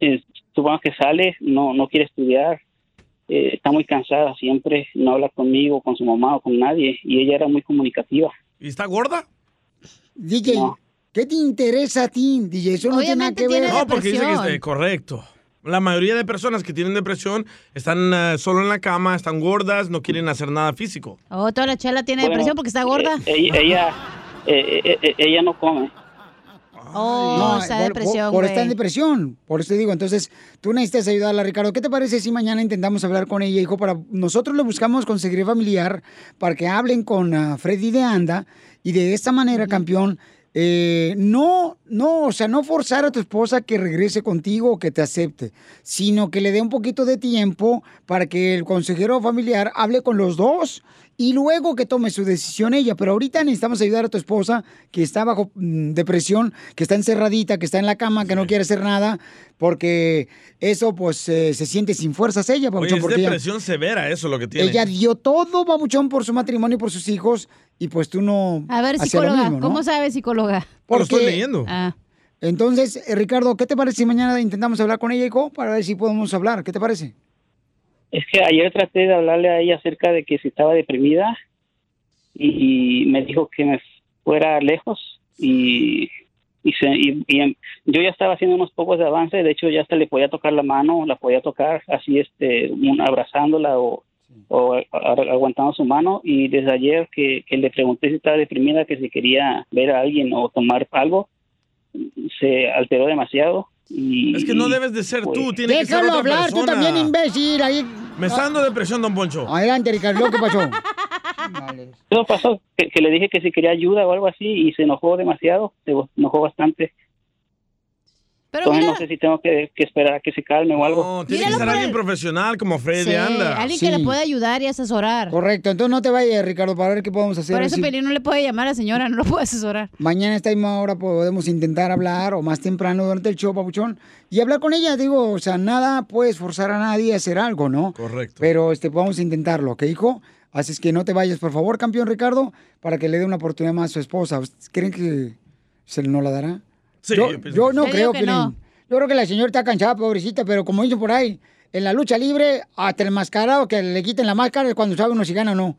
[SPEAKER 17] eh, supongo que sale, no, no quiere estudiar, eh, está muy cansada siempre, no habla conmigo, con su mamá o con nadie. Y ella era muy comunicativa.
[SPEAKER 2] ¿Y está gorda?
[SPEAKER 1] DJ, ¿qué te interesa a ti, DJ? Eso no tiene nada que ver.
[SPEAKER 2] No, porque dice que es eh, correcto. La mayoría de personas que tienen depresión están eh, solo en la cama, están gordas, no quieren hacer nada físico.
[SPEAKER 3] Oh, toda la chela tiene
[SPEAKER 17] Bueno,
[SPEAKER 3] depresión porque está gorda.
[SPEAKER 17] Eh, ella, ella, eh, eh, eh, ella no come.
[SPEAKER 3] oh, está
[SPEAKER 1] por-
[SPEAKER 3] depresión,
[SPEAKER 1] Por, por estar en
[SPEAKER 3] güey.
[SPEAKER 1] depresión. Por eso te digo, entonces, tú necesitas ayudarla, Ricardo. ¿Qué te parece si mañana intentamos hablar con ella, hijo? Para nosotros le buscamos conseguir familiar para que hablen con ah, Freddy de Anda y de esta manera, campeón. eh, no, no, o sea, no forzar a tu esposa que regrese contigo o que te acepte, sino que le dé un poquito de tiempo para que el consejero familiar hable con los dos y luego que tome su decisión ella. Pero ahorita necesitamos ayudar a tu esposa que está bajo mm, depresión, que está encerradita, que está en la cama, que no quiere hacer nada, porque eso pues eh, se siente sin fuerzas ella,
[SPEAKER 2] Oye,
[SPEAKER 1] Pabuchón,
[SPEAKER 2] es
[SPEAKER 1] porque ella,
[SPEAKER 2] depresión severa eso lo que tiene.
[SPEAKER 1] ella dio todo, Babuchón, por su matrimonio y por sus hijos, y pues tú no...
[SPEAKER 3] A ver,
[SPEAKER 1] hacías lo
[SPEAKER 3] psicóloga,
[SPEAKER 1] mismo, ¿no?
[SPEAKER 3] ¿cómo sabe psicóloga? Ah.
[SPEAKER 1] Porque- Entonces, eh, Ricardo, ¿qué te parece si mañana intentamos hablar con ella, hijo? Para ver si podemos hablar. ¿Qué te parece?
[SPEAKER 17] Es que ayer traté de hablarle a ella acerca de que si estaba deprimida y, y me dijo que me fuera lejos y y, se- y- y em- yo ya estaba haciendo unos pocos de avance, de hecho ya hasta le podía tocar la mano, la podía tocar así, este, un- abrazándola o, o a- a- aguantando su mano y desde ayer que, que le pregunté si estaba deprimida, que si quería ver a alguien o tomar algo, se alteró demasiado. Y,
[SPEAKER 2] Es que no debes de ser tú, tiene que ser
[SPEAKER 1] Déjalo
[SPEAKER 2] otra
[SPEAKER 1] hablar, tú
[SPEAKER 2] persona.
[SPEAKER 1] también, imbécil. Ahí.
[SPEAKER 2] Me está dando depresión, don Poncho.
[SPEAKER 1] Adelante, Ricardo, ¿qué pasó?
[SPEAKER 17] Eso pasó, que, que le dije que si quería ayuda o algo así y se enojó demasiado, se enojó bastante.
[SPEAKER 3] Pero
[SPEAKER 17] Entonces
[SPEAKER 3] mira,
[SPEAKER 17] no sé si tengo que, que esperar a que se calme o algo.
[SPEAKER 2] No, tiene que ser alguien profesional como Freddy
[SPEAKER 3] pues. sí,
[SPEAKER 2] anda.
[SPEAKER 3] alguien que le pueda ayudar y asesorar.
[SPEAKER 1] Correcto, entonces no te vayas, Ricardo, para ver qué podemos hacer.
[SPEAKER 3] Por eso
[SPEAKER 1] Si
[SPEAKER 3] Pelín no le puede llamar a la señora, no lo puede asesorar.
[SPEAKER 1] Mañana a esta misma hora podemos intentar hablar o más temprano durante el show, papuchón. Y hablar con ella, digo, o sea, nada puedes forzar a nadie a hacer algo, ¿no?
[SPEAKER 2] Correcto.
[SPEAKER 1] Pero este, vamos a intentarlo, ¿ok, hijo? Así es que no te vayas, por favor, campeón Ricardo, para que le dé una oportunidad más a su esposa. ¿Ustedes creen que se no la dará?
[SPEAKER 2] Sí,
[SPEAKER 1] yo,
[SPEAKER 2] yo pienso
[SPEAKER 1] yo
[SPEAKER 2] que
[SPEAKER 1] no
[SPEAKER 2] sí. Yo
[SPEAKER 1] creo
[SPEAKER 2] digo
[SPEAKER 1] que
[SPEAKER 2] que no.
[SPEAKER 1] Yo creo que la señora está cansada, pobrecita, pero como dicen por ahí, en la lucha libre, hasta el mascarado que le quiten la máscara es cuando sabe uno si gana o no.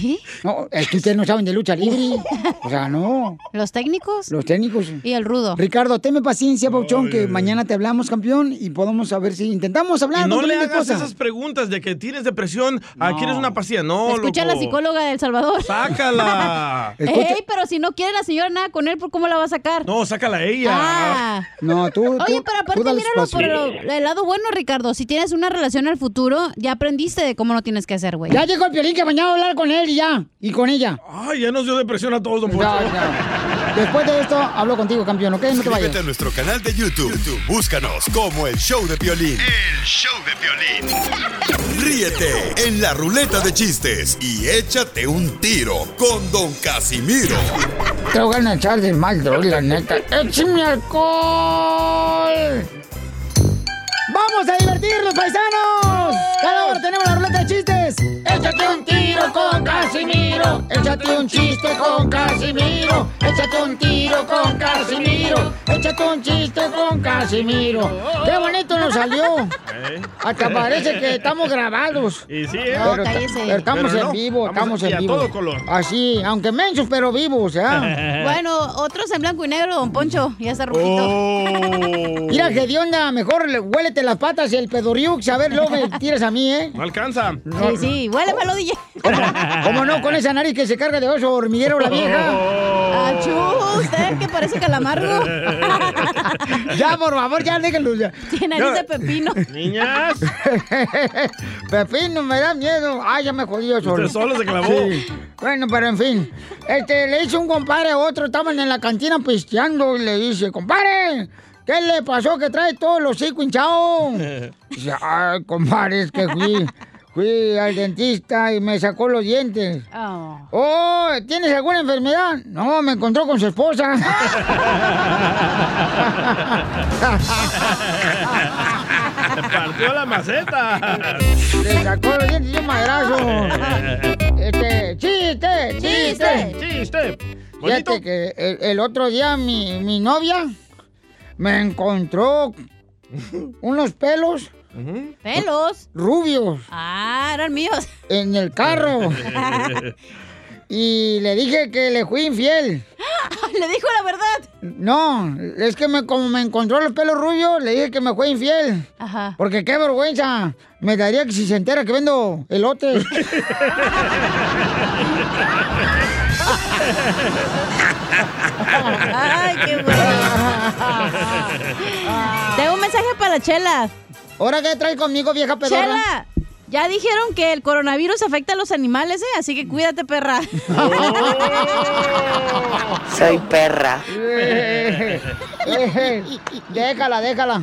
[SPEAKER 3] ¿Qué?
[SPEAKER 1] No, es que ustedes no saben de lucha libre. O sea, no.
[SPEAKER 3] ¿Los técnicos?
[SPEAKER 1] Los técnicos.
[SPEAKER 3] Y el rudo.
[SPEAKER 1] Ricardo, tenme paciencia, Pauchón, que mañana te hablamos, campeón, y podemos saber si intentamos hablar
[SPEAKER 2] Y no
[SPEAKER 1] con
[SPEAKER 2] le
[SPEAKER 1] tu
[SPEAKER 2] hagas
[SPEAKER 1] esposa.
[SPEAKER 2] esas preguntas de que tienes depresión, ah, quieres una pastilla. No,
[SPEAKER 3] Escucha a la
[SPEAKER 2] loco.
[SPEAKER 3] psicóloga de El Salvador.
[SPEAKER 2] Sácala.
[SPEAKER 3] Ey, pero si no quiere la señora nada con él, ¿por ¿cómo la va a sacar?
[SPEAKER 2] No, sácala ella.
[SPEAKER 3] Ah.
[SPEAKER 1] No, tú.
[SPEAKER 3] Oye,
[SPEAKER 1] tú-
[SPEAKER 3] pero aparte
[SPEAKER 1] tú dale
[SPEAKER 3] míralo
[SPEAKER 1] espacio.
[SPEAKER 3] por el, el lado bueno, Ricardo. Si tienes una relación al futuro, ya aprendiste de cómo no tienes que hacer, güey.
[SPEAKER 1] Ya llegó el piolín que mañana va a hablar con él y ya. Y con ella.
[SPEAKER 2] Ay, ya nos dio depresión a todos, don Poncho.
[SPEAKER 1] Ya, ya. Después de esto, hablo contigo, campeón, ¿ok? No te vayas.
[SPEAKER 7] Suscríbete a nuestro canal de YouTube. YouTube, Búscanos como el show de Piolín.
[SPEAKER 1] El
[SPEAKER 7] show de Piolín. Ríete en la ruleta de chistes y échate un tiro con Don Casimiro.
[SPEAKER 1] Te voy a echar de mal, droga, la neta. Eh, ¡Échame alcohol! ¡Vamos a divertirnos, paisanos! Cada hora tenemos la ruleta de chistes. Échate un tiro con Casimiro. Échate un chiste con Casimiro. Échate un tiro con Casimiro. Échate un chiste con Casimiro. ¡Qué bonito nos salió!
[SPEAKER 2] ¿Eh?
[SPEAKER 1] Hasta parece Ah, que estamos grabados.
[SPEAKER 2] Y sí, ¿eh?
[SPEAKER 1] Pero, pero estamos
[SPEAKER 2] Pero
[SPEAKER 1] en
[SPEAKER 2] no,
[SPEAKER 1] vivo, estamos
[SPEAKER 2] y
[SPEAKER 1] en
[SPEAKER 2] a
[SPEAKER 1] vivo.
[SPEAKER 2] todo color.
[SPEAKER 1] Así, aunque mensos, pero vivos, ¿ah?
[SPEAKER 3] Bueno, otros en blanco y negro, don Poncho. Ya está rojito.
[SPEAKER 2] Oh.
[SPEAKER 1] Mira, que onda, mejor le- huélete las patas y el pedoriux, a ver, luego me tiras a mí, ¿eh?
[SPEAKER 2] No alcanza.
[SPEAKER 1] No.
[SPEAKER 3] Sí, huélemelo, DJ.
[SPEAKER 1] ¿Cómo no? Con esa nariz que se carga de oso hormiguero la
[SPEAKER 3] Oh.
[SPEAKER 1] vieja.
[SPEAKER 3] Achú, usted Ah, ¿eh? que parece calamardo.
[SPEAKER 1] ya, por favor, ya déjenlo. Ya.
[SPEAKER 3] Tiene nariz de pepino.
[SPEAKER 2] Niñas.
[SPEAKER 1] pepino, me da miedo. Ay, ya me jodí yo solo.
[SPEAKER 2] Usted solo se clavó.
[SPEAKER 1] Sí. Bueno, pero en fin. Este, le hizo un compadre a otro, estaban en la cantina pisteando y le dice, compadre, ¿qué le pasó que trae todos los hocico hinchado? Dice, ay, compadre, es que fui, fui al dentista y me sacó los dientes.
[SPEAKER 3] Oh.
[SPEAKER 1] Oh, ¿tienes alguna enfermedad? No, me encontró con su esposa.
[SPEAKER 2] Partió la maceta.
[SPEAKER 1] Le sacó los dientes de un
[SPEAKER 2] Eh,
[SPEAKER 1] madrazo. Este, chiste, chiste.
[SPEAKER 2] Chiste, chiste. Bonito.
[SPEAKER 1] Fíjate que el, el otro día mi, mi novia me encontró unos pelos.
[SPEAKER 3] ¿Pelos?
[SPEAKER 1] Rubios.
[SPEAKER 3] Ah, eran míos.
[SPEAKER 1] En el carro. y le dije que le fui infiel.
[SPEAKER 3] Le dijo la verdad.
[SPEAKER 1] No, es que me, como me encontró los pelos rubios, le dije que me fue infiel.
[SPEAKER 3] Ajá.
[SPEAKER 1] Porque qué vergüenza. Me daría que si se entera que vendo elotes.
[SPEAKER 3] Ay, qué bueno. Tengo un mensaje para la Chela.
[SPEAKER 1] ¿Ahora qué trae conmigo, vieja pedorra?
[SPEAKER 3] Chela, ya dijeron que el coronavirus afecta a los animales, ¿eh? Así que cuídate, perra.
[SPEAKER 18] Soy perra.
[SPEAKER 1] déjala, déjala.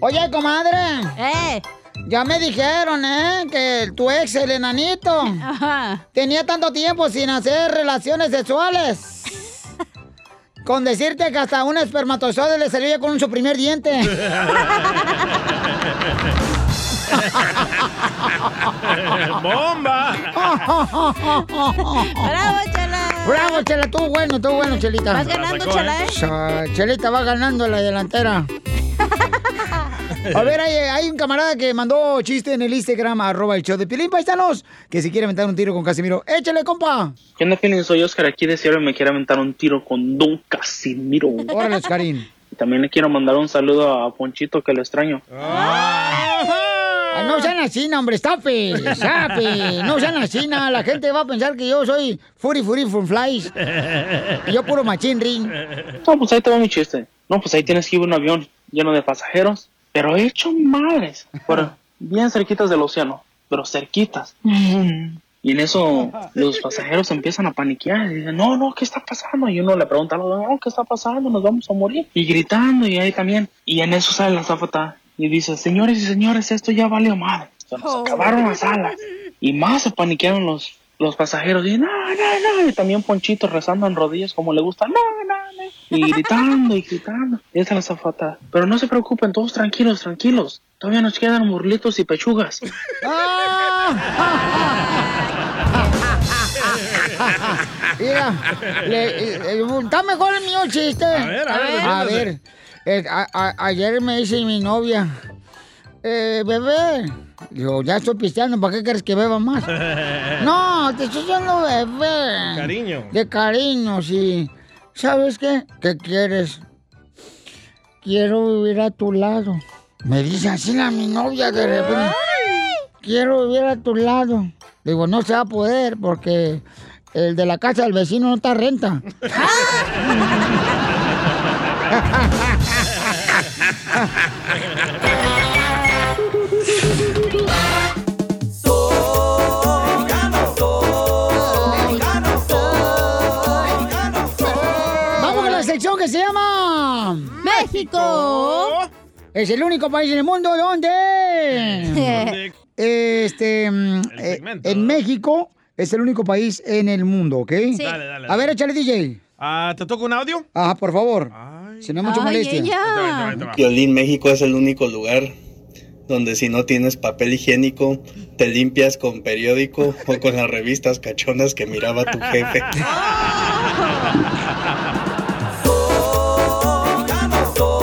[SPEAKER 1] Oye, comadre. Ya me dijeron, ¿eh? Que tu ex, el enanito, tenía tanto tiempo sin hacer relaciones sexuales. Con decirte que hasta un espermatozoide le salía con su primer diente.
[SPEAKER 2] ¡Bomba!
[SPEAKER 1] ¡Bravo,
[SPEAKER 3] Chela!
[SPEAKER 1] ¡Bravo, Chela! Tú bueno, tú bueno, Chelita.
[SPEAKER 3] Vas ganando, Chela, ¿eh?
[SPEAKER 1] Sa- Chelita va ganando la delantera. A ver, hay, hay un camarada que mandó chiste en el Instagram, arroba el show de Pilín. Paisanos, que si quiere aventar un tiro con Casimiro, échale, compa.
[SPEAKER 19] ¿Qué onda, Piolín? Soy Oscar aquí de Sierra y me quiero aventar un tiro con Don Casimiro.
[SPEAKER 1] Órale, Oscarín.
[SPEAKER 19] Y también le quiero mandar un saludo a Ponchito, que lo extraño.
[SPEAKER 1] Ay, no sean así, no, hombre, estape, estape. No sean así, no. La gente va a pensar que yo soy Furi Furi Fun Flies. Y yo puro machín ring.
[SPEAKER 19] No, pues ahí te va mi chiste. No, pues ahí tienes que ir a un avión lleno de pasajeros, pero hecho madres. Por, bien cerquitas del océano, pero cerquitas. Y en eso los pasajeros empiezan a paniquear. Y dicen, no, no, ¿qué está pasando? Y uno le pregunta al otro, no, ¿qué está pasando? Nos vamos a morir. Y gritando, y ahí también. Y en eso sale la zafata y dice, señores y señores, esto ya valió madre. Se nos acabaron las alas. Y más se paniquearon los, los pasajeros. Y no, no, no. Y también Ponchito rezando en rodillas como le gusta. No, no, no. Y gritando y gritando. Y esa es la zafata. Pero no se preocupen, todos tranquilos, tranquilos. Todavía nos quedan murlitos y pechugas.
[SPEAKER 1] Mira, le- eh, está mejor el mío el chiste. A
[SPEAKER 5] ver, a ver,
[SPEAKER 1] A
[SPEAKER 5] defiéndase.
[SPEAKER 1] ver, eh, a- a- ayer me dice mi novia, eh, bebé, yo ya estoy pisteando, ¿para qué quieres que beba más? No, te estoy diciendo bebé.
[SPEAKER 2] Cariño.
[SPEAKER 1] De cariño, sí. ¿Sabes qué? ¿Qué quieres? Quiero vivir a tu lado. Me dice así la mi novia de repente. Quiero vivir a tu lado. Digo, no se va a poder porque el de la casa del vecino no está a renta. Vamos a la sección que se llama México. Es el único país en el mundo donde este mm, eh, en México es el único país en el mundo, ¿ok?
[SPEAKER 2] Sí. Dale, dale,
[SPEAKER 1] A ver, échale DJ.
[SPEAKER 2] Ah, ¿Te toca un audio?
[SPEAKER 1] Ajá, por favor. Si no es mucho
[SPEAKER 2] Ay,
[SPEAKER 1] molestia.
[SPEAKER 2] ella. Ahí te va, ahí te va, ahí te va.
[SPEAKER 20] Piolín, México es el único lugar donde si no tienes papel higiénico, te limpias con periódico o con las revistas cachonas que miraba tu jefe.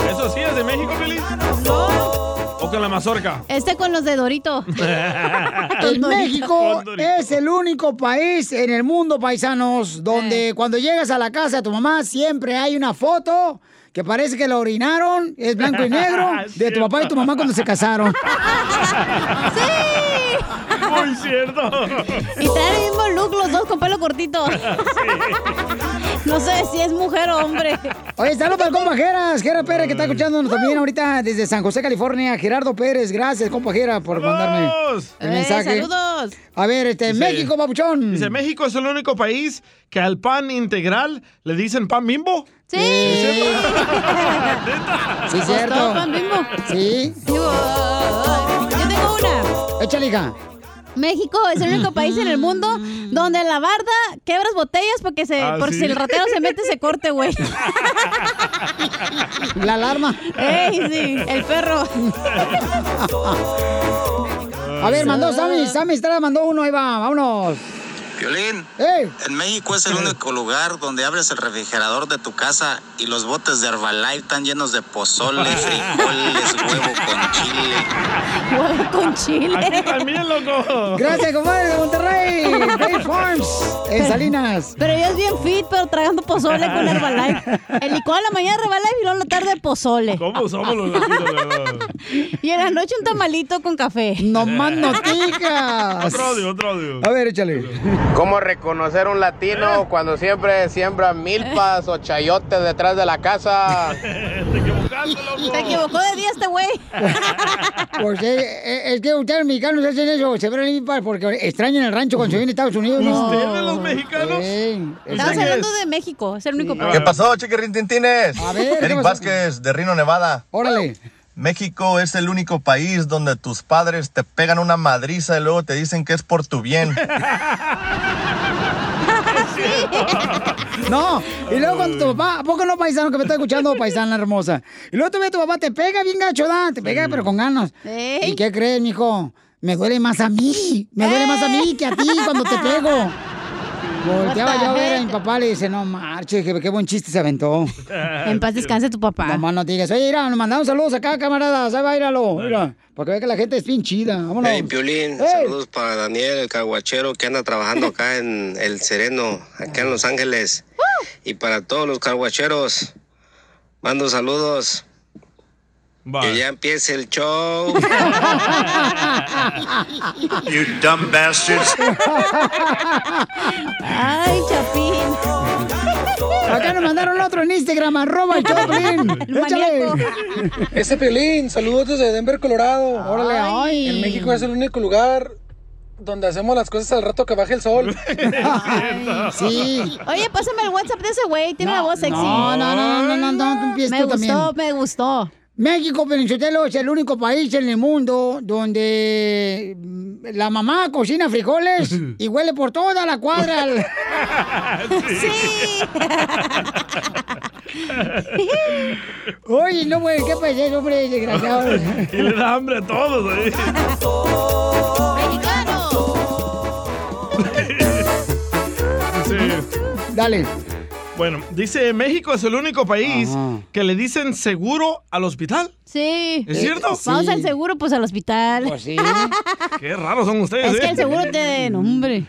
[SPEAKER 2] ¿Eso sí es de México, Feliz? ¿O con la mazorca?
[SPEAKER 3] Este con los de Dorito.
[SPEAKER 2] Ah,
[SPEAKER 1] En México es el único país en el mundo, paisanos,
[SPEAKER 3] Eh.
[SPEAKER 1] donde cuando llegas a la casa de tu mamá siempre hay una foto que parece que la orinaron, es blanco y negro, de tu papá y tu mamá cuando se casaron.
[SPEAKER 3] ¡Sí!
[SPEAKER 2] Muy cierto.
[SPEAKER 3] Y traen el mismo look los dos con pelo cortito. No sé si es mujer o hombre.
[SPEAKER 1] Oye, saludos para el compa Geras, Gera Pérez, que está
[SPEAKER 2] Mm.
[SPEAKER 1] escuchándonos también ahorita desde San José, California. Gerardo Pérez, gracias, compa Gera, por mandarme el
[SPEAKER 2] Eh,
[SPEAKER 1] mensaje.
[SPEAKER 2] saludos.
[SPEAKER 1] A ver, este,
[SPEAKER 2] Dice-
[SPEAKER 1] México, papuchón.
[SPEAKER 2] Dice, México es el único país que al pan integral le dicen pan bimbo.
[SPEAKER 3] Sí.
[SPEAKER 1] Sí, es cierto.
[SPEAKER 3] Pues todo pan bimbo.
[SPEAKER 1] Sí.
[SPEAKER 3] Yo tengo una.
[SPEAKER 1] Échale, hija.
[SPEAKER 3] México es el único país en el mundo donde en la barda quebras botellas porque se,
[SPEAKER 5] Ah,
[SPEAKER 3] por
[SPEAKER 5] ¿sí?
[SPEAKER 3] si el ratero se mete se corte, güey.
[SPEAKER 1] La alarma.
[SPEAKER 3] Ey, sí, el perro.
[SPEAKER 1] A ver, mandó Sammy, Sammy Estrada mandó uno, ahí va, vámonos.
[SPEAKER 21] Violín,
[SPEAKER 1] ¡Ey!
[SPEAKER 21] en México es el único lugar donde abres el refrigerador de tu casa y los botes de Herbalife están llenos de pozole, frijoles, huevo con chile.
[SPEAKER 3] Huevo con chile.
[SPEAKER 21] Aquí
[SPEAKER 2] también, loco.
[SPEAKER 1] Gracias, compadre de Monterrey. Bay Farms, en
[SPEAKER 3] Pero-
[SPEAKER 1] Salinas.
[SPEAKER 3] Pero ella es bien fit, pero tragando pozole con Herbalife. El licuado en la mañana Herbalife y luego en la tarde pozole.
[SPEAKER 2] ¿Cómo somos los latinos, de verdad?
[SPEAKER 3] Y en la noche un tamalito con café.
[SPEAKER 1] No
[SPEAKER 2] más
[SPEAKER 1] noticas.
[SPEAKER 2] Otro audio, otro audio. ¿Eh?
[SPEAKER 1] A ver, échale.
[SPEAKER 24] ¿Cómo reconocer un latino cuando siempre siembra milpas o chayotes detrás de la casa?
[SPEAKER 3] Se equivocó de día este güey.
[SPEAKER 1] Pues eh, eh, es que ustedes los mexicanos hacen eso, se ven ahí para- porque extrañan el rancho cuando se vienen a Estados Unidos. ¿no?
[SPEAKER 24] ¿Ustedes, los
[SPEAKER 1] mexicanos?
[SPEAKER 3] Estamos hablando de México, es el único país.
[SPEAKER 16] ¿Qué pasó, chiquirrintintines?
[SPEAKER 3] A ver, ¿qué
[SPEAKER 16] Eric
[SPEAKER 3] pasó?
[SPEAKER 16] Vázquez, de Rino, Nevada.
[SPEAKER 1] Órale.
[SPEAKER 16] México es el único país donde tus padres te pegan una madriza y luego te dicen que es por tu bien.
[SPEAKER 1] No, y luego cuando tu papá, ¿a poco no, paisano, que me está escuchando, paisana hermosa? Y luego todavía tu papá te pega bien gacho, ¿da? Te pega, pero con ganas. ¿Y qué crees, mijo? Me duele más a mí, me duele más a mí que a ti cuando te pego. Volteaba yo a ver a mi papá, le dice, no marches, qué, qué buen chiste se aventó.
[SPEAKER 3] En paz descanse tu papá.
[SPEAKER 1] Mamá, no te digas, oye, mira, nos mandamos saludos acá, camaradas, ahí va, íralo, mira, porque ve que la gente es bien chida, vámonos.
[SPEAKER 21] Hey, Piolín, saludos para Daniel, el caguachero que anda trabajando acá en El Sereno, acá en Los Ángeles. Y para todos los caguacheros, mando saludos. Que ya empiece el show.
[SPEAKER 5] You dumb bastards.
[SPEAKER 3] Ay, Chapín.
[SPEAKER 1] Acá nos mandaron otro en Instagram, arroba el Choplin. Échale.
[SPEAKER 26] Ese Piolín, saludos desde Denver, Colorado.
[SPEAKER 1] Órale, ay.
[SPEAKER 26] En México es el único lugar donde hacemos las cosas al rato que baje el sol.
[SPEAKER 1] Sí.
[SPEAKER 3] Oye, pásame el WhatsApp de ese güey, tiene la voz sexy.
[SPEAKER 1] No, no, no, no, no, no, no, empieces
[SPEAKER 3] Me
[SPEAKER 1] tú también.
[SPEAKER 3] gustó, me gustó.
[SPEAKER 1] México, Peninsotelo, es el único país en el mundo donde mm, la mamá cocina frijoles y huele por toda la cuadra. al-
[SPEAKER 5] Sí.
[SPEAKER 1] Oye, no, güey, qué payés, hombre, desgraciado.
[SPEAKER 2] y le da hambre a todos ahí. Sí.
[SPEAKER 1] Dale.
[SPEAKER 2] Bueno, dice México es el único país que le dicen seguro al hospital.
[SPEAKER 3] Sí. Eh,
[SPEAKER 2] ¿Es cierto?
[SPEAKER 3] Vamos
[SPEAKER 2] Sí.
[SPEAKER 3] al seguro, pues al hospital.
[SPEAKER 1] Pues sí.
[SPEAKER 2] Qué raros son ustedes,
[SPEAKER 3] Es que el
[SPEAKER 2] ¿eh?
[SPEAKER 3] seguro te... No, hombre.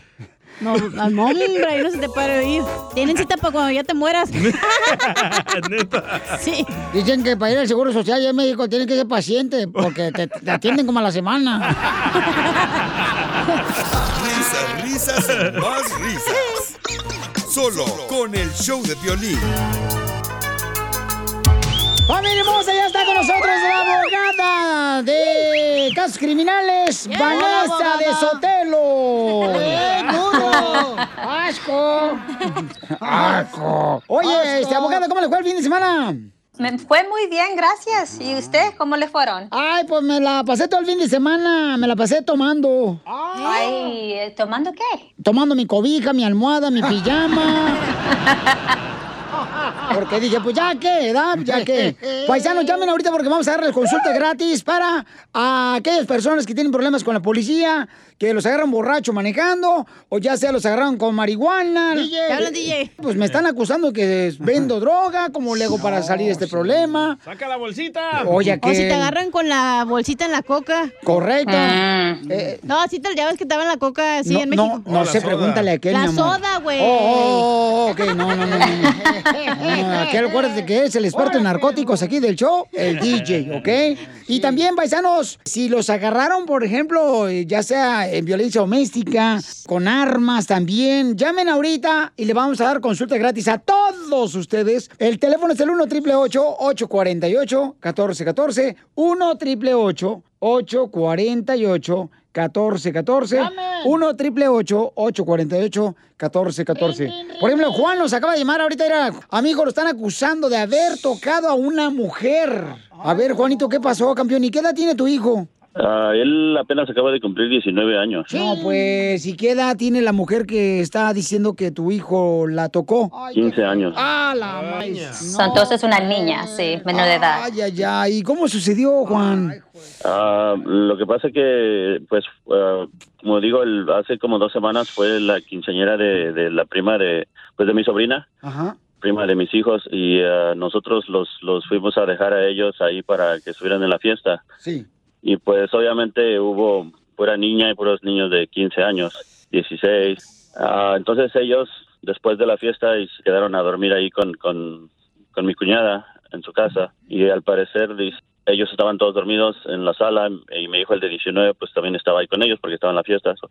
[SPEAKER 3] No, al nombre, ahí no se te para de ir. Tienen cita para cuando ya te mueras.
[SPEAKER 2] Neta.
[SPEAKER 3] Sí.
[SPEAKER 1] Dicen que para ir al Seguro Social allá en México tienen que ser paciente porque te, te atienden como a la semana.
[SPEAKER 7] Risas, risas y más risas. Solo con el show de violín.
[SPEAKER 1] ¡Familia hermosa! Ya está con nosotros la abogada de casos criminales,
[SPEAKER 5] Yeah,
[SPEAKER 1] Vanessa
[SPEAKER 5] abogada.
[SPEAKER 1] de Sotelo.
[SPEAKER 5] ¡Eh, duro!
[SPEAKER 1] ¡Asco! ¡Asco! Oye, este, abogada, ¿cómo le fue el fin de semana?
[SPEAKER 27] Me fue muy bien, gracias. ¿Y usted cómo le fueron?
[SPEAKER 1] Ay, pues me la pasé todo el fin de semana, me la pasé tomando.
[SPEAKER 27] Ay, eh, ¿tomando qué?
[SPEAKER 1] Tomando mi cobija, mi almohada, mi pijama. Porque dije, pues ya qué, ¿verdad? Ya qué. Paisanos, llamen ahorita porque vamos a darles consulta gratis para a aquellas personas que tienen problemas con la policía, que los agarran borracho manejando, o ya sea los agarraron con marihuana.
[SPEAKER 3] DJ. Te hablan, DJ.
[SPEAKER 1] Pues me están acusando que vendo droga, como le hago para salir de este problema.
[SPEAKER 2] Saca la bolsita.
[SPEAKER 1] Oye,
[SPEAKER 3] O si
[SPEAKER 1] que-
[SPEAKER 3] te agarran con la bolsita en la coca.
[SPEAKER 1] Correcto.
[SPEAKER 3] Eh, no, sí te ya ves que te daban la coca así
[SPEAKER 1] no,
[SPEAKER 3] en México.
[SPEAKER 1] No, no
[SPEAKER 3] se
[SPEAKER 1] sé, pregúntale a aquel,
[SPEAKER 3] Oh, La
[SPEAKER 1] mi amor.
[SPEAKER 3] soda, güey.
[SPEAKER 1] Oh, oh, oh, ok, no, no, no. no, no. No, aquel, acuérdate que es el experto en narcóticos aquí del show, el DJ, ¿ok? Y también, paisanos, si los agarraron, por ejemplo, ya sea en violencia doméstica, con armas también, llamen ahorita y le vamos a dar consulta gratis a todos ustedes. El teléfono es el 1 848 1414 1 888 848 1414 1 triple 848 1414 Por ejemplo, Juan nos acaba de llamar ahorita. Era, amigo, lo están acusando de haber tocado a una mujer. A ver, Juanito, ¿qué pasó, campeón? ¿Y qué edad tiene tu hijo?
[SPEAKER 28] Ah, él apenas acaba de cumplir 19 años.
[SPEAKER 1] No, pues, ¿y qué edad tiene la mujer que está diciendo que tu hijo la tocó?
[SPEAKER 28] 15 años.
[SPEAKER 1] ¡Ah, la madre!
[SPEAKER 27] Son entonces una niña, sí, menor de edad.
[SPEAKER 1] Ay, ay, ay. ¿Y cómo sucedió, Juan?
[SPEAKER 28] Ah, lo que pasa que, pues, ah, como digo, el- hace como dos semanas fue la quinceañera de, de la prima de, pues, de mi sobrina,
[SPEAKER 1] Ajá.
[SPEAKER 28] prima de mis hijos, y ah, nosotros los, los fuimos a dejar a ellos ahí para que estuvieran en la fiesta.
[SPEAKER 1] Sí.
[SPEAKER 28] Y pues, obviamente, hubo pura niña y puros niños de 15 años, 16. Ah, entonces ellos, después de la fiesta, y se quedaron a dormir ahí con, con, con mi cuñada en su casa y al parecer dis- ellos estaban todos dormidos en la sala y me dijo el de 19 pues también estaba ahí con ellos porque estaba en la fiesta. So,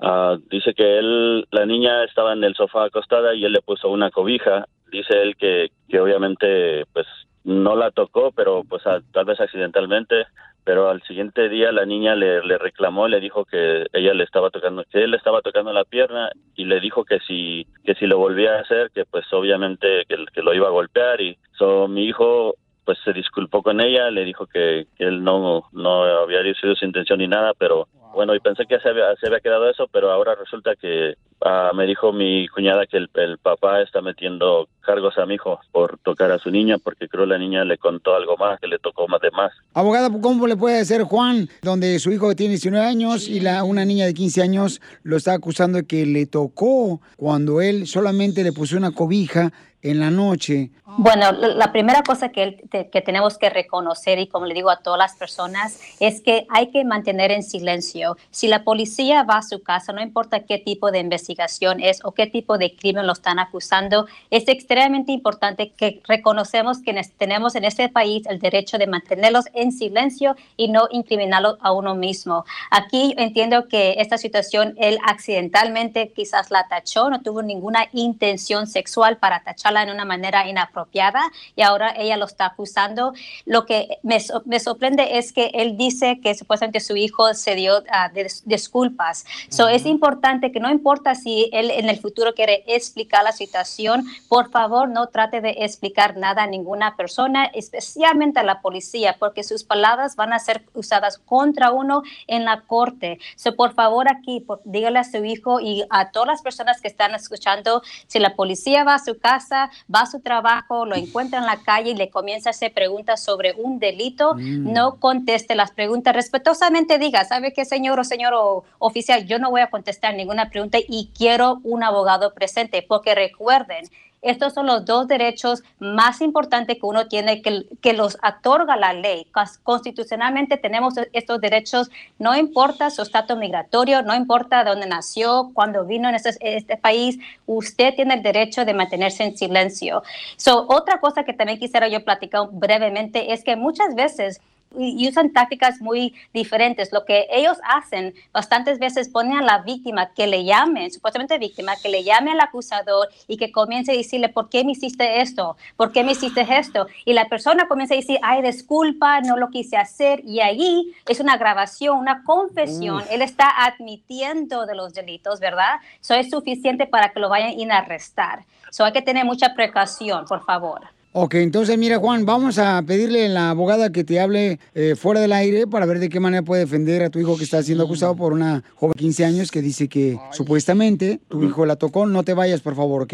[SPEAKER 28] ah, dice que él, la niña estaba en el sofá acostada y él le puso una cobija. Dice él que, que obviamente pues no la tocó pero pues a- tal vez accidentalmente pero al siguiente día la niña le, le reclamó le dijo que ella le estaba tocando que él le estaba tocando la pierna y le dijo que si que si lo volvía a hacer que pues obviamente que, que lo iba a golpear y so mi hijo pues se disculpó con ella le dijo que, que él no no había sido su intención ni nada pero bueno y pensé que se había, se había quedado eso pero ahora resulta que
[SPEAKER 22] Ah, me dijo mi cuñada que el, el papá está metiendo cargos a mi hijo por tocar a su niña porque creo la niña le contó algo más, que le tocó más de más.
[SPEAKER 1] Abogada, ¿cómo le puede hacer Juan, donde su hijo tiene 19 años y la, una niña de 15 años lo está acusando de que le tocó cuando él solamente le puso una cobija en la noche?
[SPEAKER 27] Bueno, la la primera cosa que, él- te- que tenemos que reconocer y como le digo a todas las personas es que hay que mantener en silencio. Si la policía va a su casa, no importa qué tipo de investigación es o qué tipo de crimen lo están acusando, es extremadamente importante que reconocemos que nes- tenemos en este país el derecho de mantenerlos en silencio y no incriminarlos a uno mismo. Aquí entiendo que esta situación él accidentalmente quizás la tachó, no tuvo ninguna intención sexual para tacharla en una manera inapropiada y ahora ella lo está acusando. Lo que me, so- me sorprende es que él dice que supuestamente su hijo se dio ah, des- disculpas. So, Es importante que no importa si él en el futuro quiere explicar la situación, por favor no trate de explicar nada a ninguna persona, especialmente a la policía, porque sus palabras van a ser usadas contra uno en la corte. So, por favor aquí, por- dígale a su hijo y a todas las personas que están escuchando, si la policía va a su casa, va a su trabajo, lo encuentra en la calle y le comienza a hacer preguntas sobre un delito,
[SPEAKER 9] Mm.
[SPEAKER 27] no conteste las preguntas. Respetuosamente diga, ¿sabe qué, señor o señor o- oficial? Yo no voy a contestar ninguna pregunta y quiero un abogado presente, porque recuerden, estos son los dos derechos más importantes que uno tiene, que, que los otorga la ley. Cos- Constitucionalmente tenemos e-, estos derechos, no importa su estatus migratorio, no importa de dónde nació, cuándo vino en este, este país, usted tiene el derecho de mantenerse en silencio. So, otra cosa que también quisiera yo platicar brevemente es que muchas veces y y usan tácticas muy diferentes. Lo que ellos hacen bastantes veces ponen a la víctima que le llame, supuestamente víctima, que le llame al acusador y que comience a decirle, ¿por qué me hiciste esto? ¿Por qué me hiciste esto? Y la persona comienza a decir, ay, disculpa, no lo quise hacer. Y ahí es una grabación, una confesión.
[SPEAKER 9] Uf.
[SPEAKER 27] Él está admitiendo de los delitos, ¿verdad? Eso es suficiente para que lo vayan a arrestar. Eso hay que tener mucha precaución, por favor.
[SPEAKER 1] Ok, entonces mira Juan, vamos a pedirle a la abogada que te hable eh, fuera del aire para ver de qué manera puede defender a tu hijo que está siendo acusado por una joven de 15 años que dice que supuestamente tu hijo la tocó. No te vayas, por favor, ¿ok?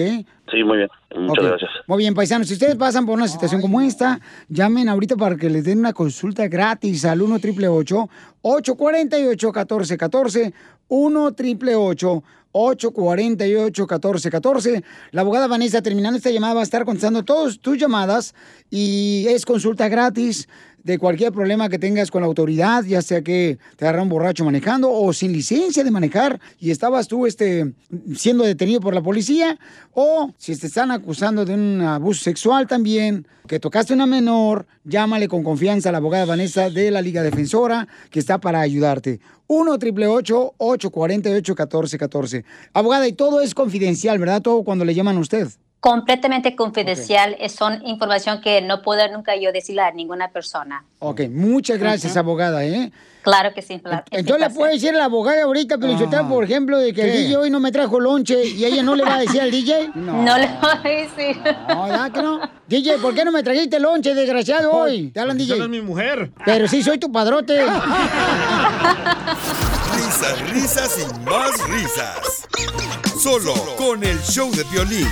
[SPEAKER 22] Sí, muy bien. Muchas
[SPEAKER 1] Ok.
[SPEAKER 22] gracias.
[SPEAKER 1] Muy bien, paisanos, si ustedes pasan por una situación como esta, llamen ahorita para que les den una consulta gratis al 1 888 848 1414 1 888 848 1414 La abogada Vanessa, terminando esta llamada, va a estar contestando todas tus llamadas y es consulta gratis de cualquier problema que tengas con la autoridad, ya sea que te agarraron borracho manejando o sin licencia de manejar y estabas tú este, siendo detenido por la policía, o si te están acusando de un abuso sexual también, que tocaste a una menor, llámale con confianza a la abogada Vanessa de la Liga Defensora, que está para ayudarte. 1 888 848 1414 Abogada, y todo es confidencial, ¿verdad? Todo cuando le llaman a usted.
[SPEAKER 27] Completamente confidencial, eh, son información que no puedo nunca yo decirle a ninguna persona.
[SPEAKER 1] Ok, muchas gracias, abogada, ¿eh?
[SPEAKER 27] Claro que sí. pla- es mi
[SPEAKER 1] Entonces le
[SPEAKER 27] placer.
[SPEAKER 1] puede decir a la abogada ahorita, Pelichotero, por ejemplo, de que el
[SPEAKER 27] ¿Qué?
[SPEAKER 1] DJ hoy no me trajo lonche y ella no le va a decir al DJ.
[SPEAKER 27] No, le voy a decir.
[SPEAKER 1] No, ¿verdad que no? DJ, ¿por qué no me trajiste lonche, desgraciado, hoy? Te hablan
[SPEAKER 2] Porque
[SPEAKER 1] DJ.
[SPEAKER 2] tú eres mi mujer.
[SPEAKER 1] Pero sí soy tu padrote.
[SPEAKER 7] Risas, risas y más risas. Solo con el show de violín.